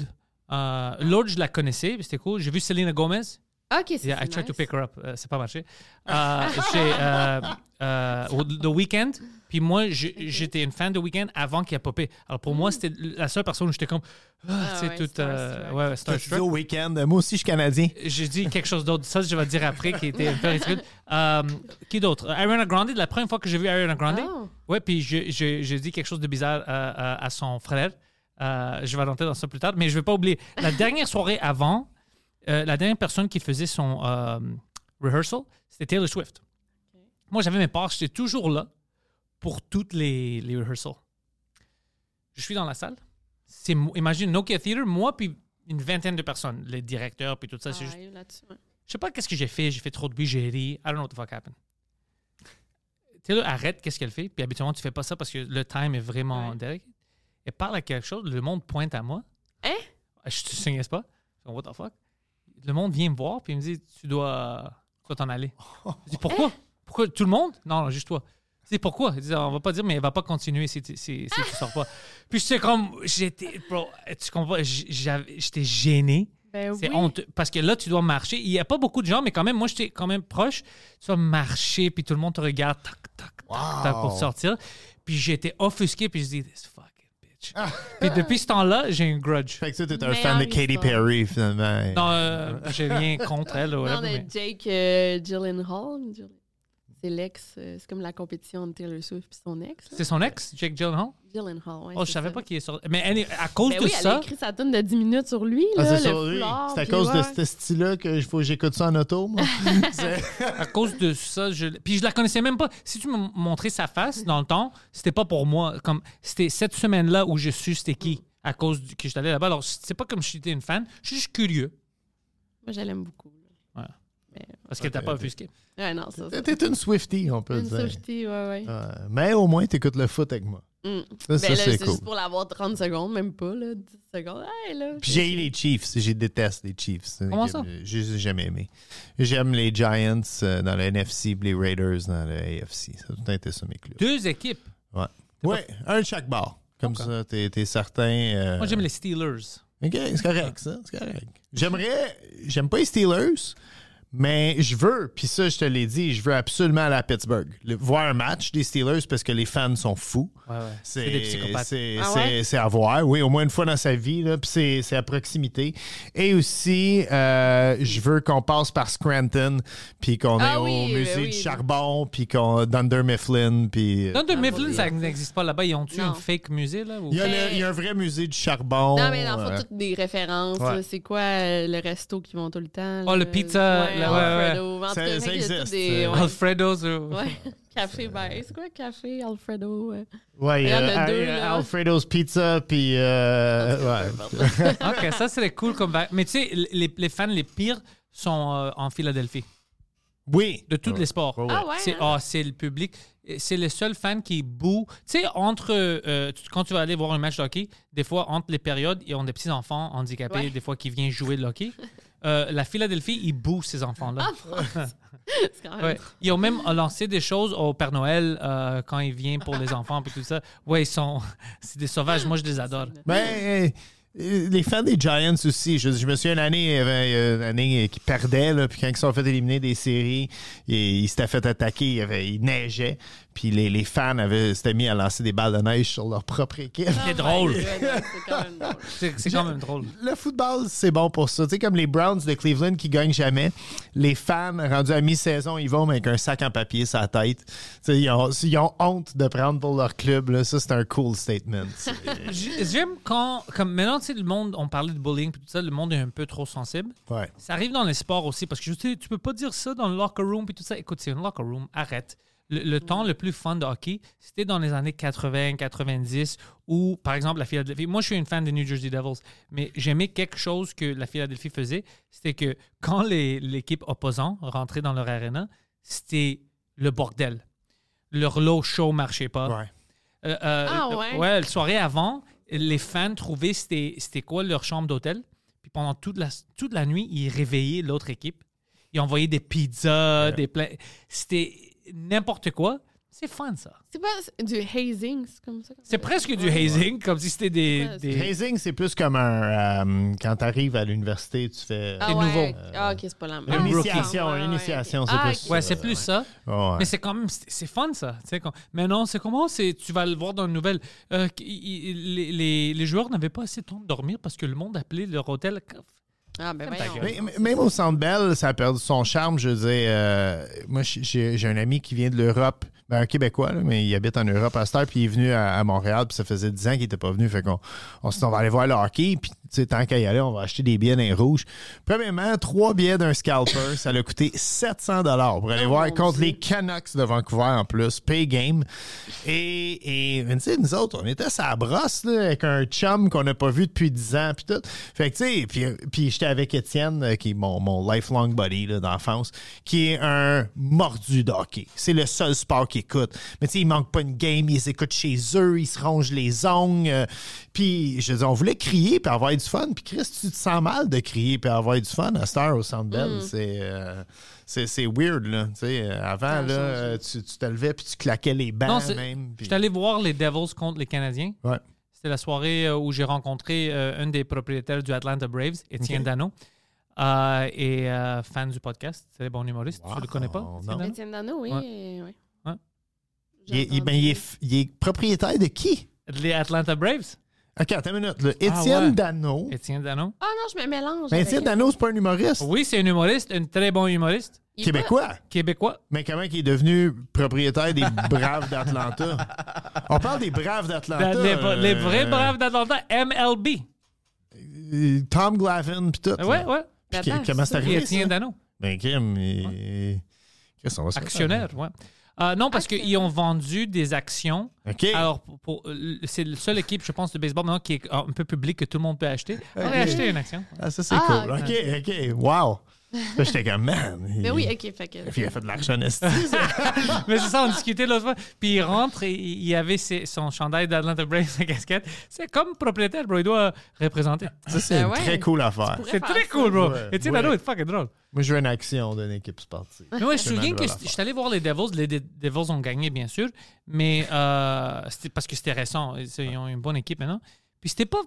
S2: Euh, Lord, je la connaissais, puis c'était cool. J'ai vu Selena Gomez.
S4: Ah, ok, c'est
S2: Yeah, I
S4: c'est
S2: tried to
S4: nice.
S2: pick her up. Euh, c'est pas marché. Euh, j'ai, euh, euh, au- The Weeknd. Puis moi, je- j'étais une fan de Weeknd avant qu'il a popé. Alors pour moi, c'était la seule personne où j'étais comme. Ah,
S4: Mm. Ah
S2: c'est
S4: ouais,
S2: tout. euh,
S4: Starstruck.
S2: ouais, ouais,
S3: T'as dit
S2: Starstruck.
S3: au week-end. Moi aussi, je suis Canadien.
S2: J'ai dit quelque chose d'autre. Ça, je vais dire après, qui était un peu ridicule. Euh, qui d'autre? Ariana Grande, la première fois que j'ai vu Ariana Grande.
S4: Oh.
S2: Ouais, puis je- je- j'ai dit quelque chose de bizarre euh, euh, à son frère. Euh, je vais rentrer dans ça plus tard, mais je ne vais pas oublier. La dernière soirée avant, euh, la dernière personne qui faisait son euh, rehearsal, c'était Taylor Swift. Moi, j'avais mes parts, j'étais toujours là pour toutes les, les rehearsals. Je suis dans la salle. C'est mo- imagine Nokia Theater, moi puis une vingtaine de personnes, les directeurs puis tout ça.
S4: Ah,
S2: c'est juste-
S4: ouais, là-dessus, ouais.
S2: je sais pas qu'est-ce que j'ai fait, j'ai fait trop de bruit, j'ai ri. I don't know what the fuck happened. Taylor arrête, qu'est-ce qu'elle fait? Puis habituellement, tu fais pas ça parce que le time est vraiment
S4: Ouais.
S2: derrière. Elle parle à quelque chose, le monde pointe à moi.
S4: Hein?
S2: Je te signais pas. Je dis, What the fuck? Le monde vient me voir, puis il me dit, tu dois tu dois t'en aller. Je dis,
S4: Hein?
S2: pourquoi? Pourquoi? Tout le monde? Non, non, juste toi. C'est pourquoi? Il dit, on va pas dire, mais elle va pas continuer si tu, si, si tu sors pas. Puis j'étais comme, j'étais, bro, tu comprends? pas? J'avais- J'étais gêné.
S4: Ben oui.
S2: C'est honteux. Parce que là, tu dois marcher. Il n'y a pas beaucoup de gens, mais quand même, moi, j'étais quand même proche. Tu dois marcher, puis tout le monde te regarde, tac, tac, tac, tac, pour sortir. Puis j'étais offusqué, puis je dis, this fucking bitch. bitch.
S4: Ah.
S2: Puis depuis ce temps-là, j'ai un grudge.
S3: Fait que tu t'es un
S4: Meilleure
S3: fan de Katy
S4: histoire.
S3: Perry, finalement.
S2: Non, euh, j'ai rien contre elle. ou
S4: Non,
S2: whatever,
S4: de
S2: mais-
S4: Jake euh, Gyllenhaal. Gyll- C'est l'ex. euh, c'est comme la compétition entre Taylor Swift et son ex. là.
S2: C'est son ex, Jake Gyllenhaal?
S4: Gyllenhaal, ouais,
S2: Oh, je
S4: c'est
S2: savais
S4: ça.
S2: pas qu'il est sorti. Mais anyway, à cause
S4: Ben
S2: de
S4: oui, elle a
S2: ça,
S4: écrit sa tune de 10 minutes sur lui.
S3: Ah,
S4: là,
S3: c'est
S4: le
S3: sur lui.
S4: foulard,
S3: C'est à
S4: puis
S3: cause de
S4: ouais.
S3: ce style-là que faut que j'écoute ça en auto, moi. C'est-
S2: à cause de ça, je... puis je la connaissais même pas. Si tu me montrais sa face dans le temps, c'était pas pour moi. Comme c'était cette semaine-là où je suis, c'était qui à cause du... que je suis allé là-bas. Alors c'est pas comme si j'étais une fan, je suis juste curieux
S4: Moi, je l'aime beaucoup.
S2: parce que t'as pas offusqué.
S4: là. Ouais, non, ça. ça.
S3: T'es une Swiftie, on peut
S4: Une
S3: dire.
S4: Swiftie, ouais, ouais.
S3: Ouais, mais au moins, t'écoutes le foot avec moi.
S4: Mm.
S3: Ça,
S4: Ben
S3: ça,
S4: là,
S3: c'est
S4: c'est
S3: cool.
S4: juste pour l'avoir 30 secondes, même pas, là, 10 secondes. Hey, là.
S3: Puis j'ai les Chiefs. Je déteste les Chiefs.
S2: Comment ça?
S3: Je les ai jamais aimés. J'aime les Giants euh, dans le NFC puis les Raiders dans le AFC. Ça a tout le temps été ça mes clubs.
S2: Deux équipes.
S3: Ouais. Ouais, un de chaque bord. Comme ça, t'es es certain. euh,
S2: Moi j'aime les Steelers.
S3: OK, c'est correct, ça. C'est correct. J'aimerais. J'aime pas les Steelers, mais je veux, puis ça, je te l'ai dit, je veux absolument aller à Pittsburgh. Le- voir un match des Steelers parce que les fans sont fous.
S2: Ouais, ouais.
S3: C'est
S2: C'est des psychopathes.
S3: C'est
S4: Ah
S3: c'est-
S4: ouais?
S3: c'est à voir, oui, au moins une fois dans sa vie, là, puis c'est- c'est à proximité. Et aussi, euh, je veux qu'on passe par Scranton, puis qu'on
S4: Ah
S3: est
S4: oui,
S3: au
S4: ben
S3: musée
S4: oui.
S3: du charbon, puis qu'on d'Under Mifflin, puis.
S2: Non, de
S4: Ah,
S2: Mifflin,
S4: oui.
S2: ça n'existe pas là-bas. Ils ont tué
S4: Non.
S2: un fake musée là. ou-
S3: Il y, a
S4: Mais-
S3: le- il y a un vrai musée du charbon.
S4: Non, mais dans le
S3: euh,
S4: fond, toutes des références.
S3: Ouais. Ah,
S4: là, C'est quoi euh, le resto qui vont tout le temps?
S2: Oh,
S4: là,
S2: le pizza,
S4: ouais,
S2: là, ouais, ouais.
S4: Alfredo. En tout
S3: Ça-
S4: cas,
S3: ça
S4: il y a tout
S3: existe,
S4: Des,
S3: euh,
S4: ouais.
S2: Alfredo's. euh,
S4: Ouais. Café, ben, c'est quoi café, Alfredo? euh?
S3: Ouais,
S4: Il y en a
S3: euh,
S4: deux,
S3: euh,
S4: là.
S3: Alfredo's Pizza, puis. euh, ouais.
S2: OK, ça serait cool comme va- Mais tu sais, les, les fans les pires sont euh, en Philadelphie,
S3: Oui.
S2: de tous les sports.
S4: Ah ouais?
S2: C'est
S4: hein?
S2: ah, c'est le public. Et C'est le seul fan qui boue. Tu sais, entre euh, tu- quand tu vas aller voir un match de hockey, des fois, entre les périodes, ils ont des petits enfants handicapés,
S4: Ouais.
S2: des fois, qui viennent jouer de hockey. Euh, la Philadelphie, ils bouent ces enfants-là.
S4: Ah, C'est quand même-
S2: Ouais. Ils ont même lancé des choses au Père Noël euh, quand il vient pour les enfants et tout ça. Ouais, ils sont. C'est des sauvages. Moi, je les adore.
S3: Ben, euh, les fans des Giants aussi. Je, je me souviens, une année, il y avait euh, une année qui perdait, là, puis quand ils se sont fait éliminer des séries, et ils s'étaient fait attaquer, il, y avait, il neigeait, puis les, les fans avaient, s'étaient mis à lancer des balles de neige sur leur propre équipe.
S2: C'est
S4: Oh my
S2: drôle.
S4: God, C'est quand même drôle.
S2: C'est c'est quand même drôle.
S3: Le football, c'est bon pour ça. Tu sais, comme les Browns de Cleveland qui gagnent jamais, les fans rendus à mi-saison, ils vont mais avec un sac en papier sur la tête. Tu sais, ils, ont, ils ont honte de prendre pour leur club. là. Ça, c'est un cool statement. C'est-
S2: J- J'aime quand, comme maintenant, tu sais, le monde, on parlait de bullying et tout ça, le monde est un peu trop sensible.
S3: ouais.
S2: Ça arrive dans les sports aussi, parce que je sais, tu peux pas dire ça dans le locker room puis tout ça. Écoute, c'est un locker room, arrête. Le, le temps le plus fun de hockey, c'était dans les années 80, 90, où, par exemple, la Philadelphie. Moi, je suis une fan des New Jersey Devils, mais j'aimais quelque chose que la Philadelphie faisait, c'était que quand les- l'équipe opposante rentrait dans leur arena, c'était le bordel. Leur lot show marchait pas.
S3: Ouais.
S2: Euh, euh,
S4: Ah
S2: euh,
S4: ouais?
S2: la soirée avant, les fans trouvaient c'était c'était quoi leur chambre d'hôtel. Puis pendant toute la, toute la nuit, ils réveillaient l'autre équipe. Ils envoyaient des pizzas, des plats. C'était n'importe quoi. C'est fun, ça.
S4: C'est pas c'est du hazing, c'est comme ça.
S2: C'est presque du hazing, comme si c'était des,
S4: Ouais,
S2: des-
S4: c'est-
S3: Hazing, c'est plus comme un. euh, quand tu arrives à l'université, tu fais.
S4: Ah,
S2: des
S4: ouais.
S2: nouveaux.
S4: Ah, ok, c'est pas la même.
S2: Une
S4: Ah,
S3: initiation,
S4: ouais, ouais,
S3: une
S4: ouais,
S3: initiation,
S4: ok.
S3: c'est
S4: Ah,
S3: plus-
S4: ok.
S2: Ouais, c'est plus ça.
S3: Oh, ouais.
S2: Mais c'est quand même, c'est c'est fun ça. Tu sais, quand- mais non, c'est comment c'est, tu vas le voir dans une nouvelle. euh, qu- i- i- les, les- les joueurs n'avaient pas assez de temps de dormir parce que le monde appelait leur hôtel.
S4: Ah, ben,
S2: ta
S4: voyons.
S2: gueule.
S3: Mais- mais- même au Centre Bell, ça a perdu son charme. Je veux dire, euh, moi, j'ai- j'ai j'ai un ami qui vient de l'Europe, ben, un Québécois, là, mais il habite en Europe à cette heure, puis il est venu à, à Montréal, puis ça faisait 10 ans qu'il n'était pas venu. Fait qu'on on s'est dit, on va aller voir le hockey, puis tu sais, tant qu'à y aller, on va acheter des billets d'un rouge. Premièrement, trois billets d'un scalper, ça l'a coûté 700 pour aller
S4: Oh,
S3: voir
S4: mon
S3: contre
S4: Dieu.
S3: les Canucks de Vancouver en plus, pay game. Et, et mais tu sais, nous autres, on était sa brosse là, avec un chum qu'on n'a pas vu depuis 10 ans, puis tout. Fait que, tu sais, puis, puis j'étais avec Étienne, euh, qui est mon, mon lifelong buddy là, d'enfance, qui est un mordu de hockey. C'est le seul sport qu'il écoute. Mais tu sais, il manque pas une game, ils écoutent chez eux, ils se rongent les ongles. euh, puis, je dis, on voulait crier puis avoir du fun. Puis, Chris, tu te sens mal de crier puis avoir du fun à cette heure au Centre
S2: Mm.
S3: Bell. C'est... euh, c'est c'est weird, là. Tu sais, euh, avant, là, euh, tu, tu te levais puis tu claquais les bancs
S2: Non, c'est-
S3: même.
S2: Je
S3: puis-
S2: suis allé voir les Devils contre les Canadiens.
S3: Ouais.
S2: C'était la soirée euh, où j'ai rencontré euh, un des propriétaires du Atlanta Braves, Étienne
S3: Ok.
S2: Dano, euh, et euh, fan du podcast. C'est un bon humoriste.
S3: Wow,
S2: Tu le connais pas?
S3: non.
S2: Étienne Dano?
S4: Étienne Dano, oui.
S2: Ouais.
S4: euh, ouais.
S2: Ouais.
S4: J'ai
S3: Il est, il- ben,
S4: entendu.
S3: il est f- il est propriétaire de qui?
S2: Les Atlanta Braves?
S3: OK, attends une minute. là. Étienne
S2: Ah, ouais.
S3: Dano.
S2: Étienne Dano.
S4: Ah non, je me mélange.
S3: Mais
S4: avec-
S3: Étienne Dano, c'est pas un humoriste.
S2: Oui, c'est un humoriste, un très bon humoriste.
S4: Il est
S3: Québécois.
S2: Québécois.
S3: Mais comment il est devenu propriétaire des Braves d'Atlanta? On parle des Braves d'Atlanta.
S2: Les, les vrais
S3: euh,
S2: braves d'Atlanta, MLB.
S3: euh, Tom Glavin, pis tout.
S2: Ouais, ouais.
S4: pas-
S3: Puis que-
S4: Attends,
S3: comment c'est
S4: ça,
S2: Et
S3: arrivé? ça?
S2: Étienne Dano,
S3: Ben, Kim, il- Qu'est-ce qu'on va se faire?
S2: actionnaire, ouais. Euh, non, parce qu'ils ont vendu des actions.
S3: OK.
S2: Alors, pour- pour- euh, c'est la seule équipe, je pense, de baseball maintenant qui est un peu publique que tout le monde peut acheter. On a acheté une action.
S3: Ah, ça, c'est
S4: Ah,
S3: cool. OK, OK. Wow. Là, j'étais comme, man.
S4: Mais
S3: il-
S4: Ben oui, ok, fait que.
S3: Puis il a fait de l'argent esti.
S2: Mais c'est ça, on discutait l'autre fois. Puis il rentre et il y avait ses- son chandail d'Atlanta Braves, sa casquette. C'est comme propriétaire, bro. Il doit représenter.
S3: Ça, c'est
S4: Ben
S3: une
S4: ouais.
S3: très cool affaire.
S4: pourrais-
S2: C'est
S4: faire
S2: très
S4: ça.
S2: cool, bro.
S3: Ouais,
S2: et tu sais,
S3: ouais.
S2: Dano est fucking drôle.
S3: Moi, je veux une action d'une équipe sportive.
S2: Mais ouais, je me
S3: C'est
S2: souviens
S3: une
S2: que
S3: drôle
S2: je
S3: affaire.
S2: suis allé voir les Devils. Les De- Devils ont gagné, bien sûr. Mais euh, c'était parce que c'était récent. Ils ils ont une bonne équipe maintenant. Puis c'était pas.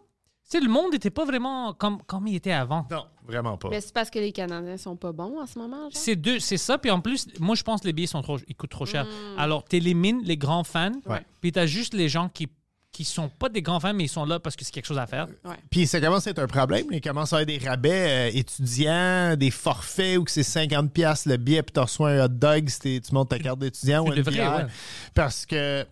S2: Tu sais, le monde n'était pas vraiment comme, comme il était avant.
S3: Non, vraiment pas.
S4: Mais Ben, c'est parce que les Canadiens sont pas bons en ce moment, genre.
S2: C'est deux, c'est ça. Puis en plus, moi, je pense que les billets sont trop, ils coûtent trop cher. Alors, tu élimines les grands fans.
S3: Ouais.
S2: Puis tu as juste les gens qui qui sont pas des grands fans, mais ils sont là parce que c'est quelque chose à faire.
S3: Euh, Puis ça commence à être un problème. Il commence à y avoir des rabais euh, étudiants, des forfaits où que c'est 50$ piastres le billet, puis tu reçois un hot dog si t'es- tu montes ta carte d'étudiant ou
S2: tu
S3: une
S2: devrais,
S3: bière.
S2: ouais.
S3: Parce que.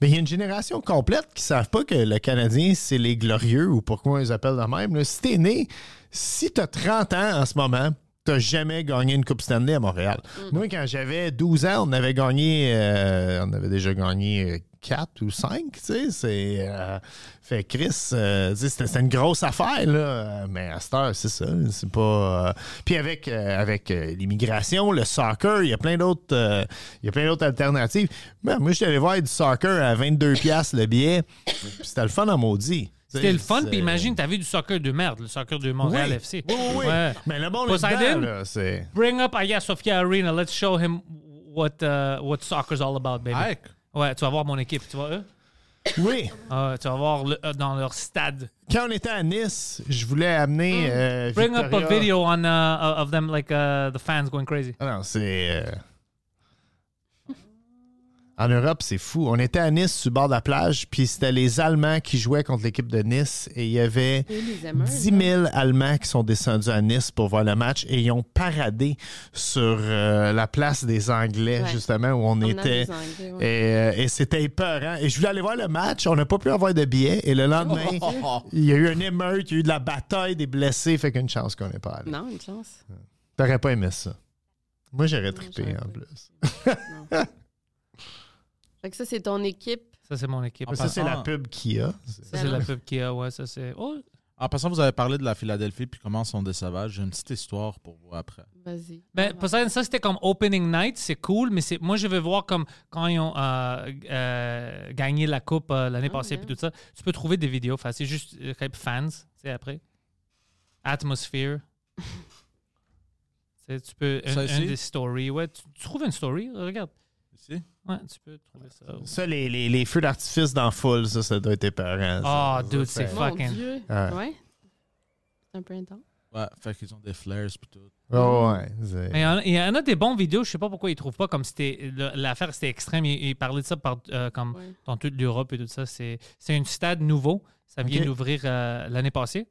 S3: Mais il y a une génération complète qui ne savent pas que le Canadien, c'est les glorieux ou pourquoi ils appellent de même. là. Si t'es né, si t'as 30 ans en ce moment, t'as jamais gagné une Coupe Stanley à Montréal.
S4: Mm.
S3: Moi, quand j'avais 12 ans, on avait gagné, euh, on avait déjà gagné euh, 4 ou 5, tu sais. C'est, euh, fait Chris, euh, tu sais, c'était, c'était une grosse affaire, là. Euh, Mais à cette heure, c'est ça. C'est pas. euh, Puis avec, euh, avec euh, l'immigration, le soccer, il y a plein d'autres, euh, il y a plein d'autres alternatives. Ben, moi, je suis allé voir du soccer à 22$ piastres le billet. Puis c'était le fun en maudit. Tu sais,
S2: C'était le fun,
S3: c'est- euh,
S2: puis imagine, t'as vu du soccer de merde, le soccer de Montréal
S3: Oui.
S2: FC.
S3: Oui, oui, oui.
S2: Ouais.
S3: Mais le bon,
S2: Poseidon?
S3: là, c'est.
S2: Bring up Aya Sofia Arena, let's show him what, uh, what soccer's all about, baby.
S5: Ike.
S2: Ouais, tu vas voir mon équipe, tu vois eux?
S3: Oui.
S2: Ah, tu vas voir le- euh, dans leur stade.
S3: Quand on était à Nice, je voulais amener. euh,
S2: Mm. Bring up a
S3: Victoria.
S2: video on, uh, of them, like uh, the fans going crazy.
S3: Ah non, c'est. euh, En Europe, c'est fou. On était à Nice, sur le bord de la plage, puis c'était les Allemands qui jouaient contre l'équipe de Nice, et il y avait
S4: Et les aimeurs,
S3: 10 000 Allemands qui sont descendus à Nice pour voir le match, et ils ont paradé sur euh, la place des Anglais,
S4: Ouais.
S3: justement, où on,
S4: On a
S3: était.
S4: des Anglais, ouais.
S3: Et, euh, et c'était épeurant. Et je voulais aller voir le match. On n'a pas pu avoir de billets. Et le lendemain,
S4: Oh!
S3: il y a eu un émeute, il y a eu de la bataille, des blessés. Fait qu'une chance qu'on n'est pas allé.
S4: Non, une chance.
S3: T'aurais pas aimé ça. Moi, j'aurais trippé
S4: j'aurais
S3: en
S4: pas.
S3: plus.
S4: Fait que ça, c'est ton équipe.
S2: Ça, c'est mon équipe.
S5: Ah,
S3: Ça, c'est la
S5: Ah.
S3: pub qu'il y a.
S2: Ça, c'est la pub qui a, ouais, ça, c'est. Oh,
S5: En passant, vous avez parlé de la Philadelphie puis comment ils sont des sauvages. J'ai une petite histoire pour vous après.
S4: Vas-y. Ah,
S2: Ben,
S4: On va-
S2: Poseidon, ça c'était comme opening night, c'est cool, mais c'est moi je veux voir comme quand ils ont euh, euh, gagné la coupe euh, l'année
S4: Ah,
S2: passée
S4: bien.
S2: puis tout ça. Tu peux trouver des vidéos, enfin, c'est juste euh, comme fans, c'est après. Atmosphere. C'est- tu peux un,
S5: Ça
S2: un
S5: ici?
S2: des stories, ouais, tu, tu trouves une story, regarde,
S5: Ici?
S2: ouais, tu peux trouver ça.
S3: Ça, les, les- les feux d'artifice dans foule, ça, ça doit être épeurant.
S2: Ah,
S3: ça.
S2: dude,
S3: Ça,
S2: c'est
S4: Mon
S2: fucking-
S4: Dieu.
S3: Ouais.
S4: Ouais. C'est un peu intense.
S5: Ouais, fait qu'ils ont des flares puis tout.
S3: Oh, ouais. c'est-
S2: Mais il y en a- il y, en a des bons vidéos, je sais pas pourquoi ils trouvent pas comme c'était le- l'affaire c'était extrême, ils, ils parlaient de ça par, euh, comme
S4: Ouais.
S2: dans toute l'Europe et tout ça. C'est c'est un stade nouveau. Ça vient
S3: Ok.
S2: d'ouvrir euh, l'année passée.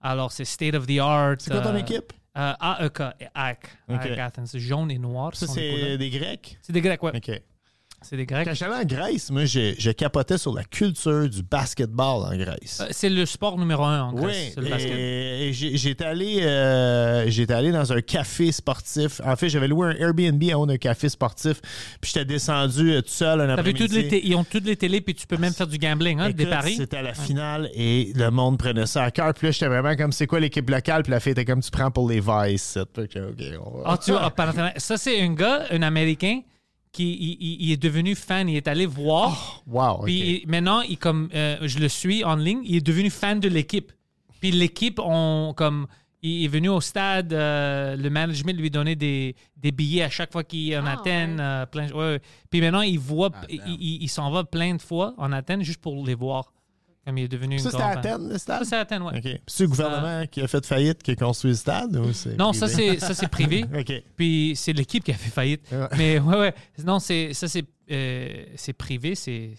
S2: Alors, c'est state of the art.
S3: C'est quoi ton
S2: euh,
S3: équipe?
S2: euh, AEK, et E AEK,
S3: Ok.
S2: AEK Athens. Jaune et noir.
S3: Ça,
S2: sont les couleurs.
S3: c'est des Grecs?
S2: C'est des Grecs, ouais.
S3: hein. OK.
S2: C'est des
S3: Quand
S2: Grecs.
S3: j'allais en Grèce, moi, je, je capotais sur la culture du basketball en Grèce.
S2: Euh, C'est le sport numéro un en Grèce, c'est le
S3: Oui,
S2: basket.
S3: et, et j'ai- j'étais allé, euh, j'étais allé dans un café sportif. En fait, j'avais loué un Airbnb à un café sportif, puis j'étais descendu euh, tout seul un
S2: T'as vu
S3: après-midi. Ah,
S2: toutes les té- ils ont toutes les télés, puis tu peux même faire du gambling, hein, des
S3: Écoute,
S2: paris.
S3: C'était à la finale et le monde prenait ça à cœur. Puis là, j'étais vraiment comme, c'est quoi l'équipe locale? Puis la fille était comme, tu prends pour les Vice. Fait que, OK, on va-
S2: Ah, tu vois, ah, Panathinaikos. ça, c'est un gars, un Américain, qui il, il- il est devenu fan. Il est allé
S3: Oh.
S2: voir.
S3: Wow, OK.
S2: Puis il- maintenant, il, comme, euh, je le suis en ligne, il est devenu fan de l'équipe. Puis l'équipe, on, comme, il est venu au stade, euh, le management lui donnait des, des billets à chaque fois qu'il est en
S4: Ah,
S2: Athènes.
S4: ouais.
S2: euh, plein- ouais, ouais. Puis maintenant, il voit,
S5: Ah,
S2: il,
S5: damn.
S2: il- il s'en va plein de fois en Athènes juste pour les voir. Comme il est devenu
S3: Ça,
S2: une
S3: c'était à
S2: grande fan.
S3: Athènes, le
S2: Ça,
S3: stade?
S2: c'est à Athènes, ouais.
S3: OK. Puis C'est le gouvernement qui a fait faillite, qui a construit le stade? Ou c'est
S2: Non, ça,
S3: privé?
S2: c'est ça, c'est privé.
S3: OK.
S2: Puis c'est l'équipe qui a fait faillite.
S3: Ouais.
S2: Mais ouais, ouais. Non, c'est ça, c'est euh, c'est privé, c'est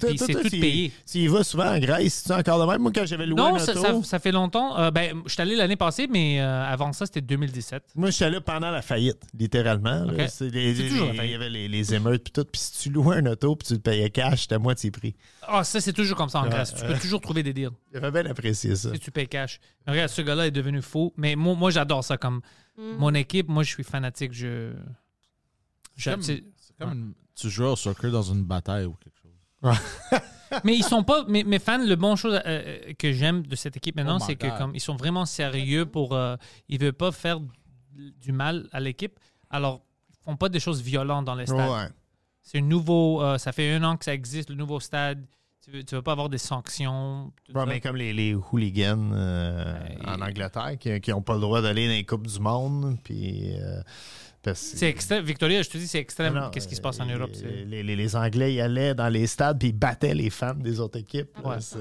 S3: Toi-
S2: Puis
S3: toi-
S2: c'est
S3: toi,
S2: tout
S3: tu y-
S2: payé.
S3: Tu y vas souvent en Grèce, tu encore de même. Moi, quand j'avais loué un
S2: Non,
S3: auto,
S2: ça, ça- ça fait longtemps. Euh, ben, je suis allé l'année passée, mais euh, avant ça, c'était 2017.
S3: moi, j'étais là pendant la faillite, littéralement. là.
S2: Ok.
S3: C'est les-
S2: C'est
S3: les-
S2: toujours la
S3: les-
S2: faillite.
S3: Il y avait les, les émeutes puis tout. Puis si tu louais un auto puis tu le payais cash, c'était à moitié prix.
S2: Ah, ça, c'est toujours comme ça en Grèce. Tu peux toujours trouver des deals.
S3: J'avais bien apprécié ça.
S2: Si tu payes cash. Mais regarde, ce gars-là est devenu fou. Mais moi, moi j'adore ça. Comme mon équipe, moi, je suis fanatique. Je. je-
S5: Comme-
S2: c'est-
S5: C'est comme une- tu joues au soccer dans une bataille ou quelque chose.
S2: mais ils sont pas. Mes, mes fans, le bon chose euh, euh, que j'aime de cette équipe maintenant,
S5: Oh my
S2: c'est que
S5: God.
S2: comme ils sont vraiment sérieux pour. euh, ils veulent pas faire du mal à l'équipe. Alors, ils font pas des choses violentes dans les stades.
S3: Ouais.
S2: C'est nouveau. euh, ça fait un an que ça existe, le nouveau stade. Tu veux, tu veux pas avoir des sanctions. tout
S3: Ouais,
S2: ça. Ben,
S3: mais comme les, les hooligans euh,
S2: Ouais.
S3: en Angleterre qui n'ont pas le droit d'aller dans les Coupes du Monde. Puis. euh, parce que-
S2: C'est extrême. Victoria, je te dis, c'est extrême.
S3: Non, non,
S2: Qu'est-ce qui se
S3: euh,
S2: passe en
S3: les-
S2: Europe?
S3: Les,
S2: C'est-
S3: les- les Anglais y allaient dans les stades puis ils battaient les fans des autres équipes. là.
S2: Ouais.
S3: C'est-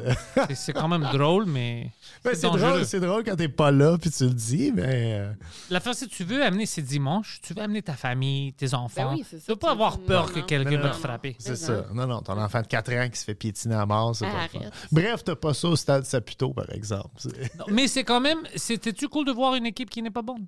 S2: C'est c'est quand même drôle, mais.
S3: Ben,
S2: C'est
S3: c'est drôle,
S2: dangereux.
S3: c'est drôle quand t'es pas là puis tu le dis, mais euh,
S2: L'affaire, c'est que tu veux amener, c'est dimanche, tu veux amener ta famille, tes enfants.
S4: Ben oui, c'est ça,
S2: tu veux
S4: tu
S2: pas avoir
S4: veux-
S2: peur
S4: non,
S2: que
S4: non.
S2: quelqu'un
S3: Non,
S2: va
S3: non,
S2: te
S4: non.
S2: frapper.
S3: c'est
S4: Mais
S3: ça. Non, non, ton enfant de 4 ans qui se fait piétiner à mort, c'est
S4: Ah,
S3: pas le fun.
S4: arrête.
S3: Bref, t'as pas ça au stade Saputo, par exemple. C'est-
S2: Non, mais c'est quand même, c'était-tu cool de voir une équipe qui n'est pas bonne?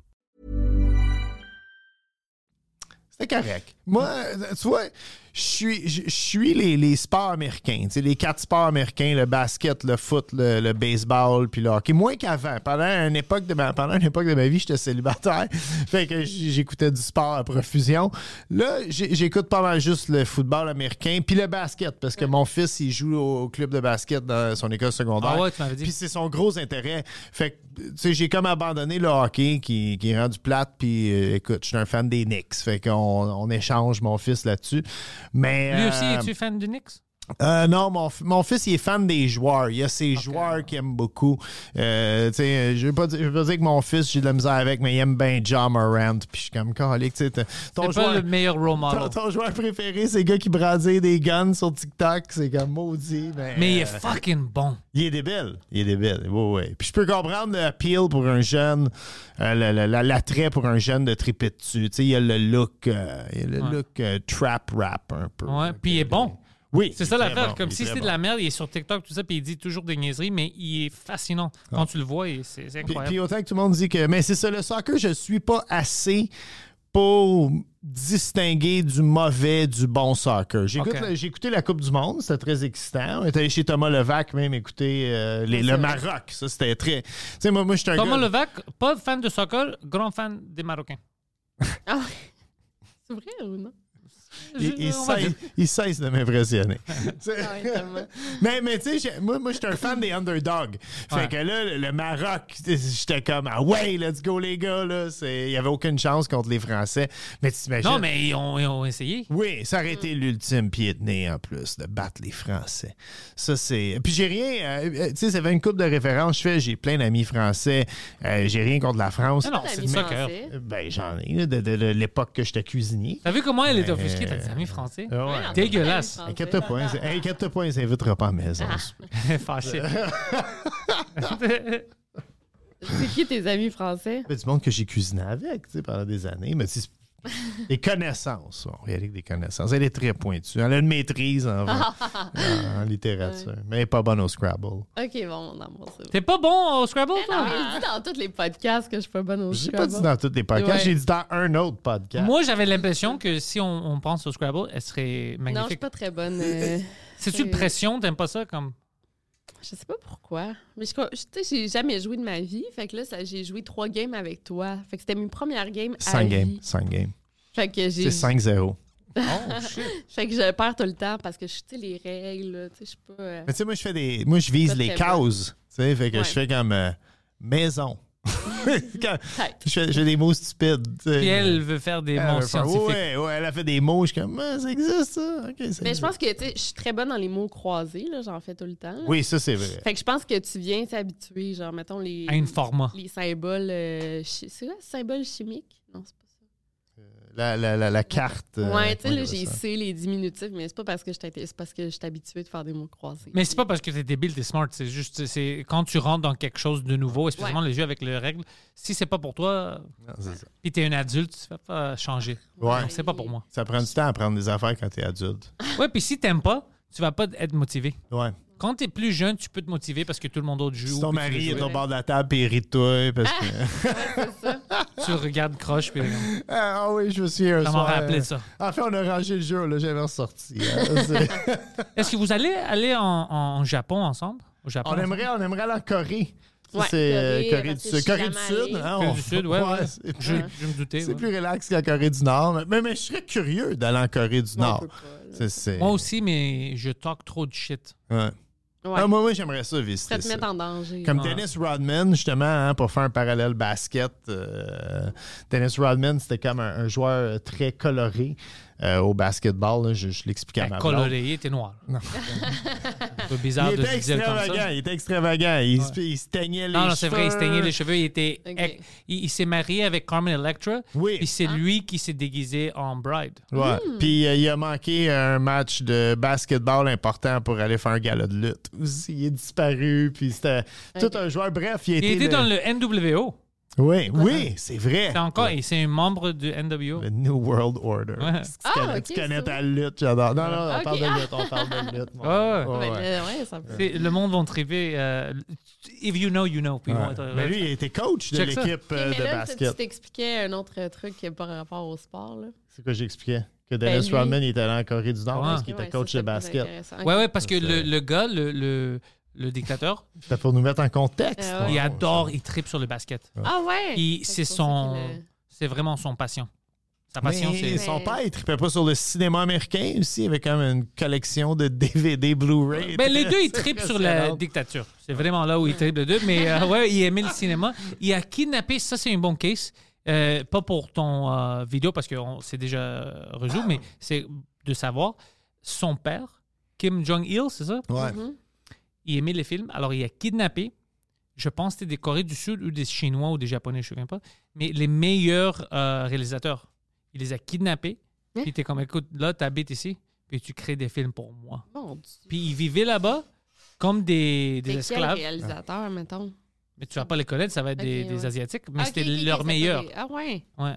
S3: C'était correct. Moi, euh, tu vois, je suis, je je suis les, les sports américains, tu sais, les quatre sports américains, le basket, le foot, le, le baseball, puis le hockey. Moins qu'avant. Pendant une époque de ma, pendant une époque de ma vie, j'étais célibataire. fait que j- j'écoutais du sport à profusion. Là, j'ai- j'écoute pas mal juste le football américain, puis le basket, parce que mon fils, il joue au, au club de basket dans son école secondaire.
S2: Ah ouais, tu m'avais dit.
S3: Puis c'est son gros intérêt. Fait que, tu sais, j'ai comme abandonné le hockey qui, qui est rendu plate. Puis, euh, écoute, je suis un fan des Knicks. Fait qu'on on échange mon fils là-dessus. Mais.
S2: Lui
S3: euh,
S2: aussi, es-tu fan du Knicks?
S3: euh, non, mon, f- mon fils, il est fan des joueurs. Il y a ses joueurs qu'il aime beaucoup. Euh, tu sais, je veux pas dire, je veux pas dire que mon fils, j'ai de la misère avec, mais il aime bien John Morant. Puis, je suis comme, calique, tu sais, t- ton
S2: C'est
S3: joueur-
S2: pas le meilleur role
S3: ton,
S2: model.
S3: ton joueur préféré, c'est le gars qui brasait des guns sur TikTok. C'est comme maudit. ben,
S2: Mais il est
S3: euh,
S2: fucking bon.
S3: il est débile. Il est débile. Oui, oui. Puis je peux comprendre l'appeal pour un jeune, euh, le- le- le- l'attrait pour un jeune de triper dessus. Tu sais, il y a le look, euh, il y a le
S2: Ouais.
S3: look euh, trap rap un peu.
S2: Ouais, puis il est bon.
S3: Oui.
S2: C'est ça l'affaire. Comme si c'était de la merde, il est sur TikTok, tout ça, puis il dit toujours des niaiseries, mais il est fascinant. Quand tu le vois, il- c'est c'est
S3: Ah. Puis,
S2: incroyable.
S3: puis autant que tout le monde dit que. Mais c'est ça, le soccer, je suis pas assez pour distinguer du mauvais du bon soccer. J'écoute
S2: Ok.
S3: la- J'ai écouté la Coupe du Monde, c'était très excitant. On est allé chez Thomas Levac même écouter euh, les- le Maroc. Ça, c'était très. Tu sais, moi, moi je suis un
S2: Thomas
S3: gars-
S2: Levac, pas fan de soccer, grand fan des Marocains.
S4: Ah ouais. C'est vrai ou non?
S3: Il, il
S2: Je- on va
S3: cesse,
S2: dire.
S3: il cesse de m'impressionner. C'est-
S4: Ouais, tellement.
S3: mais mais tu sais, j'ai- moi, moi je suis un fan des underdogs. Fait
S2: Ouais.
S3: que là, le, le Maroc, j'étais comme, ah ouais, let's go les gars. là. C'est- Il n'y avait aucune chance contre les Français. Mais tu t'imagines.
S2: Non, mais Mm. ils ont, ils ont essayé.
S3: Oui, ça aurait été l'ultime pied de nez en plus, de battre les Français. Ça, c'est. Puis j'ai rien. euh, euh, tu sais, ça fait une coupe de référence. Je fais, j'ai plein d'amis français. euh, j'ai rien contre la France.
S2: Non, non, c'est
S4: L'ami
S2: du soccer.
S4: français.
S3: Ben, j'en ai, là, de, de- de l'époque que j'étais cuisinier.
S2: T'as vu comment elle était
S3: Mais-
S2: offusquée, t'as des amis français?
S3: Ah ouais.
S4: Ouais, non,
S2: Dégueulasse.
S4: l'ami français.
S3: Inquiète-toi pas, hein, c'est- inquiète-toi pas, ils s'invitera pas à la maison. Euh.
S2: Fâché.
S4: C'est qui tes amis français?
S3: Il y a du monde que j'ai cuisiné avec tu sais, pendant des années, mais tu sais, c'est- des connaissances, on réalise des connaissances. Elle est très pointue. Elle a une maîtrise en, en- en littérature, mais elle est pas bonne au Scrabble.
S4: Ok, bon, mon amour, c'est bon.
S2: T'es pas bon au Scrabble,
S4: Non,
S2: toi?
S4: mais il dit dans tous les podcasts que je suis pas bonne au
S3: J'ai
S4: jeu
S3: pas dit dans tous les podcasts,
S4: Ouais.
S3: j'ai dit dans un autre podcast.
S2: Moi, j'avais l'impression que si on, on pense au Scrabble, elle serait
S4: Non, je suis
S2: magnifique.
S4: pas très bonne. euh,
S2: C'est-tu de
S4: c'est-
S2: pression? T'aimes pas ça? comme
S4: je sais pas pourquoi. Mais je, je- tu sais, j'ai jamais joué de ma vie. Fait que là, ça- j'ai joué trois games avec toi. Fait que c'était mes premières games à
S3: 5 games,
S4: vie.
S3: 5 games.
S4: Fait que j'ai.
S3: C'est 5-0.
S2: Oh,
S4: Fait que je perds tout le temps parce que je sais tu sais, les règles. là, Tu sais, je suis pas. euh,
S3: Mais tu sais, moi, je fais des. Moi, je vise
S4: Pas
S3: les
S4: très bonne.
S3: causes. Tu sais, fait que
S4: Ouais.
S3: je fais comme euh, maison, Quand-
S4: Tête.
S3: je fais- J'ai des mots stupides. tu sais.
S2: Puis elle veut faire des
S3: Elle
S2: mots
S3: veut faire,
S2: scientifiques.
S3: Euh, Ouais, ouais, elle a fait des mots. Je suis comme, Ah, ça existe, ça. Ok, ça
S4: Mais je
S3: existe.
S4: pense que tu sais, je suis très bonne dans les mots croisés, là, j'en fais tout le temps. là.
S3: Oui, ça, c'est vrai.
S4: Fait que je pense que tu viens t'habituer, genre, mettons, les,
S2: À une format.
S4: les symboles. euh, chi- c'est quoi, symboles chimiques? Non, c'est pas ça.
S3: La, la, la, la carte. euh,
S4: ouais, tu sais, là,
S3: regarde
S4: j'ai
S3: ça.
S4: C, les diminutifs, mais c'est pas parce que je t'inté- c'est parce que je suis habituée de faire des mots croisés.
S2: Mais c'est pas parce que t'es débile, t'es smart. C'est juste, c'est quand tu rentres dans quelque chose de nouveau, et spécialement les jeux avec les règles, si c'est pas pour toi,
S3: Non, c'est ça.
S2: puis t'es un adulte, tu vas pas changer.
S3: Ouais.
S2: Donc, C'est pas pour moi.
S3: Ça prend du temps à prendre des affaires quand t'es adulte.
S2: Ouais, puis si t'aimes pas, tu vas pas être motivé.
S3: Ouais.
S2: Quand t'es plus jeune, tu peux te motiver parce que tout le monde d'autre joue.
S3: Si
S2: puis
S3: ton
S2: tu veux
S3: mari
S2: jouer.
S3: est au bord de la table et il rit de toi parce que.
S2: Tu regardes Croche, puis euh,
S3: Ah ah oui, je me souviens un
S2: ça m'a
S3: soir,
S2: rappelé
S3: euh,
S2: ça.
S3: En fait, on a rangé le jeu, on l'a jamais ressorti. hein. C'est-
S2: Est-ce que vous allez aller en, en Japon ensemble? Au Japon,
S3: on,
S2: ensemble?
S3: aimerait, on aimerait aller en Corée. Ça,
S4: Ouais,
S3: c'est euh,
S4: Corée,
S3: Corée, du
S4: parce que
S3: Sud.
S4: je suis
S3: Corée du
S4: jamais
S3: Sud.
S4: allée.
S3: hein,
S2: Corée
S3: on-
S2: du Sud, ouais, ouais.
S3: c'est
S2: Je,
S3: plus,
S2: je me doutais.
S3: euh, c'est
S2: ouais.
S3: plus relax que la Corée du Nord. mais- Mais, mais je serais curieux d'aller en Corée du
S4: Non, on
S3: Nord.
S4: peut pas, là.
S3: C'est- c'est-
S2: Moi aussi, mais je talk trop de shit.
S3: ouais.
S4: Ouais.
S3: Ah, moi, moi, j'aimerais ça
S4: Prêt à
S3: visiter.
S4: te
S3: ça.
S4: mettre en danger.
S3: Comme
S2: Ouais.
S3: Dennis Rodman, justement, hein, pour faire un parallèle basket, euh, Dennis Rodman, c'était comme un, un joueur euh, très coloré euh, au basketball. là. je je l'expliquais à ma
S2: Ben,
S3: blonde.
S2: coloré, il était noir. C'est un peu bizarre
S3: Il
S2: de
S3: était
S2: se dire comme
S3: extravagant,
S2: ça.
S3: il était extravagant. Il, se-
S2: Ouais.
S3: il se teignait les cheveux.
S2: Non, non, c'est vrai, il se teignait les cheveux. Il était,
S4: Ok.
S2: ec- il, il s'est marié avec Carmen Electra.
S3: Oui.
S2: Puis
S4: Hein?
S2: c'est lui qui s'est déguisé en bride.
S3: Ouais. Puis euh, il a manqué un match de basketball important pour aller faire un gala de lutte. Aussi, il est disparu, puis c'était tout un joueur. Bref, il
S2: Il
S3: était...
S2: était dans le NWO.
S3: Oui, oui, c'est vrai.
S2: C'est encore, et c'est un membre du NWO.
S3: Le New World Order.
S2: Ouais.
S3: Tu
S4: Ah,
S3: connais,
S4: ok,
S3: tu connais
S4: ça.
S3: ta lutte, j'adore. Non, non, on
S4: Ok.
S3: parle de lutte, on parle de lutte. mon
S2: Ouais,
S3: gars.
S4: Ouais,
S3: Ouais, ouais.
S4: euh, ouais, ça peut.
S2: C'est- Le monde va triper. euh, if you know, you know. Puis ils vont être-
S3: Mais lui, il était coach de
S2: Check ça.
S3: l'équipe euh,
S4: Ok,
S3: de
S4: mais là, tu- tu
S3: basket.
S4: t'expliquais un autre truc qui est par rapport au sport. Là.
S3: C'est quoi j'expliquais? Que
S4: Ben,
S3: Dennis
S4: lui-
S3: Rodman, il était allé en Corée du Nord
S2: Ouais.
S3: parce qu'il
S4: Ouais,
S3: était
S4: ça,
S3: coach
S4: c'est
S3: de
S4: plus
S3: basket.
S4: intéressant.
S2: Ouais, ouais, parce que
S3: Ça,
S2: le,
S3: c'est-
S2: le gars, le, le, le dictateur,
S3: C'était pour nous mettre en contexte.
S4: Ah ouais.
S2: il adore, il tripe sur le basket.
S4: Ah ouais?
S2: Il-
S4: Fait que
S2: c'est
S4: pour ça
S2: son,
S4: qu'il a-
S2: c'est vraiment son passion. Sa passion, c'est.
S3: Mais son
S4: Mais-
S3: père, il tripait pas sur le cinéma américain aussi, avec comme une collection de DVD, Blu-ray.
S2: Ben, les deux, ils
S3: C'est
S2: tripent sur la
S3: impressionnant.
S2: dictature. C'est vraiment là où ils tripent les deux. Mais euh, ouais, il aimait le cinéma. Il a kidnappé, ça c'est un bon case. Euh, pas pour ton euh, vidéo parce que on- c'est déjà résolu, mais c'est de savoir. Son père, Kim Jong-il, c'est ça?
S3: Ouais.
S4: Mhm.
S2: il aimait les films, alors il a kidnappé, je pense que c'était des Corées du Sud ou des Chinois ou des Japonais, je ne sais pas, mais les meilleurs euh, réalisateurs. Il les a kidnappés, puis il était comme, écoute, là, tu habites ici, puis tu crées des films pour moi.
S4: Mon Dieu.
S2: Puis ils vivaient là-bas comme des, des
S4: Des
S2: esclaves,
S4: réalisateurs, mettons.
S2: mais tu vas pas les connaître, ça va être
S4: Ok,
S2: des, des
S4: ouais.
S2: Asiatiques, mais
S4: Ah,
S2: c'était
S4: ok, ok, ok,
S2: leurs
S4: ça peut
S2: meilleurs.
S4: être- Ah ouais.
S2: Ouais.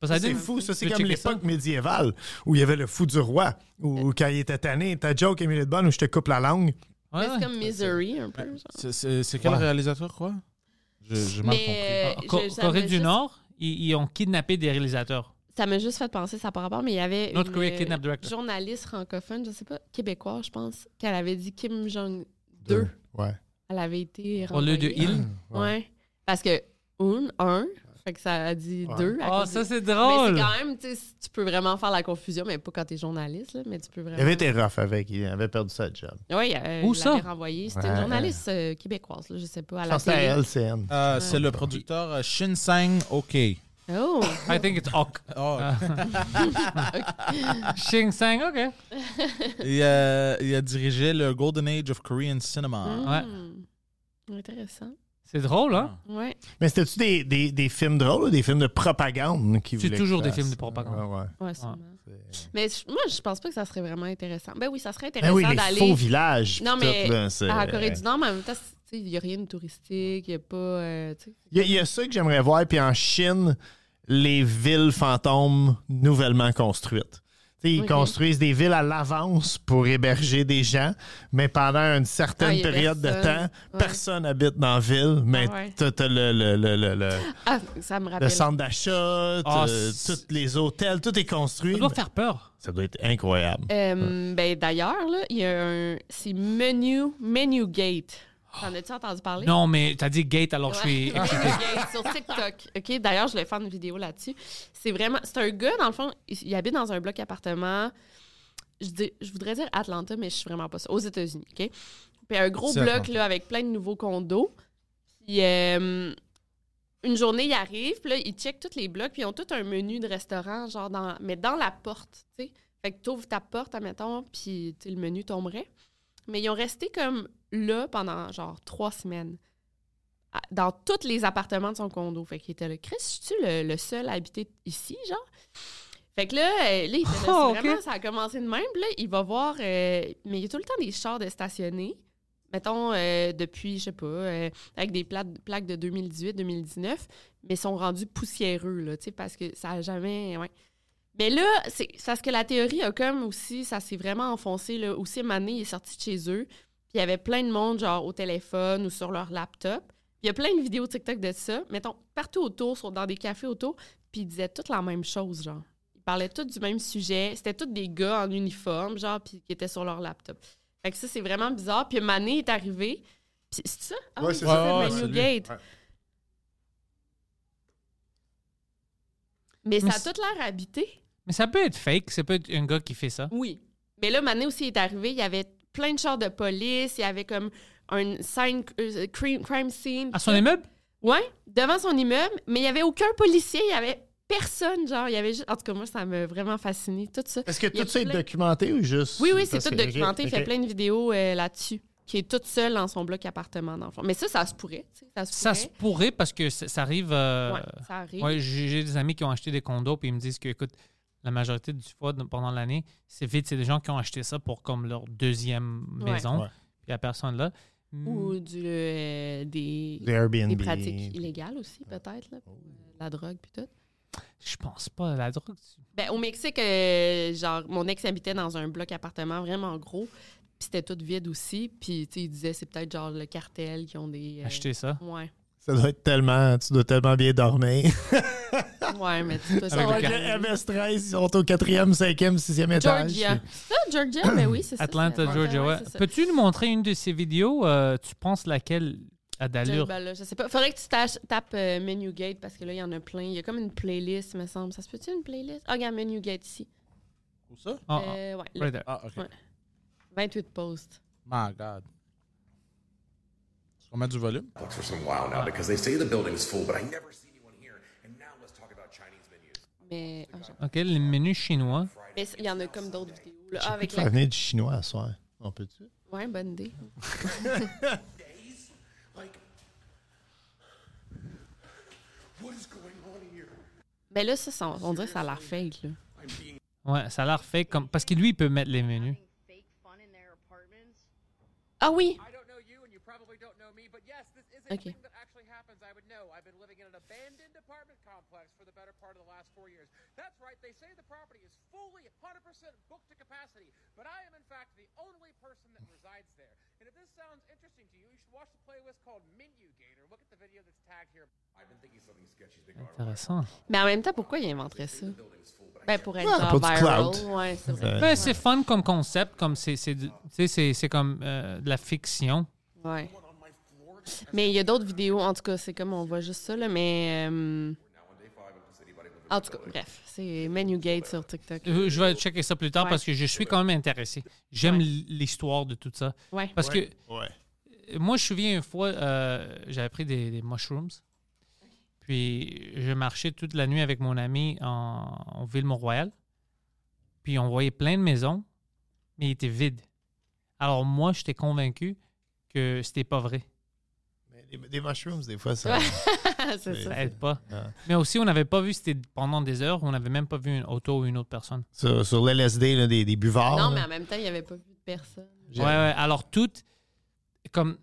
S3: Ça,
S2: Ça,
S3: C'est
S2: dit-
S3: fou, ça. C'est
S2: tu veux
S3: comme
S2: checker ça?
S3: l'époque médiévale où il y avait le fou du roi, où,
S4: Euh.
S3: où quand il était tanné, ta joke, Emily de Bonne, où je te coupe la langue.
S2: Ouais,
S4: Mais
S2: ouais.
S4: C'est comme Misery, un peu. genre.
S5: C'est- C'est c'est quel
S3: Ouais.
S5: réalisateur, quoi? Je- J'ai mal compris.
S4: Mais
S2: Ah,
S4: euh,
S2: Co-
S4: je- ça
S2: Corée
S4: m'a
S2: du
S4: juste-
S2: Nord, ils, ils ont kidnappé des réalisateurs.
S4: Ça m'a juste fait penser, ça par rapport, mais il y avait
S2: North
S4: une
S2: Korea
S4: euh,
S2: kidnapped director.
S4: journaliste francophone, je sais pas, québécois, je pense, qu'elle avait dit Kim Jong-2.
S3: Ouais.
S4: Elle avait été
S2: Au lieu de
S4: renvoyée.
S2: il.
S4: Ouais. Parce que un, un, fait que ça a dit
S3: Ouais.
S4: deux. à
S2: Ah,
S4: cause
S2: ça,
S4: de-
S2: c'est
S4: Mais
S2: drôle.
S4: c'est quand même, tu sais, tu peux vraiment faire la confusion, mais pas quand t'es journaliste, là, mais tu peux
S3: Il avait
S4: vraiment.
S3: été rough avec, il avait perdu sa job.
S4: Oui, euh,
S2: Où
S4: il
S2: ça?
S4: l'avait renvoyé. C'était
S3: Ouais.
S4: une journaliste euh, québécoise, là, je sais pas, à
S3: Je
S4: la
S3: pense que c'était
S4: télé.
S3: à LCN.
S5: Euh, C'est le producteur euh, Shinseng OK.
S4: Oh!
S2: I think it's ok.
S5: Oh,
S2: Shing Sang, ok.
S5: il, a, il a dirigé le Golden Age of Korean Cinema.
S2: Ouais.
S4: Hmm. Intéressant.
S2: C'est drôle, hein?
S3: Ah.
S4: Ouais.
S3: Mais c'était-tu des, des, des films drôles ou des films de propagande qui
S2: C'est
S3: voulaient
S2: toujours
S3: que
S2: des films de
S3: fasse?
S2: propagande.
S3: Ouais, ouais.
S4: Ouais, sûrement. Mais je- moi, je pense pas que ça serait vraiment intéressant. Ben oui, ça serait
S3: Ben
S4: intéressant
S3: oui, les faux
S4: d'aller
S3: villages.
S4: Non,
S3: puis
S4: mais
S3: tout, là, c'est-
S4: à la Corée du Nord, mais en même temps, c'est- tu sais, il n'y a rien de touristique, il n'y a pas. euh, tu sais.
S3: Il y, a- il y a ça que j'aimerais voir. Puis en Chine, les villes fantômes nouvellement construites. Tu sais, ils
S4: Ok.
S3: construisent des villes à l'avance pour héberger des gens, mais pendant une certaine
S4: Ah, il y a
S3: période de
S4: personne.
S3: temps,
S4: Ouais.
S3: personne habite dans la ville, mais
S4: Ah ouais.
S3: t'as t'as le, le, le, le, le-
S4: Ah, ça me
S3: le
S4: rappelle.
S3: centre d'achat,
S2: Ah,
S3: t'as-
S2: c'est-
S3: tous les hôtels, tout est construit.
S2: Ça doit faire peur.
S3: Ça doit être incroyable.
S4: Euh, Ben d'ailleurs, là, il y a un. C'est Menu, menu Gate. T'en as-tu entendu parler?
S2: Non, mais t'as dit gate, alors
S4: Ouais.
S2: je suis
S4: Menu
S2: excité.
S4: Gate sur TikTok. OK, d'ailleurs, je vais faire une vidéo là-dessus. C'est vraiment. C'est un gars, dans le fond, il, il habite dans un bloc appartement. Je, dis- je voudrais dire Atlanta, mais je suis vraiment pas ça. Aux États-Unis, OK? Puis un gros
S5: C'est
S4: bloc,
S5: Atlanta.
S4: là, avec plein de nouveaux condos. Puis. euh, une journée, ils arrivent, puis là, ils checkent tous les blocs, puis ils ont tout un menu de restaurant, genre, dans, mais dans la porte, tu sais. Fait que t'ouvres ta porte, admettons, puis tu sais, le menu tomberait. Mais ils ont resté comme là pendant, genre, trois semaines. à- Dans tous les appartements de son condo. Fait qu'il était là, Chris, suis-tu le, le seul à habiter ici, genre? Fait que là, euh, là, il était là,
S6: Oh,
S4: C'est vraiment,
S6: ok.
S4: ça a commencé de même. Puis Là, il va voir, euh, mais il y a tout le temps des chars de stationnés. Mettons, euh, depuis, je sais pas, euh, avec des pla- plaques de 2018-2019, mais sont rendus poussiéreux, là, tu sais, parce que ça a jamais... ouais. Mais là, c'est c'est parce que la théorie a comme aussi, ça s'est vraiment enfoncé, là. Aussi, Mané est sorti de chez eux, puis il y avait plein de monde, genre, au téléphone ou sur leur laptop. Il y a plein de vidéos TikTok de ça. Mettons, partout autour, sur- dans des cafés autour, puis ils disaient toutes la même chose, genre. Ils parlaient tous du même sujet. C'était tous des gars en uniforme, genre, puis qui étaient sur leur laptop. Fait que ça, c'est vraiment bizarre. Puis Mané est arrivé. Puis c'est ça? Ah
S3: Ouais,
S4: oui,
S3: c'est
S4: c'est
S3: ça.
S4: ça,
S5: Ouais, ouais,
S4: Manu
S5: c'est lui.
S4: Gate.
S3: Ouais.
S4: Mais,
S2: Mais
S4: ça
S2: c'est-
S4: a tout l'air habité.
S2: Mais ça peut être fake, ça peut être un gars qui fait ça.
S4: Oui. Mais là, Mané aussi est arrivé. Il y avait plein de chars de police. Il y avait comme un scène, euh, crime, crime scene.
S2: À son immeuble?
S4: Ouais, devant son immeuble. Mais il y avait aucun policier. Il y avait personne. Genre, il y avait juste... En tout cas, moi, ça m'a vraiment fasciné. Tout ça.
S3: Est-ce que
S4: Il y a
S3: tout ça est
S4: plein-
S3: documenté ou juste.
S4: Oui, oui, c'est
S3: parce
S4: tout
S3: que-
S4: documenté.
S3: ok,
S4: Il fait
S3: ok.
S4: plein de vidéos euh, là-dessus. Qui est toute seule dans son bloc appartement, dans le fond. Mais ça, ça se pourrait. tu sais, Ça se
S2: Ça se
S4: pourrait.
S2: pourrait parce que ça, ça arrive. euh,
S4: Ouais, ça arrive.
S2: ouais, j'ai j'ai des amis qui ont acheté des condos puis ils me disent que, écoute, la majorité du fois dans- pendant l'année, c'est vite, c'est des gens qui ont acheté ça pour comme leur deuxième
S4: Ouais.
S2: maison.
S3: Ouais.
S2: Puis la personne là. Hmm,
S4: Ou du, euh, des,
S3: Des Airbnb.
S4: des pratiques illégales aussi, peut-être. là,
S3: Oh.
S4: pour, euh, La drogue, puis tout.
S2: Je pense pas à la drogue.
S4: Ben, au Mexique, euh, genre, mon ex habitait dans un bloc appartement vraiment gros, puis c'était tout vide aussi. Puis, tu sais, il disait, c'est peut-être genre le cartel qui ont des. euh,
S2: Acheter ça.
S4: Ouais,
S3: Ça doit être tellement. Tu dois tellement bien dormir.
S4: ouais, mais tu sais,
S2: Avec
S4: ça-
S2: le cartel.
S4: Ouais.
S3: MS13, ils sont au quatrième, cinquième, sixième étage.
S4: Georgia. Ça, Georgia, ben oui, c'est ça.
S2: Atlanta,
S4: c'est Atlanta,
S2: Georgia, ouais.
S4: c'est ça.
S2: Peux-tu nous montrer une de ces vidéos? euh, tu penses laquelle a d'allure?
S4: Ben là, je sais pas. Faudrait que tu tâches- tapes euh, Menu Gate parce que là, il y en a plein. Il y a comme une playlist, me semble. Ça se peut-tu une playlist? Ah, regarde, Menu Gate ici.
S5: Où ça?
S2: Ah, ah,
S4: Euh, ouais, là,
S2: right there.
S5: Ah, OK.
S4: Ouais. 28 posts.
S5: My God. Est-ce qu'on met du volume?
S7: Netflix for some while now because they say the building's full, but I never see anyone here. And now let's talk about Chinese menus.
S4: Mais ah, j'en-
S2: OK, le menu chinois.
S4: mais il y en a comme d'autres vidéos. Là, Ah, avec
S3: Ça
S4: la...
S3: venait du chinois à soir. On peut-tu?
S4: Ouais, bonne idée.
S7: Days? Like, what is going on here?
S4: Mais Ben là, ça, ça- on dirait que ça a l'air fake, là.
S2: Ouais, ça a l'air fake. Comme... Parce que lui, il peut mettre les menus.
S4: Ah oui!
S8: I don't know you, and you probably don't know me, but yes, this is a
S4: Okay.
S8: thing that actually happens. I would know. I've been living in an abandoned apartment complex for the better part of the last four years. That's right. They say the property is fully 100% booked to capacity, but I am in fact the only person that resides there. And if this sounds interesting to you, you should watch the playlist called Menu Gator. Look at the video that's tagged here.
S2: Intéressant.
S4: Mais en même temps, pourquoi il inventerait ça? Ben, pour être
S3: Ouais,
S4: genre
S3: pour du
S4: viral.
S3: clout.
S4: Ouais, c'est vrai.
S3: Euh,
S2: Ben, c'est fun comme concept, comme c'est c'est du- tu sais, c'est- c'est comme euh, de la fiction.
S4: Ouais. Mais il y a d'autres vidéos, en tout cas, c'est comme on voit juste ça, là, mais. euh, en tout cas, bref, c'est Menu Gate sur TikTok.
S2: Euh, Je vais checker ça plus tard
S4: Ouais.
S2: parce que je suis quand même intéressé. J'aime
S4: Ouais.
S2: l'histoire de tout ça.
S4: Ouais.
S2: Parce que euh,
S3: Ouais.
S2: moi, je me souviens une fois, euh, j'avais pris des, des mushrooms. Puis je marchais toute la nuit avec mon ami en, en ville Mont-Royal. Puis on voyait plein de maisons, mais ils étaient vides. Alors moi, j'étais convaincu que c'était pas vrai.
S3: Mais des, des mushrooms, des fois, ça.
S4: c'est ça.
S3: Ouais.
S2: Ça aide pas.
S3: Ah.
S2: Mais aussi, on n'avait pas vu, c'était pendant des heures, on n'avait même pas vu une auto ou une autre personne.
S3: sur sur l'LSD, là, des, des buvards.
S4: Non,
S3: là.
S4: mais en même temps, il n'y avait pas vu de personne.
S3: J'ai-
S2: Ouais, ouais. Alors, toutes, comme,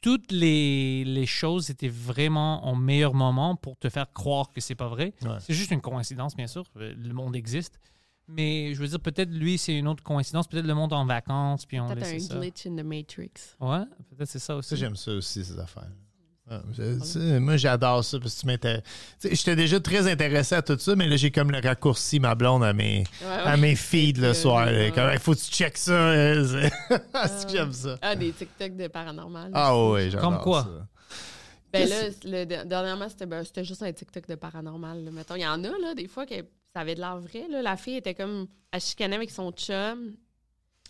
S2: toutes les, les choses étaient vraiment au meilleur moment pour te faire croire que c'est pas vrai.
S3: Ouais.
S2: C'est juste une coïncidence, bien sûr. euh, Le monde existe. Mais je veux dire, peut-être lui, c'est une autre coïncidence. Peut-être le monde en vacances, puis on
S4: Peut-être
S2: laissait ça.
S4: un glitch in the Matrix.
S2: Ouais, peut-être c'est ça
S3: Ça,
S2: aussi.
S3: j'aime ça aussi, ces Ah, affaires. Ouais, je- tu sais, moi, j'adore ça parce que tu m'intéresses. Tu sais, J'étais déjà très intéressé à tout ça, mais là, j'ai comme le raccourci, ma blonde, à mes,
S2: Ah,
S4: Ouais,
S3: à
S4: ouais.
S3: mes feeds le
S4: Euh,
S3: soir. là.
S4: ouais.
S3: Comme, hey, faut que tu checkes ça. euh, c'est- Est-ce que j'aime ça?
S4: Ah, des TikTok de paranormal.
S3: Ah oui, j'adore
S2: Comme quoi?
S3: ça.
S4: Ben là, le, de- dernièrement, c'était ben, c'était juste un TikTok de paranormal. là. Mettons, il y en a, là, des fois, que ça avait de l'air vrai. Là. La fille était comme, elle chicanait avec son chum.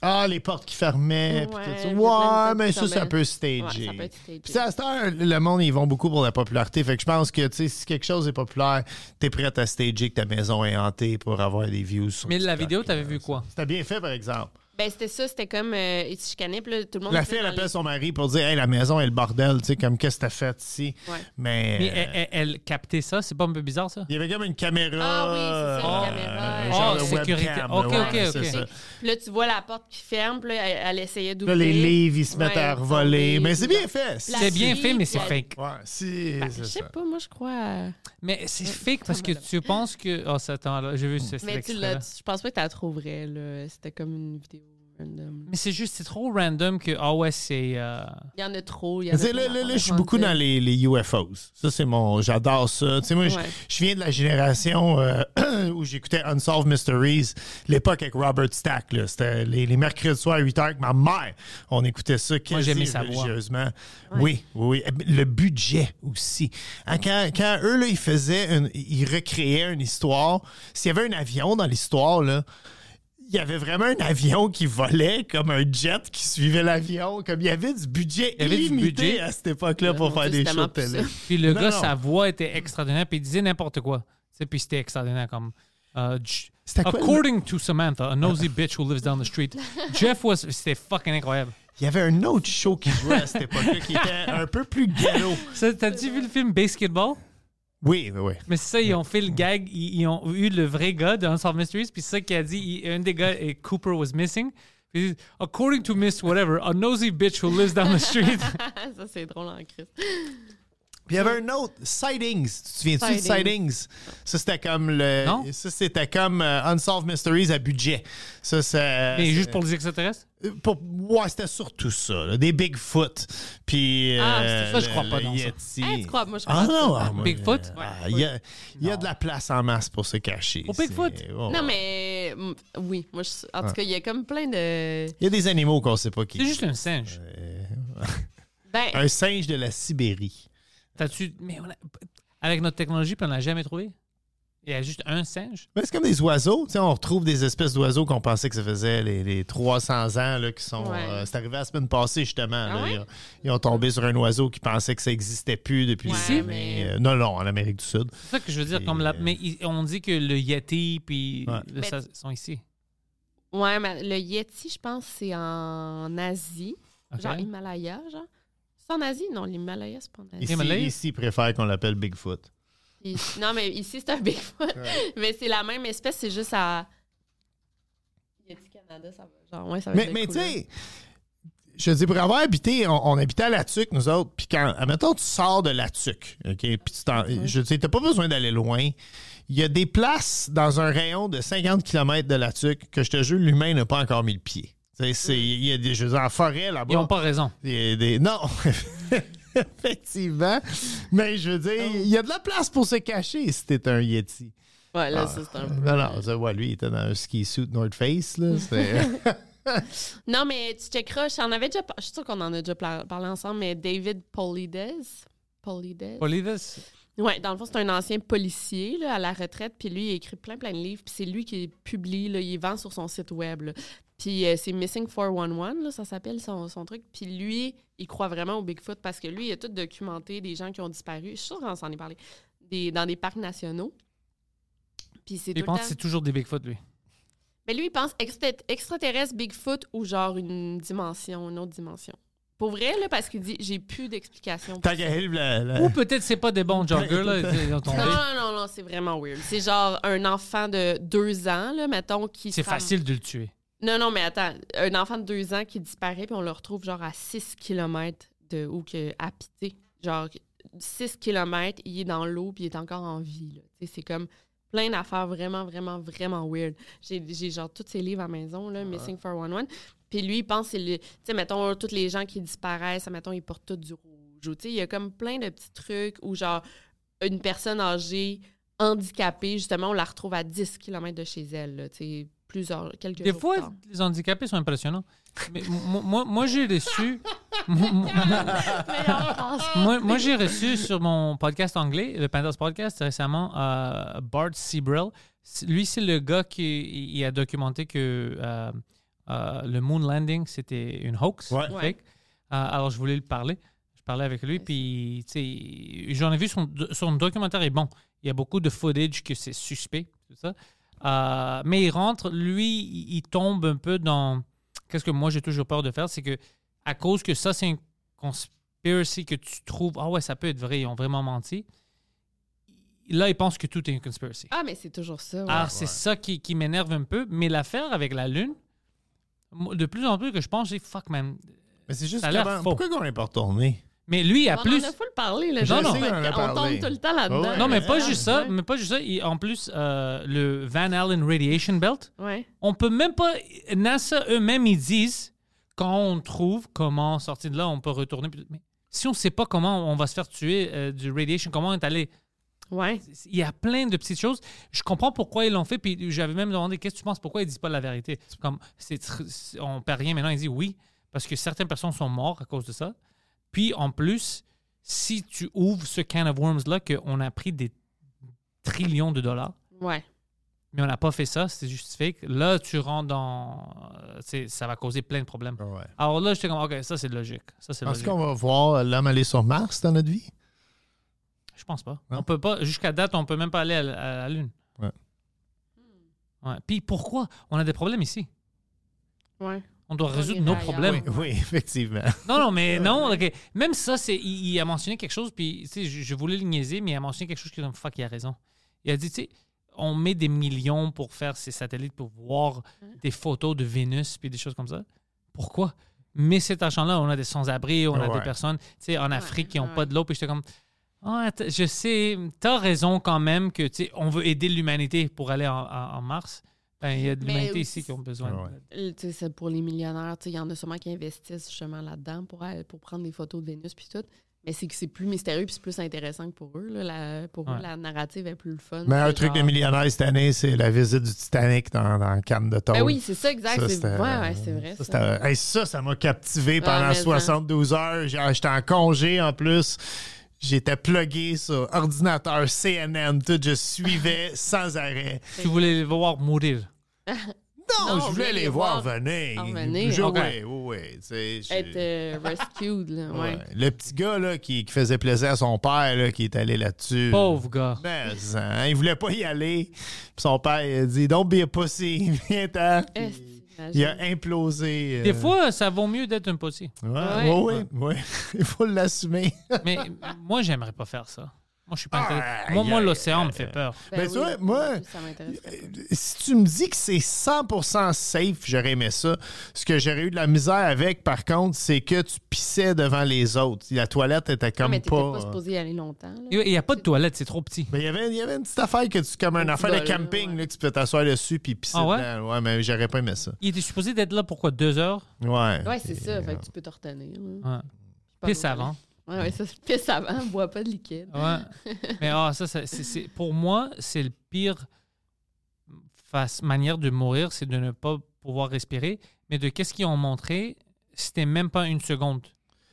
S3: Ah, les portes qui fermaient. puis
S4: Ouais,
S3: tout ça.
S4: il y a plein
S3: ouais
S4: de
S3: mais ça,
S4: portes
S3: c'est un peu
S4: fermées.
S3: stagé.
S4: Ouais, ça peut être stagé.
S3: Puis à cette heure, le monde, ils vont beaucoup pour la popularité. Fait que je pense que, tu sais, si quelque chose est populaire, t'es prête à stager que ta maison est hantée pour avoir des views. sur
S2: Mais la
S3: TikTok.
S2: vidéo, t'avais vu quoi?
S3: C'était bien fait, par exemple.
S4: Ben, c'était ça, c'était comme. Euh, ils se chicanaient, puis là, tout le monde.
S3: La
S4: était
S3: fille, elle
S4: dans les-
S3: appelle son mari pour dire Hey, la maison est le bordel, tu sais, comme qu'est-ce que t'as fait ici.
S4: Ouais.
S3: Mais.
S2: Mais eh,
S3: euh,
S2: elle, elle- elle captait ça, c'est pas un peu bizarre ça?
S3: il y avait comme une caméra.
S4: Ah oui, c'est ça, une
S3: euh,
S4: caméra.
S3: un genre
S4: Ah,
S3: de
S2: Oh, sécurité.
S3: webcam,
S2: Ok,
S3: ouais,
S2: ok,
S3: c'est
S2: ok.
S3: ça.
S4: Puis là, tu vois la porte qui ferme, puis là, elle, elle essayait d'ouvrir.
S3: Là, les livres, ils se mettent
S4: Ouais,
S3: à revoler.
S4: tomber,
S3: Mais c'est
S4: puis
S3: bien fait.
S4: La
S2: C'est bien
S4: fille,
S2: fait, mais
S4: puis
S2: c'est
S4: la-
S2: fake.
S3: Ouais, si,
S4: Ben,
S3: c'est
S4: je sais
S3: ça.
S4: pas, moi, je crois. euh,
S2: Mais c'est fake parce que tu penses que. Oh, ça, attends, là, j'ai vu ce cet
S4: Mais tu
S2: extrait-là.
S4: l'as. tu- Je pense pas que tu la trouverais, là. C'était comme une vidéo random.
S2: Mais c'est juste, c'est trop random que. Ah ouais, c'est. euh,
S4: Il y en a trop. il y en a
S3: Tu sais,
S4: trop
S3: là, là,
S4: dans
S3: là,
S4: la
S3: je suis beaucoup dans
S4: random.
S3: les, les UFOs. Ça, c'est mon. J'adore ça. Tu sais, moi, je-
S4: Ouais.
S3: je viens de la génération euh, où j'écoutais Unsolved Mysteries, l'époque avec Robert Stack. là. C'était les, les mercredis soirs à 8 h avec ma mère. On écoutait ça quasi
S2: j'aimais sa voix.
S3: religieusement. Oui, oui, oui. Le budget aussi. Hein, Quand, quand eux, là, ils faisaient. une- ils recréaient une histoire. S'il y avait un avion dans l'histoire, là il y avait vraiment un avion qui volait, comme un jet qui suivait l'avion. Comme il y avait du budget
S2: Il y avait du
S3: illimité
S2: budget. Ah,
S3: à cette époque-là
S4: Là,
S3: pour
S4: mon
S3: faire
S4: Dieu,
S3: des
S4: c'est
S3: shows de
S4: tellement
S3: télé.
S4: plus
S2: Puis le
S3: Non,
S2: gars,
S3: non.
S2: sa voix était extraordinaire, puis il disait n'importe quoi. Tu sais, puis c'était extraordinaire comme. euh, J-
S3: C'était quoi, le-
S2: According to Samantha, a nosy bitch who lives down the street, Jeff was. C'était fucking incroyable.
S3: Il y avait un autre show qui jouait à cette époque-là qui était un peu plus galop.
S2: Ça, T'as-tu vu le film Basketball?
S3: Oui, oui, oui.
S2: Mais c'est ça, ils ont fait le gag, ils, ils ont eu le vrai gars de Unsolved Mysteries, puis c'est ça qu'il a dit, il- un des gars, eh, Cooper, was missing. Puis il dit, According to Miss Whatever, a nosy bitch who lives down the street.
S4: ça, c'est drôle en Christ.
S3: Puis il y avait un autre, Sightings. Tu te souviens-tu de
S4: Sightings.
S3: Sightings? Ça, c'était comme le.
S2: Non.
S3: Ça, c'était comme euh, Unsolved Mysteries à budget. Ça, c'est.
S2: Mais juste pour les extraterrestres?
S3: pour- ouais, c'était surtout ça, là, des Bigfoot. Puis.
S4: Ah,
S3: euh,
S2: c'est ça, je
S3: le-
S2: crois pas
S3: le
S2: dans ça.
S3: Yeti.
S4: Hey, tu crois, moi, je
S3: Ah
S4: crois
S3: non,
S4: pas.
S3: ah, moi,
S2: Bigfoot?
S3: euh, ah, Il y a, il y a de la place en masse pour se cacher.
S2: Pour Bigfoot?
S3: C'est- oh.
S4: Non, mais mm, oui, moi, je- en tout cas, il y a comme plein de.
S3: Il y a des animaux qu'on sait pas qui. Euh,
S2: C'est juste un singe.
S4: Ben,
S3: Un singe de la Sibérie.
S2: T'as-tu. Mais on a- avec notre technologie, puis on l'a jamais trouvé. Il y a juste un singe.
S3: Mais Ben, c'est comme des oiseaux. Tu sais, on retrouve des espèces d'oiseaux qu'on pensait que ça faisait les, les 300 ans là, qui sont.
S4: Ouais.
S3: euh, c'est arrivé la semaine passée, justement. là.
S4: ouais?
S3: ils, ont, ils ont tombé sur un oiseau qui pensait que ça n'existait plus depuis
S4: Ouais,
S3: des années.
S4: mais-
S3: Euh, non, non, en Amérique du Sud.
S2: C'est ça que je veux dire.
S3: Et,
S2: Comme la,
S3: euh,
S2: mais il- on dit que le Yeti, puis
S3: Ouais.
S2: le-
S4: Mais-
S2: ça- sont ici.
S4: ouais, mais le Yeti, je pense, c'est en Asie.
S2: Ok?
S4: Genre Himalaya, genre. C'est en Asie? Non, l'Himalaya, c'est pas en Asie.
S3: Ici,
S2: Himalaya?
S3: ici, ils préfèrent qu'on l'appelle Bigfoot.
S4: Ici- non, mais ici, c'est un Bigfoot. Mais c'est la même espèce, c'est juste à. Yeti Canada, ça va. Genre, ouais, ça va
S3: Mais,
S4: être
S3: mais tu
S4: cool, hein.
S3: sais, je dis pour avoir habité, on, on habitait à La Tuque, nous autres, puis quand, admettons, tu sors de La Tuque, OK, puis tu t'en- je dis, t'as pas besoin d'aller loin. Il y a des places dans un rayon de 50 km de La Tuque que je te jure, l'humain n'a pas encore mis le pied. Tu sais, c'est- Il y a des, je veux dire, en forêt
S2: Ils
S3: là-bas.
S2: ont pas raison.
S3: il y a des- non! Effectivement. Mais je veux dire, il y a de la place pour se cacher si t'es un Yeti.
S4: Ouais,
S3: ah,
S4: là, ça, c'est un peu.
S3: Non, non, ça, ouais, lui, il était dans un ski suit North Face, là. C'était.
S4: Non, mais tu checkeras. J'en avais déjà. par- Je suis sûre qu'on en a déjà pla- parlé ensemble, mais David Polides. Polides.
S2: Politis.
S4: Ouais, dans le fond, c'est un ancien policier là, à la retraite, puis lui, il a écrit plein, plein de livres, puis c'est lui qui publie, là, il vend sur son site web. là. Puis euh, c'est Missing 411, là, ça s'appelle son, son truc. Puis lui, il croit vraiment au Bigfoot parce que lui, il a tout documenté des gens qui ont disparu. Je suis sûre qu'on s'en est parlé. Des, dans des parcs nationaux. Puis c'est tout
S2: Il
S4: le
S2: pense que
S4: temps-
S2: c'est toujours des Bigfoot, lui.
S4: mais lui, il pense extra- extraterrestre, Bigfoot ou genre une dimension, une autre dimension. Pour vrai, là, parce qu'il dit j'ai plus d'explication. pour
S3: Tant qu'à elle, la- la-
S2: Ou peut-être c'est pas des bons joggers, là. Ils ont tombé.
S4: Non, non, non, non, c'est vraiment weird. C'est genre un enfant de deux ans, là, mettons, qui.
S2: C'est
S4: se ram-
S2: facile de le tuer.
S4: Non, non, mais attends. Un enfant de deux ans qui disparaît, puis on le retrouve genre à 6 km de où que à Pité. Genre 6 km, il est dans l'eau, puis il est encore en vie. là. Tu sais, C'est comme plein d'affaires vraiment, vraiment, vraiment weird. J'ai j'ai genre tous ses livres à la maison, là, Missing 411. Puis lui, il pense, que c'est le- tu sais, mettons, tous les gens qui disparaissent, mettons, ils portent tout du rouge. Ou, tu sais, il y a comme plein de petits trucs où, genre, une personne âgée handicapée, justement, on la retrouve à 10 km de chez elle, là, tu sais, plusieurs, quelques
S2: Des
S4: jours plus
S2: fois,
S4: tard.
S2: les handicapés sont impressionnants. Mais m- m- moi, moi j'ai reçu. m- m- moi, moi, j'ai reçu sur mon podcast anglais, le Pandas Podcast, récemment, euh, Bart Sebrell. C'est- Lui, c'est le gars qui il a documenté que euh, euh, le moon landing, c'était une hoax.
S6: Ouais.
S2: fake.
S4: Ouais.
S2: Euh, alors, je voulais le parler. Je parlais avec lui, puis, tu sais, j'en ai vu, son, do- son documentaire est bon. Il y a beaucoup de footage que c'est suspect, tout ça. Euh, mais il rentre, lui, il il tombe un peu dans... Qu'est-ce que moi, j'ai toujours peur de faire, c'est que à cause que ça, c'est une conspiracy que tu trouves, ah ouais, ça peut être vrai, ils ont vraiment menti. Là, ils pensent que tout est une conspiracy.
S4: Ah, mais c'est toujours ça. ouais.
S2: Alors, c'est ça qui, qui m'énerve un peu. Mais l'affaire avec la Lune, moi, de plus en plus que je pense, j'ai fuck, man.
S3: Mais c'est juste
S2: Ça a l'air
S3: comment-
S2: faux.
S3: pourquoi qu'on n'est pas retourné?
S2: Mais lui, à
S4: on
S2: plus.
S4: en a full parlé, là.
S3: Je
S4: genre,
S2: sais
S4: fait
S3: qu'on en a
S4: qu'on
S3: parlé.
S4: tombe tout le temps là-dedans.
S3: Ouais, ouais.
S2: Non, mais
S4: là.
S2: pas juste ça.
S4: Ouais.
S2: Mais pas juste ça. Il- en plus, euh, le Van Allen Radiation Belt,
S4: Ouais.
S2: on peut même pas. NASA eux-mêmes, ils disent quand on trouve comment sortir de là, on peut retourner. Mais si on sait pas comment on va se faire tuer euh, du radiation, comment on est allé
S4: Ouais.
S2: il y a plein de petites choses. Je comprends pourquoi ils l'ont fait. Puis j'avais même demandé qu'est-ce que tu penses pourquoi ils disent pas la vérité. Comme c'est tr- c'est- on perd rien maintenant, ils disent oui parce que certaines personnes sont mortes à cause de ça. Puis en plus, si tu ouvres ce can of worms là qu'on a pris des trillions de dollars,
S4: Ouais.
S2: mais on n'a pas fait ça, c'est justifié. Là, tu rentres dans euh, c'est- ça va causer plein de problèmes.
S3: Ouais.
S2: Alors là, j'étais comme ok, ça c'est logique. Ça c'est
S3: Est-ce
S2: logique.
S3: qu'on va voir l'homme aller sur Mars dans notre vie?
S2: Je pense pas.
S3: Non?
S2: On peut pas. Jusqu'à date, on peut même pas aller à, la- à la Lune.
S3: Ouais.
S2: Ouais. Puis pourquoi on a des problèmes ici
S4: Ouais.
S2: On doit
S4: On
S2: résoudre
S4: est
S2: nos
S4: ailleurs.
S2: problèmes.
S4: Oui.
S3: Oui, effectivement.
S2: Non, non, mais non. ok. Même ça, c'est il, il a mentionné quelque chose. Puis tu sais, je, je voulais le niaiser, mais il a mentionné quelque chose qui me fuck, il a raison. Il a dit, tu sais, on met des millions pour faire ces satellites pour voir
S4: Hein?
S2: des photos de Vénus puis des choses comme ça. Pourquoi Mais cet argent-là, on a des sans-abri, on a
S3: Ouais.
S2: des personnes, tu sais, en Afrique qui n'ont
S4: ouais.
S2: pas de l'eau. Puis j'étais comme, ah, t- je sais, t'as raison quand même que tu sais, on veut aider l'humanité pour aller en, en- en Mars. Ben, il y a de
S4: Mais
S2: l'humanité
S4: aussi-
S2: ici qui ont besoin.
S3: Ouais, ouais.
S4: Euh, tu sais, c'est pour les millionnaires, tu sais, il y en a sûrement qui investissent justement là-dedans pour, aller- pour prendre des photos de Vénus puis tout. Mais c'est que c'est plus mystérieux puis c'est plus intéressant que pour eux. là. La, pour
S2: Ouais.
S4: eux, la narrative est plus le fun.
S3: Mais un
S4: C'est
S3: truc de
S4: genre-
S3: millionnaire cette année, c'est la visite du Titanic dans, dans Cannes de Tôle.
S4: Ben oui, c'est ça, exact.
S3: Ça,
S4: c'est
S3: c'était-
S4: ouais, ouais, c'est vrai.
S3: Ça,
S4: ça.
S3: c'était- hey, ça, ça m'a captivé
S4: Ah,
S3: pendant
S4: mais ça.
S3: 72 heures. J'ai- J'étais en congé en plus. J'étais plugué sur ordinateur, CNN, tout. Je suivais sans arrêt.
S2: Tu voulais les voir mourir.
S3: Non,
S4: Non,
S3: je voulais les voir venir.
S4: venir.
S3: Je-
S2: Ok.
S3: ouais, ouais, tu sais, je-
S4: Être euh, rescued, là, ouais.
S3: ouais. Le petit gars là, qui, qui faisait plaisir à son père, là, qui est allé là-dessus.
S2: Pauvre gars.
S3: Mais, hein, il voulait pas y aller. Puis son père il a dit Don't be a pussy, viens-t'en.
S4: Est-ce
S3: Puis
S4: que t'imagines?
S3: Il a implosé. euh,
S2: Des fois, ça vaut mieux d'être un potier.
S3: Ouais,
S4: Ouais.
S3: ouais, ouais, ouais. Il faut l'assumer.
S2: Mais moi, j'aimerais pas faire ça. Moi, je suis pas
S3: Ah,
S2: intéressé. Moi, moi
S3: aïe,
S2: l'océan
S3: aïe,
S2: me fait peur.
S4: Ben
S3: Mais tu vois,
S4: oui,
S3: moi-
S4: Ça m'intéresse.
S3: si tu me dis que c'est 100% safe, j'aurais aimé ça. Ce que j'aurais eu de la misère avec, par contre, c'est que tu pissais devant les autres. La toilette était
S4: Non,
S3: comme
S4: mais t'étais
S3: pas. euh,
S4: pas supposé y aller longtemps. là.
S2: Il n'y a pas de toilette, c'est trop petit.
S3: Mais il y avait- il y avait une petite affaire que tu comme une
S4: Au
S3: affaire de
S4: bol,
S3: camping
S4: ouais.
S3: là, que tu peux t'asseoir dessus puis pisser
S2: Ah ouais?
S3: dedans. Ouais, mais j'aurais pas aimé ça.
S2: Il était supposé d'être là pour quoi, deux heures?
S3: Ouais.
S4: Ouais, c'est ça. Fait
S3: Et,
S4: que tu peux te retenir. là.
S2: Ouais.
S4: Pas
S2: Pisse
S4: drôle.
S2: avant.
S4: Ouais, ouais, ça, c'est pisse avant. Bois pas de liquide.
S2: Ouais. Mais ah, ça, ça, c'est- c'est- pour moi, c'est le pire face, manière de mourir, c'est de ne pas pouvoir respirer. Mais de qu'est-ce qu'ils ont montré, c'était même pas une seconde.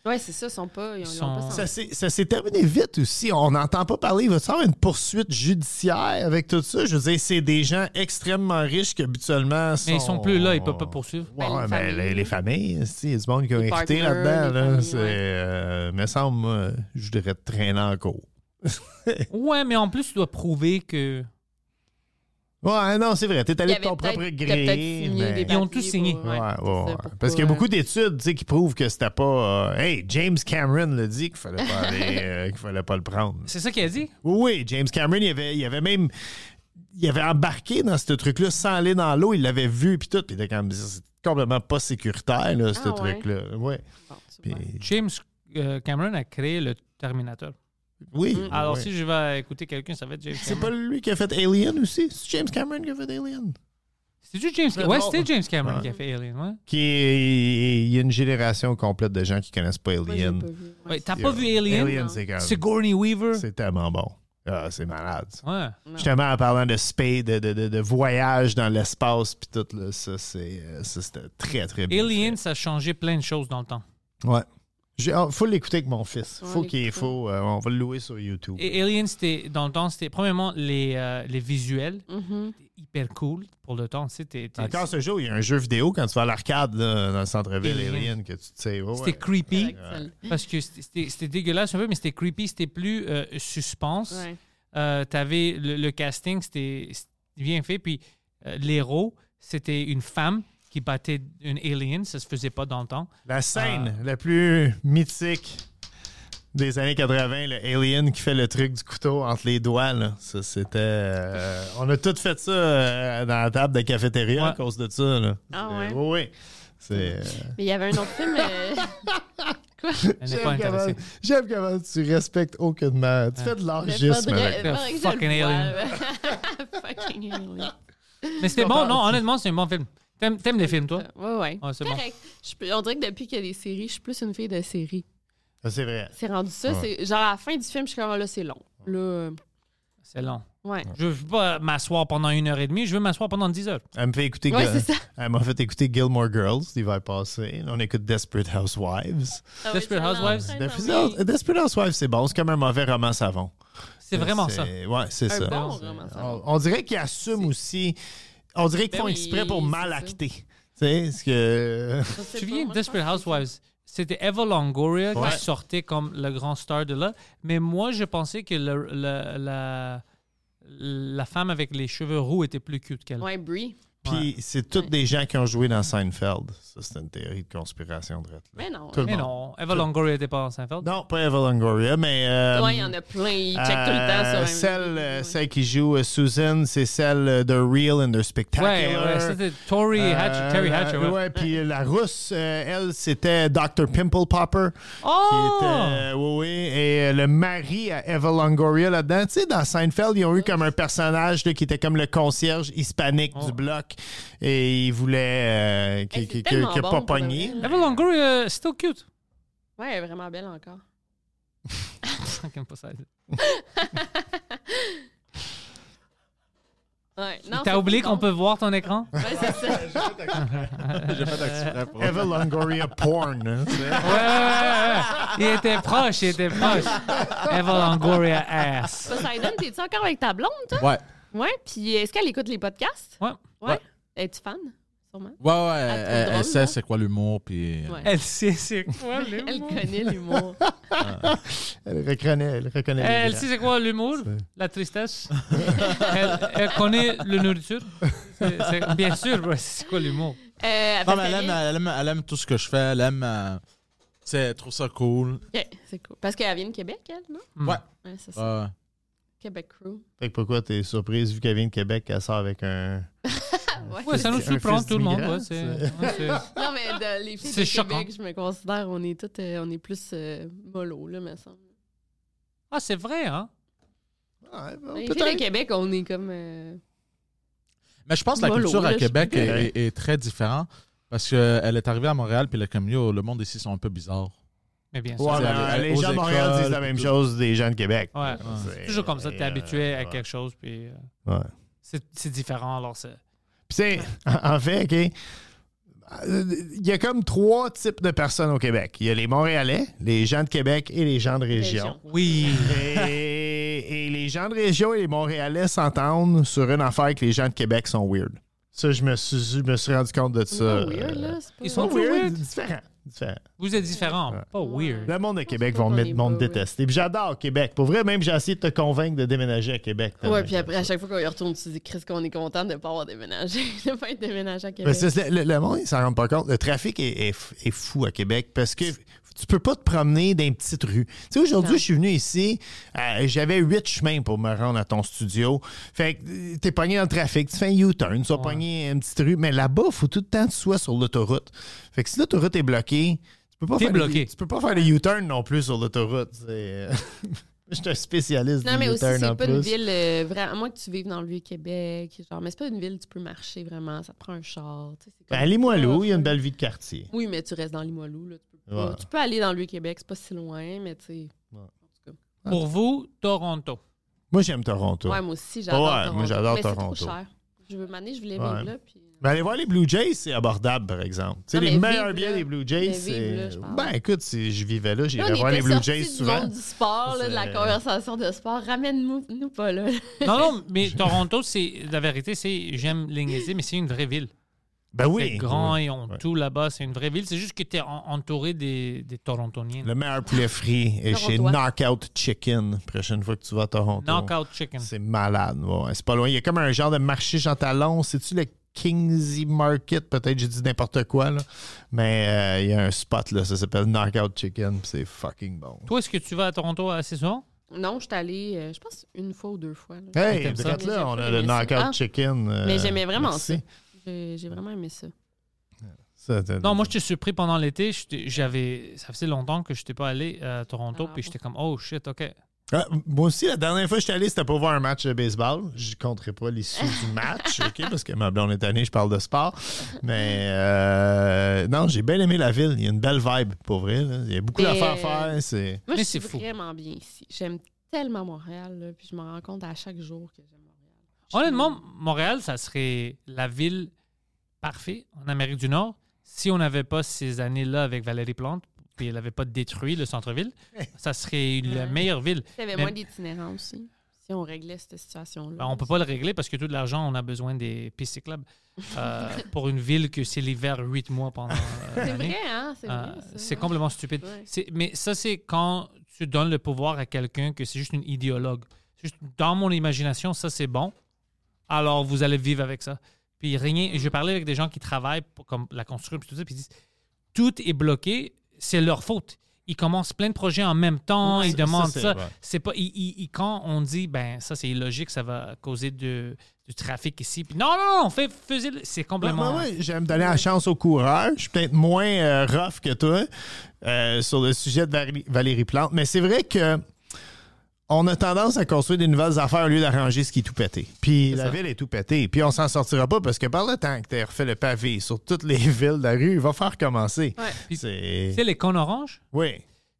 S4: Ouais, c'est ça. Ils sont pas. Ils,
S2: Ils
S4: l'ont
S2: sont-
S4: pas
S3: Ça
S4: senti.
S3: s'est ça s'est terminé vite aussi. On n'entend pas parler. Il va y avoir une poursuite judiciaire avec tout ça. Je veux dire, c'est des gens extrêmement riches qui habituellement sont...
S2: Mais ils sont plus là, ils peuvent
S3: Oh.
S2: pas poursuivre.
S3: Ouais,
S4: Ben, les
S3: mais
S4: familles.
S3: les, les familles, si, il y a du monde qui a
S4: Les
S3: écouté
S4: partners,
S3: là-dedans.
S4: les
S3: Là,
S4: familles,
S3: c'est,
S4: ouais.
S3: euh, me semble, moi, je voudrais te traîner en cours.
S2: Ouais, mais en plus, tu dois prouver que.
S3: Ouais, non, c'est vrai. T'es allé
S4: Il y
S3: de ton
S4: avait
S3: propre
S4: peut-être-
S3: gré.
S4: t'as peut-être signé
S3: mais-
S4: des
S2: Ils ont
S4: papiers
S2: tous signé.
S4: pour-
S3: Ouais,
S4: ouais,
S3: ouais,
S4: c'est ça,
S3: ouais.
S4: pour
S3: Parce qu'il y a
S4: pas- euh,
S3: beaucoup d'études tu sais, qui prouvent que c'était pas. euh, hey, James Cameron l'a dit qu'il fallait pas aller, euh, qu'il fallait pas le prendre.
S2: C'est ça qu'il a dit?
S3: Oui, oui, James Cameron, il avait, il avait même. Il avait embarqué dans ce truc-là sans aller dans l'eau. Il l'avait vu, puis tout. Puis il était comme. C'est complètement pas sécuritaire, là, ce
S4: Ah, ouais.
S3: truc-là. Ouais.
S4: Bon, c'est
S3: Puis-
S4: bon.
S2: James euh, Cameron a créé le Terminator.
S4: Mm.
S3: oui.
S2: Ah, Alors,
S3: ouais.
S2: si je vais écouter quelqu'un, ça va être James
S3: C'est
S2: Cameron.
S3: pas lui qui a fait Alien aussi? C'est James Cameron qui a fait Alien?
S2: C'était James
S3: C'est
S2: Cameron. Ouais,
S3: drôle.
S2: c'était James Cameron
S3: Ouais.
S2: qui a fait Alien, ouais.
S3: Qui est- Il y a une génération complète de gens qui connaissent pas
S4: Moi, j'ai
S3: Alien.
S4: pas vu, ouais.
S2: Ouais, T'as pas vu Alien?
S3: Alien,
S4: non.
S3: c'est quand
S2: C'est Sigourney Weaver?
S3: C'est tellement bon. Ah, c'est malade. ça.
S2: Ouais.
S3: Justement, en parlant de space, de, de, de- de voyage dans l'espace, puis tout, là, ça, c'est, euh, ça, c'était très, très bien.
S2: Alien, ça a changé plein de choses dans le temps.
S3: fait. Ouais. J'ai- ah, faut l'écouter avec mon fils.
S4: On va
S3: Faut qu'il
S4: l'écouter.
S3: faut. euh, on va le louer sur YouTube.
S2: Et Alien, c'était dans le temps, c'était premièrement les, euh, les visuels, c'était hyper cool pour le temps. C'était t'es-
S3: Encore ce jour, il y a un jeu vidéo quand tu vas à l'arcade là, dans le centre-ville
S2: Alien.
S3: Alien que tu tu sais. ouais,
S2: c'était
S3: ouais.
S2: creepy
S4: Excellent.
S2: parce que c'était- c'était c'était dégueulasse un peu, mais c'était creepy, c'était plus euh, suspense.
S4: Ouais.
S2: Euh, T'avais le, le casting, c'était c'était bien fait. Puis euh, l'héros, c'était une femme qui battait une alien, ça se faisait pas dans le temps.
S3: La scène la plus mythique des années 80, le Alien qui fait le truc du couteau entre les doigts. Là. Ça, c'était. euh, on a tout fait ça euh, dans la table de cafétéria à
S2: Ouais.
S3: cause de ça. Là.
S4: Ah
S3: C'est-
S4: ouais.
S3: Oui, oui. C'est. euh,
S4: Mais il y avait un autre film. euh,
S2: Elle n'est
S3: J'aime
S2: pas intéressée.
S3: comment, j'aime comment euh, tu respectes aucunement. Tu fais de
S4: mais
S3: l'argisme.
S4: faudrait-
S3: avec.
S2: The
S4: faudrait que je
S2: fucking
S4: le
S2: alien.
S4: voie. fucking alien.
S2: Mais c'était bon, non, honnêtement, c'est un bon film. T'aimes t'aimes les films, toi?
S4: Ouais, ouais.
S2: Ouais, c'est bon.
S4: Correct. Je peux- on dirait que depuis qu'il y a des séries, je suis plus une fille de séries.
S3: Ah, C'est vrai.
S4: C'est rendu ça.
S3: Ouais.
S4: c'est Genre, à la fin du film, je suis comme, ah, là, c'est long. Là, euh,
S2: C'est long.
S4: ouais.
S2: Je veux pas m'asseoir pendant une heure et demie, je veux m'asseoir pendant dix heures.
S3: Elle me fait écouter.
S4: Ouais,
S3: Gil-
S4: c'est ça.
S3: Elle m'a fait écouter Gilmore Girls l'hiver passé. On écoute Desperate Housewives.
S4: Ah ouais,
S2: Desperate
S4: ça
S2: Housewives?
S4: l'entraîne,
S3: Desperate,
S4: ah oui.
S3: Desperate Housewives, c'est bon. C'est comme un mauvais roman savon.
S2: C'est vraiment ça.
S3: Ouais, c'est
S4: Un
S3: ça.
S4: bon roman savon.
S3: On, on dirait qu'ils assument aussi. On dirait qu'ils
S4: Ben
S3: font
S4: oui,
S3: exprès pour
S4: c'est
S3: mal
S4: ça.
S3: acter. Tu sais, ce que.
S4: Je sais
S2: Tu
S4: pas,
S2: viens de
S4: moi, je
S2: Desperate
S4: pense que-
S2: Housewives. C'était Eva Longoria
S3: Ouais.
S2: qui sortait comme le grand star de là. Mais moi, je pensais que le- le- la, la femme avec les cheveux roux était plus cute qu'elle.
S4: Ouais, Brie.
S3: Puis c'est tous
S4: Ouais.
S3: des gens qui ont joué dans Seinfeld. Ça, c'est une théorie de conspiration, de là.
S4: Mais non.
S3: Tout le
S2: Mais
S3: monde.
S2: non, Eva Longoria n'était pas en Seinfeld.
S3: Non, pas Eva Longoria, mais. euh,
S4: ouais, il y en a plein. Ils checkent tout le temps sur
S3: Euh,
S4: un-
S3: celle, euh,
S4: Ouais.
S3: celle qui joue euh, Susan, c'est celle euh, de Real and the Spectacular.
S2: Ouais, ouais, c'était Tori
S3: Euh,
S2: Hatcher, Terry Hatcher.
S3: la-
S2: ouais.
S3: ouais, puis euh, la rousse, euh, elle, c'était Dr. Pimple Popper. Qui
S2: Oh!
S3: était, euh, oui, oui, et euh, le mari à Eva Longoria là-dedans. Tu sais, dans Seinfeld, ils ont eu comme un personnage là, qui était comme le concierge hispanique
S2: Oh.
S3: du bloc et il voulait. euh, qui
S4: Hey, c'est
S3: qui- qui-
S4: tellement
S3: qui a
S4: bon
S3: pas
S4: pour de
S3: pogné.
S4: vrai.
S2: Eva Longoria, euh, still cute.
S4: Ouais, elle est vraiment belle encore.
S2: Fucking Poseidon.
S4: Ouais. Non,
S2: T'as
S4: c'est
S2: oublié
S4: bon.
S2: qu'on peut voir ton écran?
S4: Ouais, c'est ça.
S5: J'ai fait exprès pour
S3: Eva Longoria porn. hein, tu sais.
S2: Ouais, ouais, ouais, ouais. Il était proche, il était proche. Eva Longoria ass.
S4: Poseidon, t'es-tu encore avec ta blonde, toi?
S5: Ouais.
S4: Ouais. Puis est-ce qu'elle écoute les podcasts?
S2: Ouais.
S4: Ouais. Es-tu fan? Sûrement.
S5: Ouais, ouais.
S4: trouve
S5: Elle, elle
S4: drôle,
S5: sait
S4: hein?
S5: c'est quoi l'humour, puis. euh,
S4: Ouais.
S2: Elle sait c'est quoi l'humour.
S4: Elle connaît l'humour.
S3: Elle reconnaît, elle reconnaît. les
S2: Elle
S3: gens.
S2: sait c'est quoi l'humour, la tristesse. elle, elle connaît la nourriture. C'est- c'est- bien sûr, bro, c'est quoi l'humour.
S4: Euh,
S5: Non,
S4: parce
S5: mais elle
S4: qu'elle
S5: aime,
S4: vient-
S5: elle, aime, elle aime tout ce que je fais. Elle aime. euh, tu sais, elle trouve ça cool.
S4: Ok, c'est cool. Parce qu'elle vient de Québec, elle, non?
S5: Ouais.
S4: Ouais, c'est ça.
S5: Ouais.
S4: Québec Crew.
S3: Fait que pourquoi t'es surprise vu qu'elle vient de Québec, qu'elle sort avec un.
S4: Ouais.
S2: Ouais, ça nous
S3: Un
S2: surprend
S3: fils
S2: tout le monde.
S3: d'immigrant,
S2: ouais, c'est- ouais, c'est-
S4: Non, mais de- les filles de
S2: C'est choquant.
S4: Québec, je me considère, on est toutes, euh, on est plus euh, mollo, là, me semble.
S2: Ah, c'est vrai, hein?
S3: Ouais, bon,
S4: les
S3: peut-être.
S4: filles de Québec, on est comme... euh,
S5: Mais je pense que la
S4: Mollo,
S5: culture à
S4: là, je-
S5: Québec
S3: Ouais.
S5: est, est- est très différente parce qu'elle est arrivée à Montréal, puis elle est comme yo, le monde ici sont un peu bizarre.
S2: Mais bien sûr.
S3: Ouais,
S5: C'est
S3: mais
S5: ben, aller-
S3: les
S5: aux
S3: gens de Montréal
S5: écoles,
S3: disent la même
S5: tout.
S3: chose des gens de Québec.
S2: Ouais.
S3: C'est-
S2: Ah, C'est toujours comme ça, t'es
S3: euh,
S2: habitué à
S3: ouais.
S2: quelque chose, puis euh,
S3: Ouais.
S2: c'est c'est différent, alors c'est...
S3: Puis c'est, en en fait, OK, euh, il y a comme trois types de personnes au Québec. Il y a les Montréalais, les gens de Québec et les gens de région.
S4: Région.
S2: Oui!
S3: Et, et les gens de région et les Montréalais s'entendent sur une affaire que les gens de Québec sont weird. Ça, je me suis, je me suis rendu compte de ça. euh,
S4: pas weird, Ah là. c'est pas-
S2: Ils
S3: Pas
S2: sont-
S3: weird, différent. différent.
S2: Vous êtes différents,
S3: Ouais.
S2: pas weird.
S3: Le monde de Québec
S4: pas
S3: va
S4: qu'on
S3: me
S4: est
S3: vont me
S4: pas weird.
S3: détester. Puis j'adore Québec. Pour vrai, même j'ai essayé de te convaincre de déménager à Québec.
S4: Ouais, puis après, à chaque fois qu'on y retourne, tu te dis, Chris, qu'on est content de ne pas avoir déménagé, de ne pas être déménagé à
S3: Mais
S4: Québec.
S3: c'est- le, le monde, ils s'en rendent pas compte. Le trafic est, est f- est fou à Québec parce que tu peux pas te promener dans une petite rue. Tu sais, aujourd'hui,
S4: Non.
S3: je suis venu ici, euh, j'avais huit chemins pour me rendre à ton studio. Fait que euh, t'es pogné dans le trafic, tu fais un U-turn, tu vas pogner une petite rue. Mais là-bas, faut tout le temps que tu sois sur l'autoroute. Fait que si l'autoroute est bloquée, tu peux pas
S2: T'es
S3: faire des-
S2: bloqué.
S3: tu peux pas faire le U-turn non plus sur l'autoroute. C'est, euh, Je suis un spécialiste
S4: Non,
S3: du
S4: mais aussi,
S3: U-turn en
S4: c'est pas
S3: plus.
S4: une ville, euh, vraiment, à moins que tu vives dans le Vieux-Québec, genre, mais c'est pas une ville, où tu peux marcher vraiment, ça te prend un char. tu sais, c'est
S3: Ben,
S4: comme-
S3: à Limoilou, il y a une belle vie de quartier.
S4: Oui, mais tu restes dans Limoilou, là. Tu peux, pas-
S3: Ouais.
S4: tu peux aller dans le Vieux-Québec, c'est pas si loin, mais tu sais.
S2: Pour vous, Toronto.
S3: Moi, j'aime Toronto.
S4: Ouais, moi aussi, j'adore
S3: Ouais, moi,
S4: Toronto.
S3: j'adore
S4: Mais c'est
S3: Toronto.
S4: trop cher. Je veux m'amener, je voulais
S3: Ouais.
S4: vivre là, puis... euh,
S3: Ben, allez voir les Blue Jays, c'est abordable, par exemple. Tu sais,
S4: Non,
S3: les
S4: mais
S3: meilleurs
S4: vive
S3: biens
S4: là.
S3: des Blue
S4: Mais
S3: Jays,
S4: vive là,
S3: c'est.
S4: je parle.
S3: Ben, écoute, si je vivais là,
S4: Là,
S3: j'irais
S4: on
S3: voir les
S4: était
S3: Blue
S4: sortis
S3: Jays
S4: du
S3: souvent.
S4: monde du sport, là, de la
S3: C'est-
S4: conversation de sport. Ramène-nous nous pas là.
S2: Non, non, mais Toronto, c'est la vérité, c'est j'aime l'Inglésie, mais c'est une vraie ville.
S3: Ben
S2: C'est
S3: oui.
S2: grand,
S3: Oui.
S2: ils ont
S3: Ouais.
S2: tout là-bas, c'est une vraie ville. C'est juste que tu es entouré des, des Torontoniens.
S3: Le meilleur poulet frit est chez
S4: Torontois.
S3: Knockout Chicken, prochaine fois que tu vas à Toronto.
S2: Knockout Chicken.
S3: C'est malade. ouais. C'est pas loin. Il y a comme un genre de marché Jean Talon. C'est-tu le Kingsy Market? Peut-être j'ai dit n'importe quoi. Là. Mais euh, il y a un spot, là, ça s'appelle Knockout Chicken. puis C'est fucking bon.
S2: Toi, est-ce que tu vas à Toronto assez souvent?
S4: Non, je suis allée, euh, je pense, une fois ou deux fois. là.
S3: Hey,
S2: Ah, T'aimes ça?
S3: regarde là, on a
S4: J'ai
S3: le
S4: aimé ça.
S3: Knockout
S4: Ah.
S3: Chicken. euh,
S4: Mais j'aimais vraiment
S3: merci.
S4: J'ai j'ai vraiment aimé ça.
S3: Ça, t'as-
S2: Non, moi, j'étais surpris pendant l'été. J'étais- J'avais, ça faisait longtemps que je n'étais pas allé à Toronto,
S4: Ah,
S2: puis j'étais comme, oh shit, OK.
S3: Ah, moi aussi, la dernière fois que j'étais allé, c'était pour voir un match de baseball. Je compterai pas l'issue du match, OK? Parce que ma blonde est année, je parle de sport. Mais euh, non, j'ai bien aimé la ville. Il y a une belle vibe, pour vrai. là. Il y a beaucoup
S4: Mais,
S3: d'affaires à
S4: euh,
S3: faire. C'est...
S2: Mais
S4: Moi, je
S2: c'est
S4: suis
S2: fou.
S4: vraiment bien ici. J'aime tellement Montréal, là, puis je me rends compte à chaque jour que j'aime Montréal. Je-
S2: Honnêtement, Montréal, ça serait la ville parfaite en Amérique du Nord si on n'avait pas ces années-là avec Valérie Plante, puis elle n'avait pas détruit le centre-ville. Ça serait la
S4: Ouais.
S2: meilleure ville.
S4: Il y avait
S2: mais-
S4: moins d'itinérants aussi, si on réglait cette situation-là.
S2: Ben, on peut pas le régler parce que tout l'argent, on a besoin des pistes cyclables Euh, pour une ville que c'est l'hiver huit mois pendant euh,
S4: C'est
S2: l'année.
S4: vrai, hein? C'est
S2: Euh,
S4: vrai. ça.
S2: c'est complètement stupide.
S4: Ouais.
S2: C'est- Mais ça, c'est quand tu donnes le pouvoir à quelqu'un que c'est juste une idéologue. C'est juste, dans mon imagination, ça, c'est bon. Alors, vous allez vivre avec ça. Puis rien. Je parlais avec des gens qui travaillent pour, comme la construction, puis tout ça, puis ils disent tout est bloqué, c'est leur faute. Ils commencent plein de projets en même temps,
S3: Ouais,
S2: ils
S3: ça-
S2: demandent
S3: ça, c'est
S2: ça.
S3: vrai.
S2: C'est pas. ils- ils- ils- quand on dit, ben, ça, c'est illogique, ça va causer de- du trafic ici. Puis, non, non, non, fait, faisait. C'est
S3: Ouais,
S2: complètement.
S3: ouais, ouais, Ben, j'aime donner la chance aux coureurs. Je suis peut-être moins euh, rough que toi euh, sur le sujet de Valérie- Valérie Plante. Mais c'est vrai que on a tendance à construire des nouvelles affaires au lieu d'arranger ce qui est tout pété. Puis la ville est tout pété. Puis on s'en sortira pas parce que par le temps que tu as refait le pavé sur toutes les villes de la rue, il va faire commencer.
S2: Puis, tu
S3: C'est...
S2: sais, les cons oranges,
S3: Oui.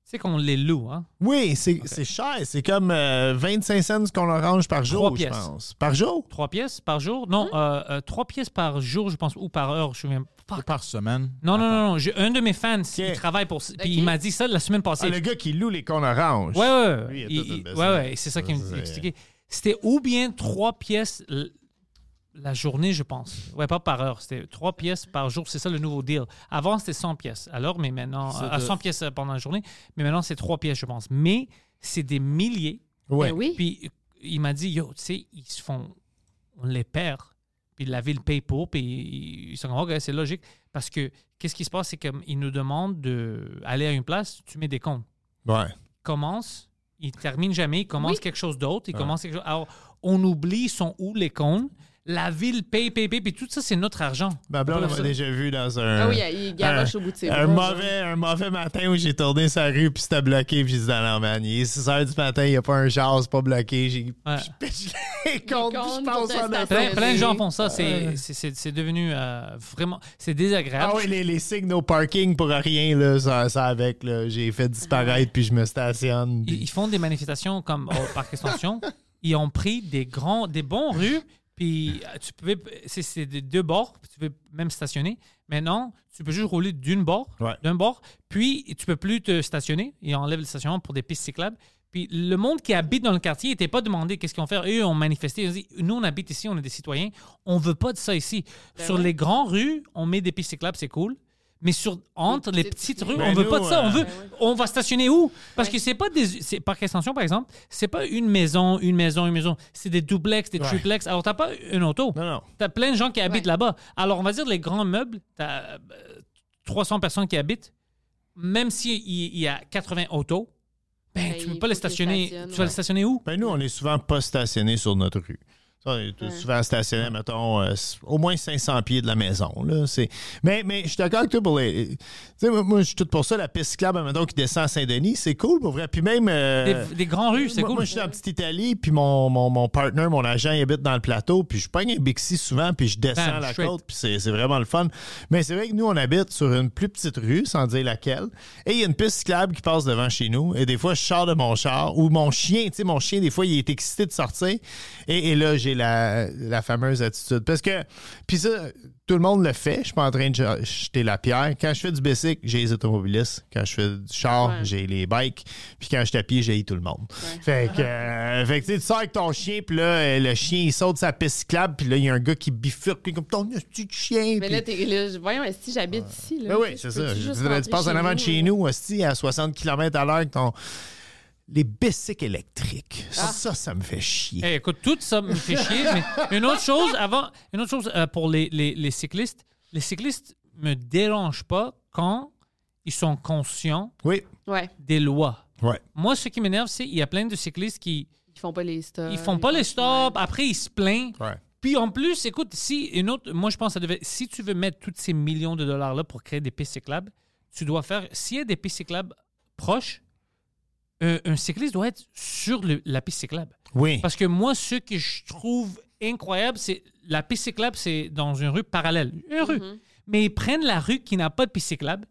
S2: c'est qu'on les loue, hein?
S3: Oui, c'est, c'est cher. C'est comme euh, 25 cents qu'on orange par jour,
S2: Trois
S3: je
S2: pièces.
S3: pense. Par jour?
S2: Trois pièces par jour? Non,
S3: Hein?
S2: euh, euh, trois pièces par jour, je pense, ou par heure, je me souviens pas.
S5: Par semaine.
S2: Non, non, non, non. j'ai- Un de mes fans, il travaille pour. Puis il m'a dit ça la semaine
S3: Ah,
S2: passée.
S3: le gars qui loue les cons oranges.
S2: Ouais, ouais, ouais.
S3: Lui, il a
S2: Il-
S3: tout une
S2: il-
S3: business.
S2: ouais, ouais, c'est ça qu'il
S3: Ça,
S2: m'a
S3: c'est-
S2: expliqué. C'était ou bien trois pièces l- la journée, je pense. Ouais, pas par heure. C'était trois pièces par jour. C'est ça le nouveau deal. Avant, c'était 100 pièces. Alors, mais maintenant, euh,
S5: C'est
S2: à
S5: de-
S2: 100 pièces pendant la journée. Mais maintenant, c'est trois pièces, je pense. Mais c'est des milliers.
S4: Ben oui.
S2: Puis il m'a dit, yo, tu sais, ils se font, on les perd. Puis la ville paye pour, puis ils sont comme, OK, c'est logique. Parce que qu'est-ce qui se passe, c'est qu'ils nous demandent d'aller à une place, tu mets des comptes.
S3: Ouais.
S2: Commence, ils terminent jamais, ils commencent
S4: Oui.
S2: quelque chose d'autre, ils commencent quelque chose. Alors, on oublie, ils sont où les comptes? La ville paye, paye, paye, puis tout ça, c'est notre argent.
S3: Ma blonde m'a déjà vu dans Euh, un.
S4: Ah oui, il garoche au bout de ses
S3: un
S4: bras,
S3: mauvais, un mauvais matin où j'ai tourné sa rue puis c'était bloqué puis j'ai dit non, non man, il est 6 h du matin, il n'y a pas un char, c'est pas bloqué, j'ai
S2: Ouais. Hein?
S3: je pitche les comptes puis je
S4: comptes
S3: pense
S4: pour
S3: en
S4: ta
S3: avant.
S2: Plein,
S4: Ouais,
S2: plein de
S4: mais-
S2: gens font ça. C'est- C'est c'est- c'est devenu euh, vraiment... C'est désagréable.
S3: Ah oui, les, les signaux parking pour rien là, ça, ça avec là, j'ai fait
S4: Ah
S3: disparaître puis je me stationne.
S2: ils,
S3: puis-
S2: ils font des manifestations comme au parc extension. ils ont pris des grands, des bons rues, puis euh, tu pouvais, c'est, c'est des deux bords, puis tu peux même stationner. Maintenant, tu peux juste rouler d'une bord,
S3: Ouais.
S2: d'un bord, puis tu peux plus te stationner. Ils enlèvent le stationnement pour des pistes cyclables. Puis le monde qui habite dans le quartier n'était pas demandé qu'est-ce qu'ils vont faire. Eux ont manifesté. Ils ont dit Nous, on habite ici, on est des citoyens. On veut pas de ça ici.
S4: Ben
S2: sur les grandes rues, on met des pistes cyclables, c'est cool. Mais sur, entre les
S4: petites
S2: petites
S4: rues.
S2: rues,
S3: Ben
S2: on veut
S3: nous,
S2: pas de ça.
S3: euh,
S2: On veut,
S4: Ben oui.
S2: on va stationner où Parce
S4: Ouais.
S2: que c'est pas des c'est par extension par exemple, c'est pas une maison, une maison, une maison, c'est des duplex, des triplex. Alors t'as pas une auto.
S3: Non non.
S2: T'as plein de gens qui habitent
S4: Ouais.
S2: là-bas. Alors on va dire les grands meubles, t'as euh, 300 personnes qui habitent. Même s'il il y a 80 autos, ben,
S4: Ben,
S2: tu
S4: il
S2: peux
S4: faut
S2: pas les
S4: qu'ils
S2: stationner.
S4: stationnent,
S2: Tu vas les
S4: ouais.
S2: stationner où
S3: Ben nous on est souvent pas stationnés sur notre rue. Ça, On est souvent stationné, mettons, euh, s- au moins 500 pieds de la maison. Là. C'est- Mais, mais je suis d'accord avec toi pour les. Tu sais, moi, moi, je suis tout pour ça. La piste cyclable, mettons, qui descend à Saint-Denis, c'est cool pour vrai. Puis même.
S2: Des,
S3: euh,
S2: des grandes rues, c'est
S3: moi,
S2: cool.
S3: moi, je suis en petite Italie, puis mon, mon, mon partner, mon agent, il habite dans le plateau, puis je pogne un Bixi souvent, puis je descends
S2: Bam,
S3: la
S2: straight.
S3: côte, puis c'est, c'est vraiment le fun. Mais c'est vrai que nous, on habite sur une plus petite rue, sans dire laquelle, et il y a une piste cyclable qui passe devant chez nous, et des fois, je sors de mon char, ou mon chien, tu sais, mon chien, des fois, il est excité de sortir, et, et là, j'ai c'est la, la fameuse attitude. Parce que, puis ça, tout le monde le fait. Je suis pas en train de je- jeter la pierre. Quand je fais du bicycle, j'ai les automobilistes. Quand je fais du char,
S4: Ouais.
S3: j'ai les bikes. Puis quand je suis à pied, j'ai tout le monde. Fait que, euh, fait que, tu sais, tu sors avec ton chien, puis là, euh, le chien, il saute sa piste cyclable, puis là, il y a un gars qui bifurque, puis comme ton petit chien.
S4: Mais
S3: puis-
S4: là, t'es, là, je- voyons, si j'habite ici. Là,
S3: ben oui, c'est
S4: je peux-tu
S3: ça. Je
S4: juste
S3: dirais, tu
S4: rentrer
S3: passes en avant de chez
S4: là?
S3: nous aussi à 60 km à l'heure avec ton. Les bicycles électriques.
S4: Ah.
S3: Ça, ça me fait chier.
S2: Hey, écoute, tout ça me fait chier. mais une autre chose, avant, une autre chose euh, pour les, les- les cyclistes, les cyclistes me dérangent pas quand ils sont conscients
S3: Oui.
S4: Ouais,
S2: des lois.
S3: Ouais.
S2: Moi, ce qui m'énerve, c'est qu'il y a plein de cyclistes qui
S4: ils font pas les stops.
S2: ils font pas les stops, après ils se plaignent.
S3: Ouais.
S2: Puis en plus, écoute, si une autre, moi je pense que ça devait, si tu veux mettre tous ces millions de dollars là pour créer des pistes cyclables, tu dois faire, s'il y a des pistes cyclables proches, un, un cycliste doit être sur le- la piste cyclable.
S3: Oui.
S2: Parce que moi, ce que je trouve incroyable, c'est la piste cyclable, c'est dans une rue parallèle. Une rue.
S4: Mhm.
S2: Mais ils prennent la rue qui n'a pas de piste cyclable.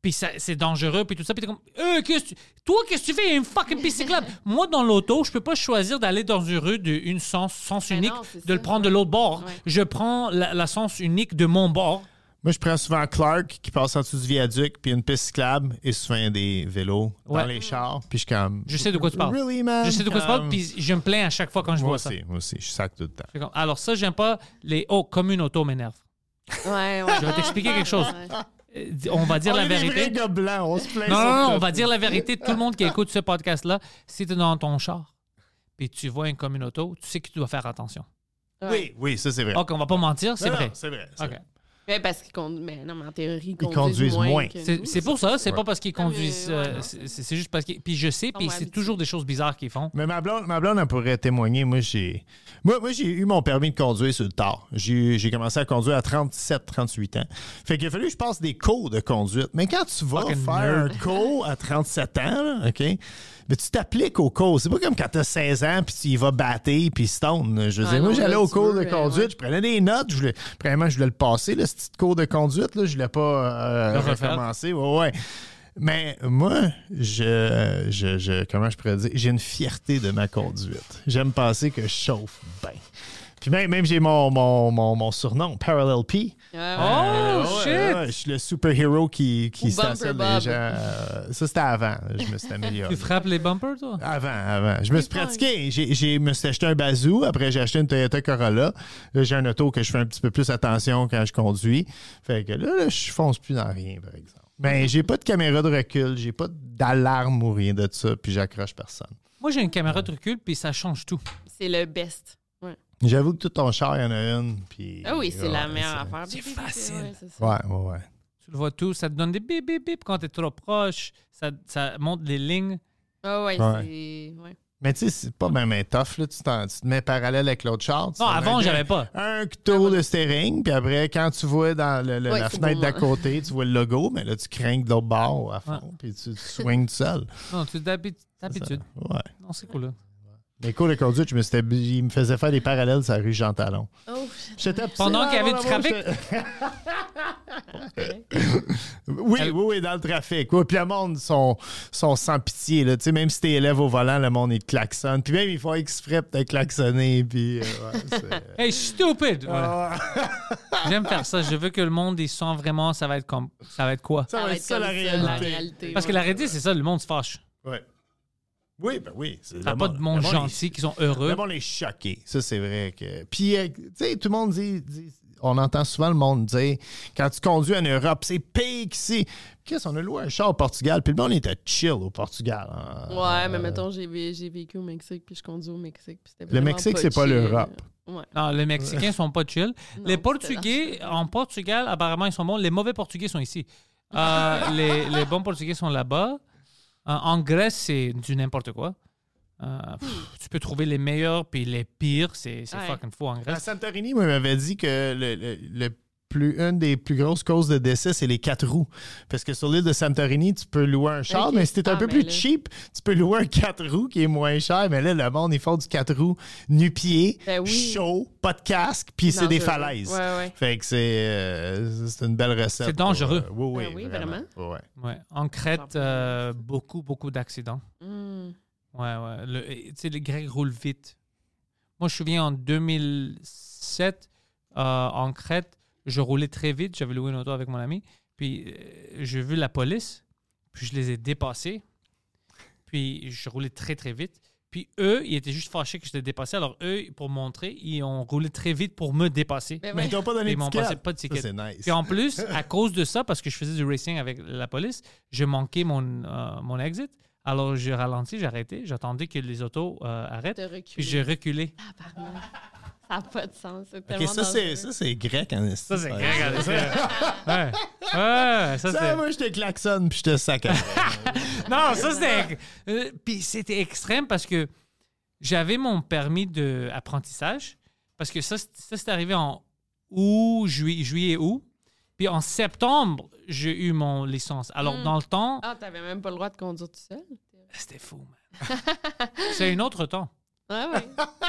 S2: Puis ça- c'est dangereux, puis tout ça. Puis t'es comme, Euh, qu'est-ce que tu- toi, qu'est-ce que tu fais? Il y a une fucking piste cyclable. Moi, dans l'auto, je peux pas choisir d'aller dans une rue de une sens, sens
S4: Ben
S2: unique,
S4: non, c'est
S2: de le
S4: ça.
S2: prendre de l'autre bord.
S4: Ouais.
S2: Je prends la, la sens unique de mon bord.
S3: Moi, je prends souvent Clark qui passe en dessous du viaduc, puis une piste cyclable et souvent des vélos
S2: Ouais.
S3: dans les chars. Puis je suis comme.
S2: Je sais de quoi tu parles.
S3: Really, man?
S2: Je sais de quoi tu parles,
S3: Comme-
S2: puis je me plains à chaque fois quand je
S3: Moi
S2: vois ça.
S3: aussi, moi aussi. Je sac tout le temps.
S2: Fait comme, Alors ça, j'aime pas les... Oh, comme une auto m'énerve.
S4: Ouais, ouais.
S2: Je vais t'expliquer quelque chose. Euh, On va dire
S3: on
S2: la
S3: est des vrais
S2: vérité.
S3: gars blancs, on se plaint.
S2: Non,
S3: sur
S2: non, non,
S3: tout.
S2: on va dire la vérité. Tout le monde qui écoute ce podcast-là, si tu es dans ton char puis tu vois un communauté, tu sais que tu dois faire attention.
S3: Oui, oui, ça, c'est vrai.
S2: OK, on va pas mentir, c'est
S3: Non, non,
S2: vrai.
S3: C'est vrai. c'est
S2: OK.
S3: vrai.
S4: Mais parce qu'ils conduisent. Mais non, mais en théorie, ils conduisent,
S3: conduisent
S4: moins.
S3: moins.
S4: que nous.
S2: C'est c'est pour ça, c'est
S3: Ouais.
S2: pas parce qu'ils
S4: Non, mais,
S2: conduisent.
S4: ouais,
S2: euh,
S4: non,
S2: c'est c'est juste parce qu'ils. Puis je sais, puis
S4: m'a
S2: c'est
S4: habitué.
S2: toujours des choses bizarres qu'ils font.
S3: Mais ma blonde, ma blonde, elle pourrait témoigner. Moi, j'ai moi, moi, j'ai eu mon permis de conduire sur le tard. J'ai j'ai commencé à conduire à 37, 38 ans. Fait qu'il a fallu que je passe des cours de conduite. Mais quand tu vas
S2: Fucking
S3: faire
S2: nerd.
S3: un cours à 37 ans, là, OK? Mais tu t'appliques au cours. C'est pas comme quand t'as 16 ans puis tu y vas battre puis stone. Je veux
S4: Ah
S3: dire, moi,
S4: non,
S3: j'allais
S4: là,
S3: au
S4: tu
S3: cours
S4: veux,
S3: de
S4: euh,
S3: conduite,
S4: ouais.
S3: je prenais des notes. Je voulais, premièrement, je voulais le passer, là, ce petit cours de conduite. Là, je voulais pas euh,
S2: Le refaire.
S3: recommencer. Ouais, ouais. Mais moi, je, je, je- comment je pourrais dire, j'ai une fierté de ma conduite. J'aime penser que je chauffe bien. Puis même, même j'ai mon, mon, mon, mon surnom, Parallel P. Euh,
S4: Ouais,
S2: Oh,
S4: ouais.
S3: Ouais,
S2: shit!
S3: ouais, je suis le super-héros qui,
S4: Ou
S3: qui stationne
S4: Bumper
S3: les
S4: Bob.
S3: gens. Euh, ça, c'était avant. Je me suis amélioré.
S2: Tu frappes les bumpers, toi?
S3: Avant, avant. Je me suis
S4: Des punks.
S3: pratiqué. J'ai, j'ai- me suis acheté un bazou. Après, j'ai acheté une Toyota Corolla. Là, j'ai un auto que je fais un petit peu plus attention quand je conduis. Fait que là, là, je fonce plus dans rien, par exemple. Mais j'ai pas de caméra de recul, j'ai pas d'alarme ou rien de ça, puis j'accroche personne.
S2: Moi, j'ai une caméra de recul, puis ça change tout.
S4: C'est le best. Ouais.
S3: J'avoue que tout ton char, il y en a une. Puis,
S4: Ah oui, c'est
S3: Ouais,
S4: la meilleure
S3: ça-
S4: affaire. C'est
S2: facile.
S3: Ouais, ouais, ouais.
S2: Tu le vois tout, ça te donne des bip bip bip quand t'es trop proche. Ça, ça monte les lignes.
S4: Ah ouais,
S3: Ouais.
S4: c'est. Ouais.
S3: Mais tu sais, c'est pas même un tough, là. Tu, t'en- tu te mets parallèle avec l'autre char. tu
S2: Non,
S4: Ah,
S3: t'en mets
S2: avant,
S3: un-
S2: j'avais pas.
S3: un couteau de steering, puis après, quand tu vois dans le- le-
S4: Ouais,
S3: la
S4: c'est
S3: fenêtre
S4: bon,
S3: d'à
S4: hein.
S3: côté, tu vois le logo, mais là, tu crains de l'autre bord à
S2: Ouais.
S3: fond, puis tu, tu swings tout seul.
S2: Non, tu t'habi- t'habitudes.
S3: Ouais.
S2: Non, c'est cool. là.
S3: Les cours de conduite, je me suis, il me faisait faire des parallèles sur la rue Jean Talon.
S4: Oh, shit.
S3: J'étais absent,
S2: Pendant qu'il y avait du
S3: mon
S2: trafic?
S3: amour, j'étais- oui, oui, oui, dans le trafic. Oui, puis le monde sont, sont sans pitié. Là. Tu sais, même si t'es élève au volant, le monde, il te klaxonne. Puis même, ils font exprès de te klaxonner. Puis, euh, ouais, c'est-
S2: Hey, stupide! Voilà.
S3: Ah,
S2: J'aime faire ça. Je veux que le monde, ils sent vraiment, ça va être comme, ça va être quoi?
S3: ça va être ça, la
S4: comme
S3: réalité.
S2: Parce que
S4: ouais.
S2: la réalité, c'est ça, le monde se fâche.
S3: Ouais. Oui, ben oui. c'est-
S2: T'as
S3: le
S2: pas de monde
S3: le
S2: gentil qui sont
S3: est-
S2: heureux.
S3: Le monde est choqué. Ça, c'est vrai. que Puis, euh, tu sais, tout le monde dit, dit- On entend souvent le monde dire quand tu conduis en Europe, c'est pire qu'ici. Qu'est-ce qu'on a loué un char au Portugal? Puis le monde était chill au Portugal. hein.
S4: Ouais, mais mettons, j'ai, vé- j'ai vécu au Mexique, puis je conduis au Mexique. Puis c'était
S3: Le
S4: vraiment
S3: Mexique, c'est pas
S4: chill.
S3: l'Europe.
S4: Ouais.
S2: Non, les Mexicains sont pas chill.
S4: Non,
S2: les
S4: c'est
S2: Portugais, en Portugal, apparemment, ils sont bons. Les mauvais Portugais sont ici. Euh, les, les bons Portugais sont là-bas. En- en Grèce, c'est du n'importe quoi. Euh, pff, tu peux trouver les meilleurs puis les pires. C'est c'est
S4: Hmm. Ouais.
S2: fucking fou en
S3: À
S2: Grèce.
S3: Santorini, moi, il m'avait dit que le, le- le plus, une des plus grosses causes de décès, c'est les quatre roues. Parce que sur l'île de Santorini, tu peux louer un char,
S4: Ok.
S3: mais si t'es un
S4: Ah,
S3: peu
S4: ben
S3: plus
S4: là.
S3: cheap, tu peux louer un quatre roues qui est moins cher. Mais là, le monde, ils font du quatre roues nu-pied,
S4: Ben oui.
S3: chaud, pas de casque, puis c'est des
S4: Dangereux.
S3: falaises.
S4: Ouais, ouais.
S3: Fait que c'est euh, c'est une belle recette.
S2: C'est dangereux.
S3: pour, euh, oui, oui,
S4: Ben oui,
S3: Ouais.
S2: Ouais. En Crète, euh, beaucoup, beaucoup d'accidents.
S4: Hmm.
S2: Ouais, ouais. Le- et, Tu sais, les Grecs roulent vite. Moi, je me souviens en 2007, euh, en Crète, je roulais très vite. J'avais loué une auto avec mon ami. Puis, euh, j'ai vu la police. Puis, je les ai dépassés. Puis, je roulais très, très vite. Puis, eux, ils étaient juste fâchés que je les dépassais. Alors, eux, pour montrer, ils ont roulé très vite pour me dépasser.
S4: Ben
S3: Mais ils
S4: ouais.
S3: t'ont pas donné
S2: Ils m'ont
S3: de
S2: passé
S3: ticket.
S2: pas de
S3: Ça,
S2: ticket.
S3: c'est nice.
S2: Puis en plus, à cause de ça, parce que je faisais du racing avec la police, je manquais mon, euh, mon exit. Alors j'ai ralenti, j'ai arrêté, j'attendais que les autos euh, arrêtent.
S4: T'as
S2: Puis
S4: reculé.
S2: j'ai reculé.
S4: Ah, pardon. Ça n'a pas de sens. C'est
S3: OK,
S4: tellement
S3: ça, c'est,
S4: dangereux.
S3: ça, c'est grec. en esti.
S2: Ça, c'est grave. regardez ça. Ouais. Ouais, ça,
S3: Ça,
S2: c'est.
S3: moi, je te klaxonne puis je te sac. après.
S2: Non, ça, c'était. euh, puis c'était extrême parce que j'avais mon permis d'apprentissage. Parce que ça, c'est- ça c'est arrivé en août, juillet, juillet, août. Puis en septembre, j'ai eu mon licence. Alors, dans le temps,
S4: Ah, t'avais même pas le droit de conduire tout seul.
S2: C'était fou, man. c'est un autre temps.
S4: Ah oui.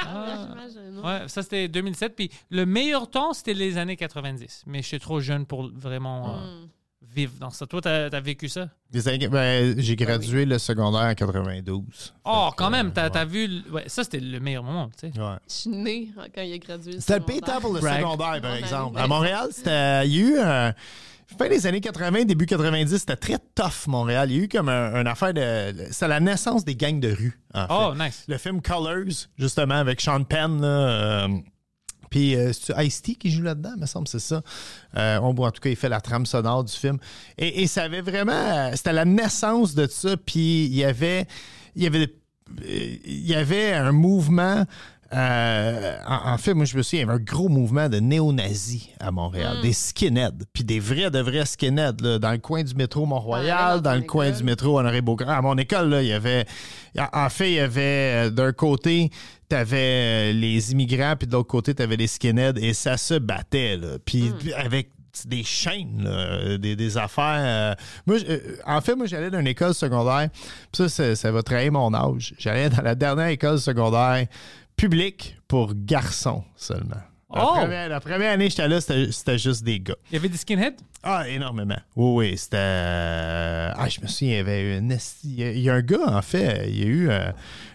S2: Ah.
S4: J'imagine. non?
S2: Ouais, ça, c'était 2007. Puis le meilleur temps, c'était les années 90. Mais j'étais trop jeune pour vraiment euh, vivre dans ça. Toi, t'as as vécu ça?
S3: Les années- ben, j'ai gradué le secondaire en 92.
S2: Oh,
S3: Fait que, euh,
S2: quand même, t'as
S3: ouais.
S2: t'as vu... le- ouais, ça, c'était le meilleur moment, tu sais.
S3: Ouais.
S4: Je suis née hein, quand il a gradué.
S3: C'était le pire
S4: secondaire.
S3: temps pour le
S2: Brag.
S3: secondaire, par
S4: Ouais.
S3: exemple.
S4: Ouais.
S3: À Montréal, c'était. euh, Il y a eu un. Fin des années 80, début 90, c'était très tough, Montréal. Il y a eu comme un- une affaire de. C'est la naissance des gangs de rue, en fait.
S2: Oh, nice.
S3: Le film Colors, justement, avec Sean Penn. là, euh, puis euh, c'est-tu Ice-T qui joue là-dedans, me semble, c'est ça. Euh, on, en tout cas, il fait la trame sonore du film. Et, et ça avait vraiment... euh, C'était la naissance de ça. Puis il y avait... Il y avait, euh, il y avait un mouvement... euh, en, en fait, moi, je me souviens, il y avait un gros mouvement de néo-nazis à Montréal. Des skinheads. Puis des vrais, de vrais skinheads. là, dans le coin du métro Mont-Royal,
S4: Dans
S3: dans le
S4: ton
S3: coin
S4: école.
S3: du métro Honoré Beaugrand. À mon école, là, il y avait. En en fait, il y avait euh, d'un côté, t'avais euh, les immigrants, puis de l'autre côté, t'avais les skinheads, et ça se battait, là. Puis puis avec des chaînes, là, euh, des, des affaires. euh. Moi, je- euh, en fait, moi, j'allais dans une école secondaire, puis ça, ça, ça va trahir mon âge. J'allais dans la dernière école secondaire publique pour garçons seulement. La,
S2: Oh!
S3: première, la première année, j'étais là, c'était c'était juste des gars.
S2: Il y avait des skinheads?
S3: Ah, énormément. Oui, oui, c'était. euh, Ah, je me souviens, il y avait une. esti- Il y a- il y a un gars, en fait, il y a eu euh,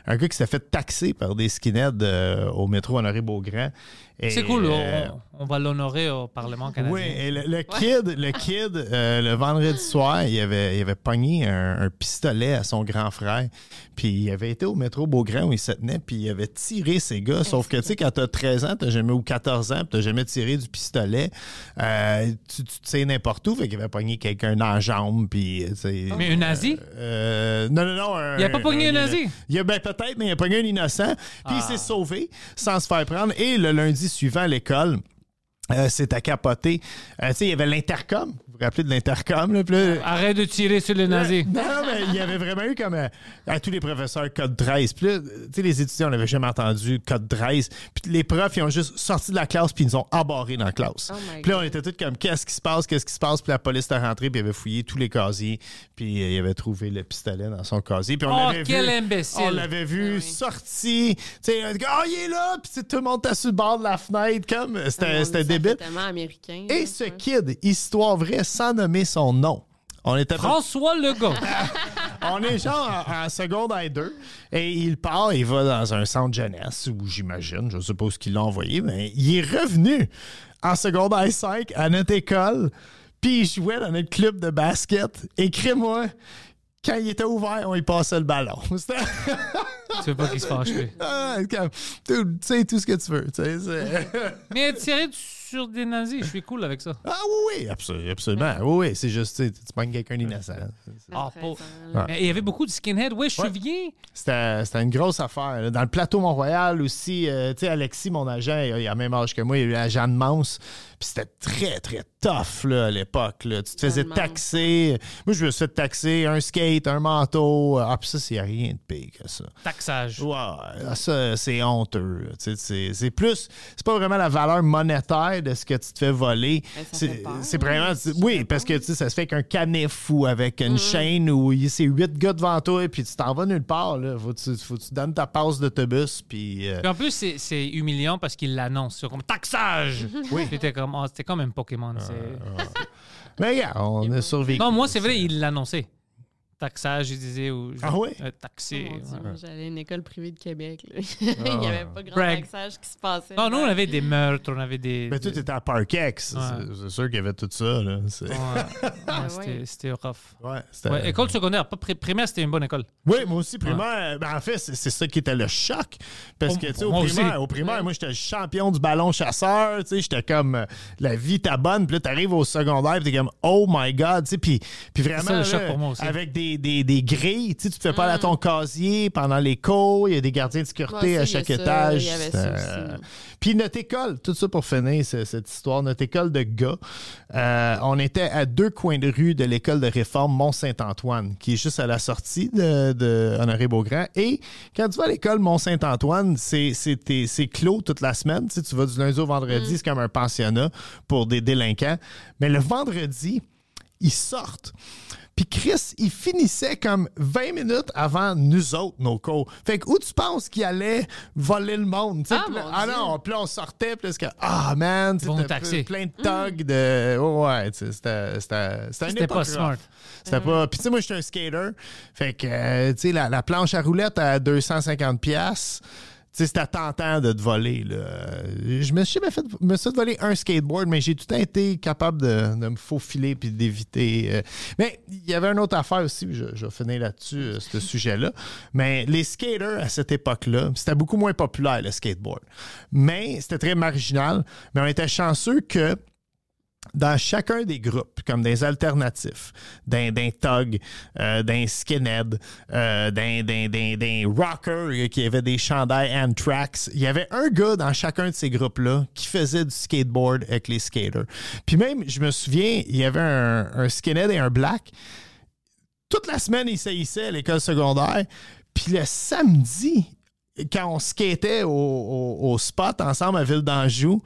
S3: un gars qui s'est fait taxer par des skinheads euh, au métro Honoré Beaugrand. Et,
S2: C'est cool,
S3: euh,
S2: on, on va l'honorer au Parlement
S3: oui,
S2: canadien.
S3: et le, le kid, le kid, euh, le vendredi soir, il avait, il avait pogné un, un pistolet à son grand frère. Puis il avait été au métro Beaugrand où il se tenait, puis il avait tiré ses gars. Sauf que, tu sais, quand t'as 13 ans, t'as jamais, ou 14 ans, puis t'as jamais tiré du pistolet, euh, tu, tu sais n'importe où. Fait qu'il avait pogné quelqu'un dans la jambe, puis, tu sais,
S2: Mais un nazi?
S3: euh, non, non, non. un-
S2: Il a pas pogné un nazi? Ah.
S3: Il a, ben, peut-être, mais il a pogné un innocent. Puis il s'est sauvé sans se faire prendre. Et le lundi suivant à l'école, euh, c'est à capoter. Euh, tu sais, il y avait l'intercom. Vous vous rappelez de l'intercom? Là, puis là,
S2: Arrête de tirer sur les nazis.
S3: non, non, mais il y avait vraiment eu comme euh, à tous les professeurs code 13. Puis là, tu sais, les étudiants, on n'avait jamais entendu code 13. Puis les profs, ils ont juste sorti de la classe puis ils nous ont embarrés dans la classe.
S4: Oh my
S3: puis là, on
S4: God.
S3: était tous comme qu'est-ce qui se passe, qu'est-ce qui se passe. Puis la police était rentrée puis il avait fouillé tous les casiers. Puis euh, il avait trouvé le pistolet dans son casier. Puis on
S2: Oh,
S3: l'avait
S2: quel
S3: vu,
S2: imbécile.
S3: On l'avait vu
S4: Ah oui.
S3: sorti. Tu sais, on était comme, oh, il est là. Puis tu sais, tout le monde était sur le bord de la fenêtre. Comme,
S4: Ah, mon
S3: c'était c'était
S4: Dieu, ça, c'est
S3: débile.
S4: tellement américain.
S3: Et
S4: là, hein.
S3: ce
S4: ouais.
S3: kid, histoire vraie, sans nommer son nom. On était
S2: Oh, François Legault.
S3: on est genre en, en seconde à deux et il part, il va dans un centre jeunesse où j'imagine, je suppose qu'il l'a envoyé, mais il est revenu en seconde à 5 à notre école, puis il jouait dans notre club de basket. Écris-moi, quand il était ouvert, on lui passait le ballon. C'était
S2: tu veux pas qu'il se fâche, lui.
S3: Ah, comme, dude, tu sais tout ce que tu veux. tu sais, c'est-
S2: Mais tirer sur des nazis, je suis cool avec ça.
S3: ah oui, oui, absolument. absolument. Oui, oui, c'est juste, tu sais, tu pognes quelqu'un d'innocent.
S2: Ah,
S4: Après,
S2: pauvre.
S4: ça,
S3: Ouais.
S2: Mais Il y avait beaucoup de skinheads. Ouais, je me
S3: Ouais.
S2: souviens.
S3: C'était c'était une grosse affaire. là. Dans le plateau Mont-Royal aussi, euh, tu sais, Alexis, mon agent, il a, il a le même âge que moi, il a eu la Jeanne Mance. Puis c'était très, très tough là, à l'époque. là. Tu te faisais
S4: Mance.
S3: taxer. Moi, je me suis fait taxer un skate, un manteau. Ah, puis ça, c'est rien de pire que ça.
S2: Taxage.
S3: Ouais, ah, ça, c'est honteux. là. Tu sais, C'est c'est plus. C'est pas vraiment la valeur monétaire de ce que tu te fais voler.
S4: Mais Ben, ça fait
S3: C'est
S4: peur. hein,
S3: c'est vraiment. Oui, parce que tu sais, ça se fait qu'un canif ou avec
S4: Mm.
S3: une chaîne où il- c'est huit gars devant toi et puis tu t'en vas nulle part. Là. Faut que tu, faut que tu donnes ta passe d'autobus. Puis. euh,
S2: Puis en plus, c'est- c'est humiliant parce qu'il l'annonce. C'est comme taxage. Oui. C'était comme, Ah, c'était
S3: ah,
S2: comme un Pokémon. c'est-
S3: Mais regarde, on a survécu.
S2: Non, moi, c'est vrai, il l'annonçait. taxage, ils disaient. Ou,
S3: Ah ouais?
S2: Euh, taxé.
S4: Oh Mon Dieu,
S2: ouais.
S4: moi, J'allais à une école privée de Québec. là. Il n'y
S3: Ah.
S4: avait pas grand
S2: Brag.
S4: taxage qui se passait.
S2: Non, nous, on avait des meurtres, on avait des.
S3: Mais Ben, tout
S2: des-
S3: était à Parkex. C'est-
S2: Ouais.
S3: C'est sûr qu'il y avait tout ça. Là. C'est-
S2: Ouais. Ouais,
S4: ouais.
S2: c'était- C'était rough.
S3: Ouais, c'était-
S2: Ouais, école secondaire, pas pri- primaire, c'était une bonne école.
S3: Oui, moi aussi, primaire. Ben, en fait, c'est c'est ça qui était le choc. Parce
S2: Pour-
S3: que, tu sais,
S2: pour
S3: au
S2: moi aussi.
S3: primaire, au primaire, moi, j'étais le champion du ballon chasseur. Tu sais, j'étais comme euh, la vie ta bonne. Puis là, t'arrives au secondaire, puis t'es comme, oh my God. Tu sais, puis, puis vraiment,
S2: ça, le
S3: là,
S2: choc pour moi aussi. Mm.
S3: avec des, des, des grilles, tu sais, tu te fais pas à ton casier pendant les cours. Il y a des gardiens de sécurité
S4: Ouais, ça,
S3: à
S4: il y a
S3: chaque
S4: Bah, ça,
S3: étage.
S4: il y avait ça
S3: C'était-
S4: aussi, non.
S3: Puis notre école, tout ça pour finir ce- cette histoire, notre école de gars, euh, on était à deux coins de rue de l'école de réforme Mont-Saint-Antoine, qui est juste à la sortie de, de Honoré Beaugrand. Et quand tu vas à l'école Mont-Saint-Antoine, c'est c'est tes- c'est clos toute la semaine. Tu, sais, tu vas du lundi au vendredi,
S4: Mm.
S3: c'est comme un pensionnat pour des délinquants. Mais le vendredi, ils sortent. Puis Chris, il finissait comme 20 minutes avant nous autres, nos cours. Fait que où tu penses qu'il allait voler le monde? tu sais?
S4: Ah,
S3: Puis là-
S4: mon
S3: ah
S4: Dieu.
S3: non, puis là, on sortait, puis là, c'est que, ah man, tu sais,
S2: Ils vont
S3: t'as
S2: nous taxer.
S3: plein de
S4: Mm.
S3: thugs de. ouais, ouais, tu sais, c'était- c'était c'était une
S2: C'était
S3: époque
S2: pas
S3: rough.
S2: smart.
S3: C'était pas. Puis tu sais, moi, je suis un skater. Fait que, euh, tu sais, la, la planche à roulettes à 250$. piastres, Tu sais, c'était tentant de te voler. Là. Euh, Je me suis jamais fait, me suis fait voler un skateboard, mais j'ai tout le temps été capable de, de me faufiler puis d'éviter. euh. Mais il y avait une autre affaire aussi, je, je vais finir là-dessus, euh, ce sujet-là. Mais les skaters à cette époque-là, c'était beaucoup moins populaire, le skateboard. Mais c'était très marginal. Mais on était chanceux que dans chacun des groupes, comme des alternatifs, d'un d'un thug, euh, d'un skinhead, euh, d'un- d'un d'un- d'un rocker euh, qui avait des chandails Anthrax, il y avait un gars dans chacun de ces groupes-là qui faisait du skateboard avec les skaters. Puis même, je me souviens, il y avait un, un skinhead et un black. Toute la semaine, ils saillissaient à l'école secondaire. Puis le samedi, quand on skatait au, au- au spot ensemble à Ville d'Anjou,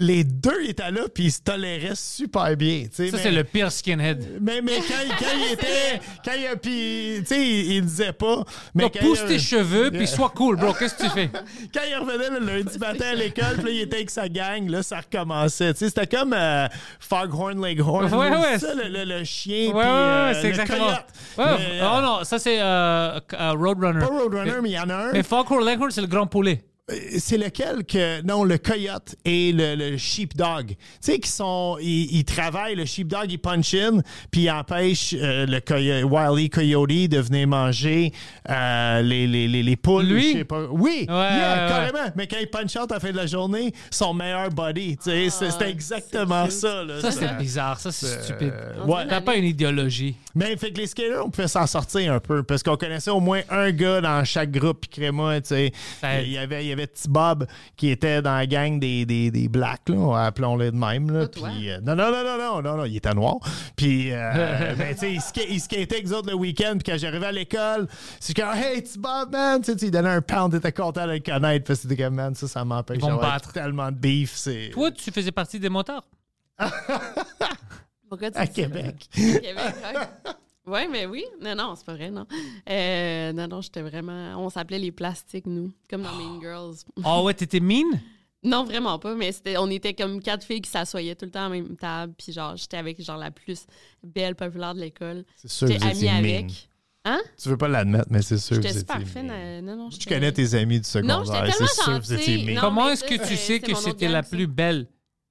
S3: les deux étaient là, puis ils se toléraient super bien. tu sais,
S2: Ça,
S3: mais-
S2: c'est le pire skinhead.
S3: mais, mais quand, il- quand il était. Quand il a. Puis, tu sais, il, il disait pas. Mais
S2: Donc,
S3: quand
S2: pousse
S3: il-
S2: tes cheveux, puis sois cool, bro. Qu'est-ce que tu fais?
S3: Quand il revenait le lundi matin à l'école, puis là, il était avec sa gang, là, ça recommençait. Tu sais, c'était comme euh, Foghorn Leghorn.
S2: Ouais,
S3: là,
S2: ouais.
S3: Ça, le, le- le chien.
S2: Ouais, ouais,
S3: puis, euh,
S2: ouais, c'est
S3: le
S2: exactement.
S3: coyote.
S2: Ouais,
S3: Mais, euh,
S2: oh non, ça, c'est euh, euh, Roadrunner.
S3: Pas Roadrunner, mais il y en a un.
S2: Mais Falkor Leghorn, c'est le grand poulet.
S3: Euh, c'est lequel que non le coyote et le, le sheepdog tu sais qui sont ils, ils travaillent le sheepdog il punch in puis il empêche euh, le coyote Wiley Coyote de venir manger euh, les, les, les, les poules
S2: Lui?
S3: je sais pas oui
S2: Ouais,
S3: yeah,
S2: ouais,
S3: carrément mais quand il punch out à la fin de la journée son meilleur buddy tu sais c'est- c'était exactement ça là,
S2: Ah, Ça, c'est bizarre. Ça, c'est stupide.
S3: ouais.
S2: T'as pas une idéologie.
S3: mais Ben, fait que les skaters, on pouvait s'en sortir un peu parce qu'on connaissait au moins un gars dans chaque groupe. Puis Créma, tu sais,
S2: Ça aide.
S3: il y avait, il y avait petit Bob qui était dans la gang des, des, des Blacks, là, appelons-le de même. Là,
S4: toi.
S3: Puis, euh, non, non, non, non, non, non, non, il était noir. Puis, euh, ben, tu sais, il, ska- il skatait avec eux autres le week-end. Puis quand j'arrivais à l'école, c'est comme, hey, petit Bob, man, tu sais, tu lui donnais un pound, t'étais content de le connaître. Parce que c'était comme, man, ça, ça m'empêche
S2: Ils vont me
S3: d'avoir
S2: battre.
S3: tellement de beef. C'est
S2: Toi, tu faisais partie des motards.
S4: Pourquoi tu
S3: à
S4: dis ça?
S3: Québec.
S4: Québec, ouais. Ouais, mais oui. Non, non, c'est pas vrai, non. Euh, non, non, j'étais vraiment. On s'appelait les plastiques, nous, comme dans Mean Girls.
S2: Ah ouais, t'étais mine?
S4: Non, vraiment pas, mais c'était, on était comme quatre filles qui s'assoyaient tout le temps à la même table, puis genre, j'étais avec genre la plus belle populaire de l'école.
S3: C'est sûr
S4: J'étais
S3: que vous
S4: amie
S3: étiez mean.
S4: avec. Hein?
S3: Tu veux pas l'admettre, mais c'est sûr que
S4: J'étais
S3: vous
S4: super
S3: étiez
S4: fine.
S3: mean.
S4: euh, Non, non,
S3: Tu connais tes amis du secondaire.
S4: Non, j'étais tellement
S3: c'est sûr que vous
S4: gentille.
S3: étiez mean.
S4: Non,
S2: Comment
S4: mais
S2: est-ce
S4: ça,
S2: que tu
S4: c'est-
S2: sais que
S4: c'est mon autre
S2: c'était
S4: gang,
S2: la
S4: ça.
S2: plus belle?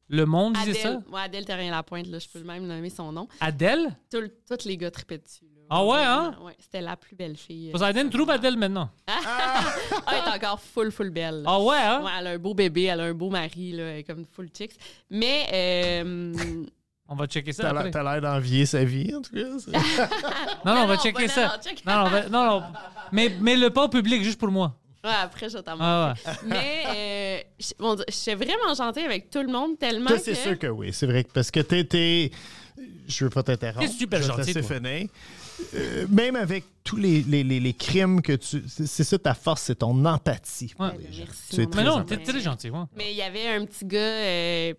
S2: Le monde disait ça?
S4: Adèle, ouais, Adèle Terrien-Lapointe, là, je peux même nommer son nom.
S2: Adèle?
S4: Tout le- Tous les gars tripaient dessus. là.
S2: Ah ouais, hein?
S4: Ouais, c'était la plus belle fille.
S2: Parce qu'Adèle trouve Adèle maintenant.
S4: Ah, elle est encore full, full belle. là.
S2: Ah ouais, hein?
S4: Ouais, elle a un beau bébé, elle a un beau mari, là, elle est comme full chicks. Mais, euh,
S2: On va checker ça
S3: T'as l'air-
S2: après.
S3: T'as l'air d'envier sa vie, en tout cas. c'est-
S2: Non, non, on
S4: Non,
S2: va
S4: non,
S2: checker
S4: on va-
S2: ça.
S4: non, non, check.
S2: Non, non, on va- non, non. Mais, mais le pas au public, juste pour moi.
S4: ouais, après, je t'en
S2: Ah ouais.
S4: Mais, euh, je- bon, je suis vraiment gentille avec tout le monde tellement
S3: Toi,
S4: que...
S3: c'est sûr que oui. C'est vrai que parce que t'es. t'es- Je veux pas t'interrompre.
S2: T'es super
S3: je vais te
S2: gentil,
S3: laisser
S2: toi.
S3: finir. Euh, même avec tous les, les- les- les crimes que tu. c'est- C'est ça ta force, c'est ton empathie.
S2: Ouais.
S4: Ben, merci,
S3: Tu es
S4: mon
S3: très
S2: Mais non,
S4: amour.
S2: t'es très gentil. ouais.
S4: Mais il y avait un petit gars... euh,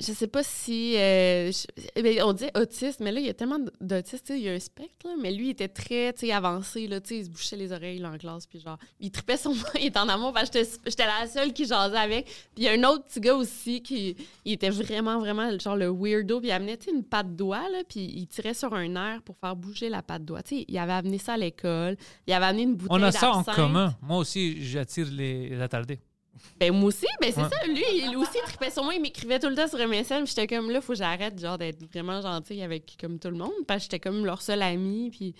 S4: je sais pas si. euh, je- eh ben, on dit autiste, mais là, il y a tellement d'autistes. tu sais, Il y a un spectre, là, mais lui, il était très tu sais, avancé. Là, tu sais, il se bouchait les oreilles là, en classe. Puis genre, il tripait sur moi. Il était en amour parce que j'étais- j'étais la seule qui jasait avec. Puis il y a un autre petit gars aussi qui il était vraiment, vraiment genre le weirdo. Puis il amenait tu sais, une patte doigt. Là, puis il tirait sur un air pour faire bouger la patte doigt. Tu sais, il avait amené ça à l'école. Il avait amené une bouteille
S2: On a ça en
S4: d'absinthe.
S2: commun. Moi aussi, j'attire les les attardés.
S4: Ben, moi aussi, ben, c'est
S2: Ouais.
S4: ça. Lui, il aussi tripait sur moi. Il m'écrivait tout le temps sur MSN. Puis j'étais comme, là, faut que j'arrête, genre, d'être vraiment gentille avec comme tout le monde. Parce que j'étais comme leur seul ami. Puis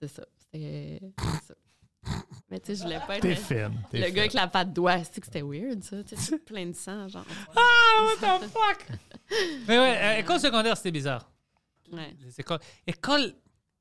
S4: c'est ça. C'était c'est ça. Mais tu sais, je voulais pas être
S3: T'es
S4: le
S3: fine. t'es
S4: gars
S3: fine.
S4: avec la patte doigt. C'est que c'était weird, ça. Tu sais, plein de sang, genre.
S2: Ah, what the fuck? Mais ouais, euh, école secondaire, c'était bizarre.
S4: Ouais. Ben
S2: Les écoles- école-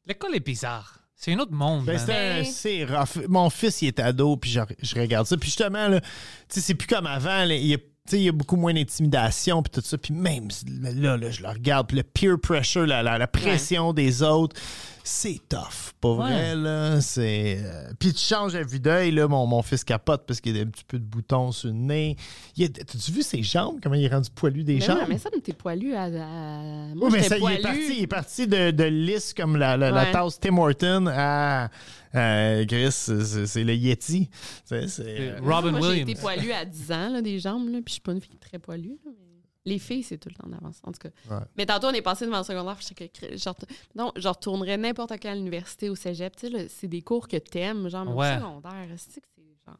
S2: L'école est bizarre. C'est un autre monde. hein. man.
S3: Ben, c'était un-
S4: Ben-
S3: c'est rough. Mon fils, il est ado, puis je, je regarde ça. Puis justement, là, tu sais, c'est plus comme avant. là. il, y a, tu sais, il y a beaucoup moins d'intimidation, puis tout ça. Puis même là, là, je le regarde, puis le peer pressure, la, la- la pression des autres, c'est tough. Pour vrai, là, c'est... euh, Puis tu changes la vue d'œil, là, mon, mon fils capote parce qu'il y a un petit peu de boutons sur le nez. Il y a- T'as-tu vu ses jambes, comment il est rendu poilu des
S4: Mais
S3: jambes?
S4: ouais, Ben mais ça, mais t'es poilu à. à- Moi,
S3: Oui, mais
S4: j'étais
S3: ça, il est
S4: poilu.
S3: parti, il est parti de, de lisse comme la, la, la
S4: Ouais.
S3: tasse Tim Horton à euh, Chris, c'est c'est le Yeti. C'est- c'est,
S2: C'est
S3: euh,
S2: Robin
S4: Moi, j'ai
S2: Williams.
S4: été poilue à 10 ans, là, des jambes, là, puis je suis pas une fille très poilue. là, mais Les filles, c'est tout le temps en avance, en tout cas.
S3: Ouais.
S4: Mais tantôt, on est passé devant le secondaire, puis j'étais que- genre, non, je retournerais n'importe quand à l'université, au cégep, tu sais, là, c'est des cours que t'aimes, genre, mais
S2: Ouais.
S4: au secondaire, c'est que c'est genre...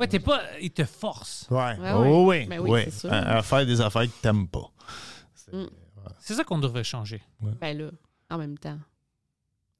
S2: Ouais, t'es pas. Ils te forcent.
S3: Ouais.
S4: Ouais,
S3: Oh,
S4: ouais.
S3: oui,
S4: Ben oui,
S3: oui.
S4: c'est sûr.
S3: À, à faire des affaires que t'aimes pas.
S2: C'est ça qu'on devrait changer.
S4: Ben là, en même temps,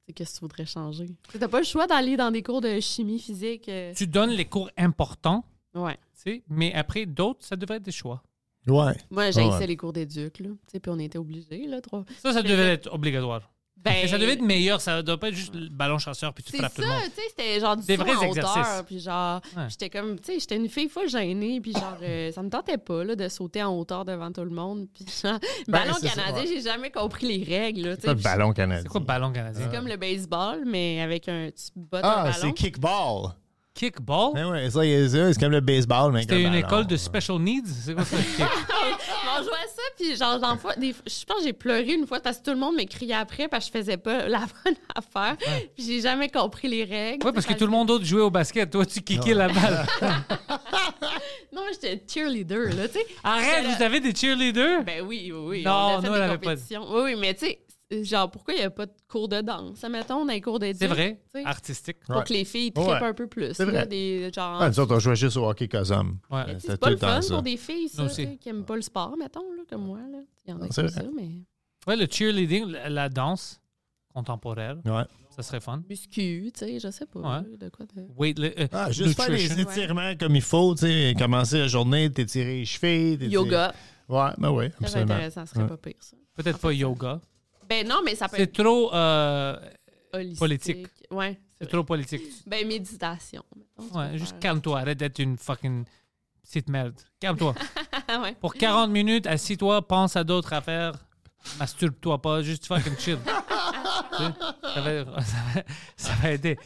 S4: c'est qu'est-ce que tu voudrais changer? Tu sais, T'as pas le choix d'aller dans des cours de chimie, physique, euh,
S2: Tu donnes les cours importants,
S4: ouais.
S2: tu sais, mais après d'autres, ça devrait être des choix.
S3: Ouais.
S4: Moi, j'ai
S3: Ouais.
S4: les cours d'éduc, là, tu sais, puis on était obligés, là, trois...
S2: Ça, ça devait être obligatoire.
S4: Ben,
S2: Et ça devait être meilleur. Ça doit pas être juste le ballon chasseur puis tu
S4: C'est
S2: frappes
S4: ça,
S2: tout
S4: tu
S2: le monde.
S4: sais, c'était genre du
S2: Des
S4: saut
S2: vrais
S4: en
S2: exercices.
S4: hauteur, puis genre,
S2: Ouais.
S4: j'étais comme, tu sais, j'étais une fille full gênée, puis genre, euh, ça me tentait pas, là, de sauter en hauteur devant tout le monde, puis genre,
S3: Ben,
S4: ballon
S3: c'est ça,
S4: canadien,
S3: ouais.
S4: j'ai jamais compris les règles, là, tu
S3: C'est quoi le
S4: sais, puis
S3: ballon canadien?
S2: C'est quoi ballon canadien?
S4: c'est comme le baseball, mais avec un, tu bottes un
S3: Ah,
S4: ballon.
S3: c'est kickball.
S2: Kickball?
S3: Ben ouais, ça, il y a ça, c'est comme le baseball. mais
S2: C'était
S3: avec un
S2: une
S3: ballon.
S2: école de special needs? C'est quoi ça? kick?
S4: on jouait à ça, puis genre, dans le fois, des, je pense que j'ai pleuré une fois parce que tout le monde me criait après parce que je faisais pas la bonne affaire, puis j'ai jamais compris les règles.
S2: Ouais, parce que tout le monde autre jouait au basket. Toi, tu kickais la balle.
S4: Non, moi, j'étais cheerleader, là, tu sais.
S2: Arrête, vous avez des cheerleaders?
S4: Ben oui, oui, oui.
S2: Non,
S4: on a
S2: nous,
S4: fait
S2: on
S4: des
S2: l'avait pas dit.
S4: compétitions. Oui, oui, mais tu sais, genre, pourquoi il n'y a pas de cours de danse? Mettons, dans les cours d'éduc.
S2: C'est vrai,
S4: tu sais,
S2: artistique.
S4: Pour
S3: Ouais.
S4: que les filles trippent
S3: Ouais.
S4: un peu plus.
S3: C'est
S4: là,
S3: vrai.
S4: Des, genre,
S3: Ah, nous autres, on jouait juste au hockey cosum. Euh,
S2: Ouais.
S4: mais tu sais,
S3: c'était
S4: c'est
S3: tout
S4: pas le
S3: le temps
S4: fun
S3: ça.
S4: pour des filles, ça,
S2: Nous
S4: tu sais,
S2: aussi.
S4: qui n'aiment pas le sport, mettons, là, comme moi. Là. Il y en a qui
S3: C'est
S4: aiment
S3: vrai.
S4: ça, mais...
S2: Ouais, le cheerleading, la, la danse contemporaine,
S3: Ouais.
S2: ça serait fun.
S4: Muscu, tu sais, je sais pas. là, De quoi de...
S2: Wait, le- euh,
S3: Ah, juste faire
S2: nutrition.
S3: des étirements comme il faut, tu sais, commencer la journée, t'étirer les chevilles. t'étirer-
S4: Yoga.
S3: Ouais, ben oui,
S4: Ça serait
S3: absolument.
S4: intéressant, ce serait
S3: Ouais.
S4: pas pire, ça.
S2: Peut-être pas yoga.
S4: Ben non, mais ça peut
S2: C'est
S4: être
S2: trop, euh,
S4: holistique.
S2: politique.
S4: Ouais.
S2: c'est trop politique.
S4: Ben, méditation. mettons, tu
S2: Ouais,
S4: peux
S2: juste
S4: faire.
S2: calme-toi. Arrête d'être une fucking petite merde. Calme-toi.
S4: Ah ouais.
S2: Pour 40 minutes, assis-toi, pense à d'autres affaires. Masturbe-toi pas, juste fucking chill. Tu sais, ça, va, ça va- ça va aider.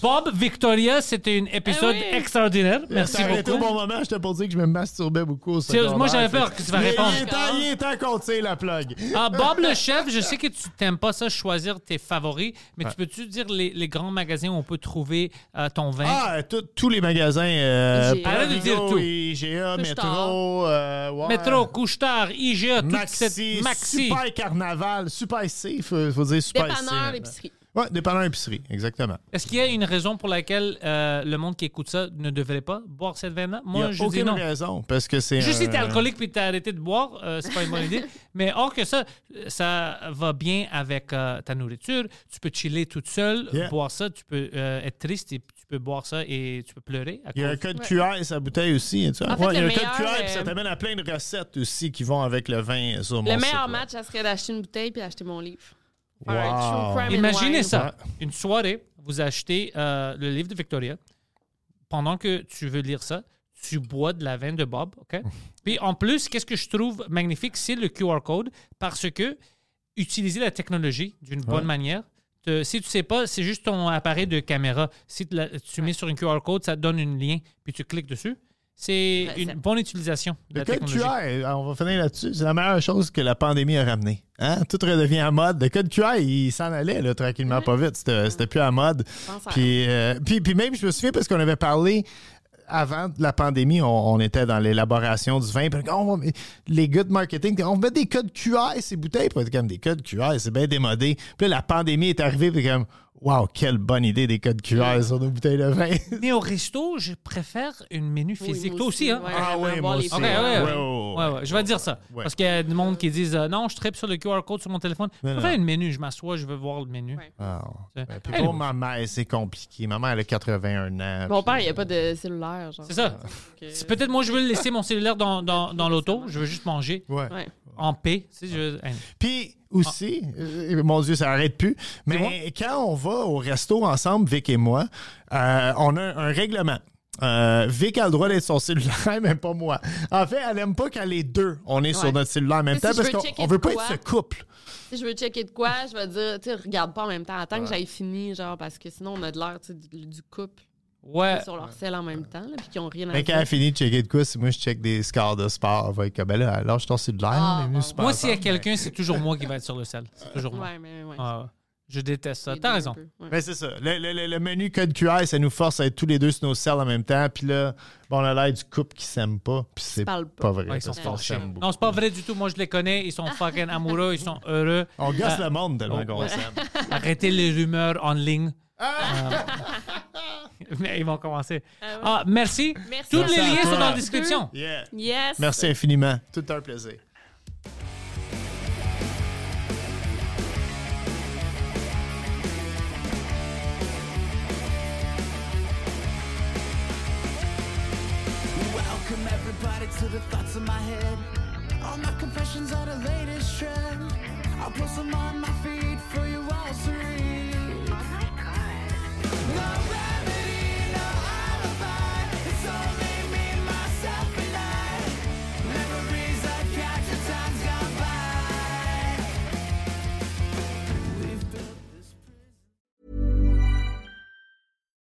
S2: Bob Victoria, c'était un épisode
S4: Ah oui.
S2: extraordinaire. Merci
S3: T'as arrêté
S2: beaucoup.
S3: au bon moment, j'étais pour dire que je me masturbais beaucoup. au
S2: Sérieux, moi,
S3: secondaire,
S2: j'avais peur que
S3: fait-
S2: tu vas
S3: Mais
S2: répondre.
S3: Il est temps, il est temps qu'on tire la plug.
S2: Ah, Bob le chef, je sais que tu t'aimes pas ça, choisir tes favoris, mais tu peux-tu dire les, les grands magasins où on peut trouver euh, ton vin?
S3: Ah, euh, tout- tous les magasins. Euh,
S4: IGA.
S2: Arrête de dire
S3: Provigo,
S2: tout.
S3: IGA,
S4: Couche-tard.
S3: Métro, euh, ouais.
S2: Métro, Couche-Tard, IGA, toute
S3: Maxi,
S2: cette- Maxi.
S3: Super Carnaval, Super C, faut, faut dire Super C.
S4: Dépanneur,
S3: maintenant.
S4: l'épicerie.
S3: Ouais, dépanneur épicerie, exactement.
S2: Est-ce qu'il y a une raison pour laquelle euh, le monde qui écoute ça ne devrait pas boire cette veine-là?
S3: Il
S2: Moi,
S3: n'y
S2: je
S3: a
S2: dis
S3: aucune
S2: non.
S3: raison, Euh. parce que c'est
S2: Juste
S3: un-
S2: si t'es alcoolique puis t'as arrêté de boire, euh, c'est pas une bonne idée. Mais or que ça, ça va bien avec euh, ta nourriture. Tu peux chiller toute seule,
S3: Yeah.
S2: boire ça, tu peux euh, être triste et tu peux boire ça et tu peux pleurer. à
S3: Il y a un
S2: cause-
S3: code QR, sa bouteille aussi. hein, Tu vois.
S4: En fait,
S3: Ouais, il y a un
S4: le
S3: code QR,
S4: meilleur,
S3: puis ça
S4: euh,
S3: t'amène à plein de recettes aussi qui vont avec le vin euh, sur mon
S4: Le
S3: site,
S4: meilleur
S3: là.
S4: match, ça serait d'acheter une bouteille puis d'acheter mon livre.
S3: Wow.
S4: Faire un true crime and
S2: Imaginez
S4: wine.
S2: ça. Une soirée, vous achetez euh, le livre de Victoria. Pendant que tu veux lire ça, tu bois de la veine de Bob, OK? Puis en plus, qu'est-ce que je trouve magnifique, c'est le QR code parce que utiliser la technologie d'une bonne manière. te- si tu sais pas, c'est juste ton appareil de caméra. Si tu, la- tu mets sur un QR code, ça te donne un lien, puis tu cliques dessus. C'est
S4: Ouais,
S2: une
S4: c'est-
S2: bonne utilisation de
S3: Le
S2: la
S3: code
S2: technologie.
S3: QR, on va finir là-dessus, c'est la meilleure chose que la pandémie a ramenée. Hein? Tout redevient à mode. Le code QR, il s'en allait là, tranquillement, pas vite. C'était c'était plus à mode.
S4: Pense à-
S3: Puis, euh, puis, puis même, je me souviens, parce qu'on avait parlé avant de la pandémie, on, on était dans l'élaboration du vin. puis on va- les gars de marketing, on met des codes QR ces bouteilles. Puis on était comme des codes QR, c'est bien démodé. Puis là, la pandémie est arrivée, puis comme, wow, quelle bonne idée des codes QR sur nos bouteilles de vin.
S2: Mais au resto, je préfère une menu
S4: Oui, moi
S2: physique. Toi aussi, hein?
S4: ouais,
S3: Ah
S4: vraiment
S3: oui,
S4: voir
S3: moi
S4: les
S3: aussi.
S2: Ok, ouais,
S4: photos.
S2: ouais,
S3: Ouais, ouais,
S2: Ouais, ouais, je vais dire ça.
S3: ouais.
S2: Parce qu'il y a du monde qui disent euh, non, je tripe sur le QR code sur mon téléphone. Je
S3: non.
S2: fais une menu, je m'assois, je veux voir le menu.
S4: Ouais.
S3: Ah.
S2: C'est-
S3: Ouais, puis
S2: Hey,
S3: pour ma mère, c'est compliqué. Ma mère, elle a 81 ans.
S4: Mon
S3: puis-
S4: père, il n'y a pas de cellulaire. genre.
S2: C'est ça.
S4: Donc, euh,
S2: C'est peut-être moi, je veux laisser mon cellulaire dans, dans, dans l'auto. Je veux juste manger
S3: Ouais.
S4: Ouais.
S2: en paix. Tu sais, je- hey,
S3: Puis aussi, euh, mon Dieu, ça arrête plus. Mais quand on va au resto ensemble, Vic et moi, euh, on a un règlement. Euh, Vic a le droit d'être sur son cellulaire, mais pas moi. En fait, elle aime pas quand les deux, on est sur
S4: Ouais.
S3: notre cellulaire en même
S4: Si
S3: temps
S4: je
S3: parce
S4: veux
S3: qu'on
S4: checker
S3: on veut
S4: de
S3: pas
S4: quoi.
S3: être ce couple.
S4: Si je veux checker de quoi, je vais dire, tu sais, regarde pas en même temps. Attends que j'aille fini, genre, parce que sinon, on a de l'air tu sais, du, du couple
S2: Ouais.
S4: sur leur selle en même temps, là, puis qui ont rien à
S3: Mais quand elle
S4: dire.
S3: finit de checker de quoi, si moi je check des scores de sport, elle va être comme ben là, lâche ton cellulaire.
S4: Ah,
S3: on est venus
S4: bon.
S3: super
S2: Moi, s'il y a
S3: ensemble.
S2: quelqu'un, c'est toujours moi qui va être sur le sel. C'est toujours moi.
S4: Ouais, mais ouais.
S2: Ah, ouais. je déteste ça.
S4: Les deux
S2: T'as
S4: un
S2: raison.
S4: peu, ouais.
S3: Ben, c'est ça. Le, le- le- le menu code QR, ça nous force à être tous les deux sur nos selles en même temps. Puis là, bon, on a l'air du couple qui s'aime pas. Puis c'est pas,
S4: parlent pas.
S3: vrai.
S2: Ouais, ils sont
S3: parce qu'on
S2: fâchés.
S3: s'aime beaucoup.
S2: Non, c'est pas vrai du tout. Moi, je les connais. Ils sont fucking amoureux. Ils sont heureux.
S3: On gosse
S2: Euh,
S3: le monde tellement qu'on
S2: ouais.
S3: s'aime.
S2: Arrêtez les rumeurs en ligne. Euh, mais ils vont commencer. Ah, merci.
S4: Merci.
S2: Tous
S4: Merci
S2: les
S4: à
S2: liens
S3: toi.
S2: sont dans la description.
S3: Yeah.
S4: Yes!
S3: Merci infiniment. Tout un plaisir.
S1: Welcome everybody to the thoughts in my head. All my confessions are the latest trend. I'll post them on my feed for you all to read. Oh my god. No remedy, no alibi. It's only me, myself, and I. Memories I catch as time's gone by. We've built this prison.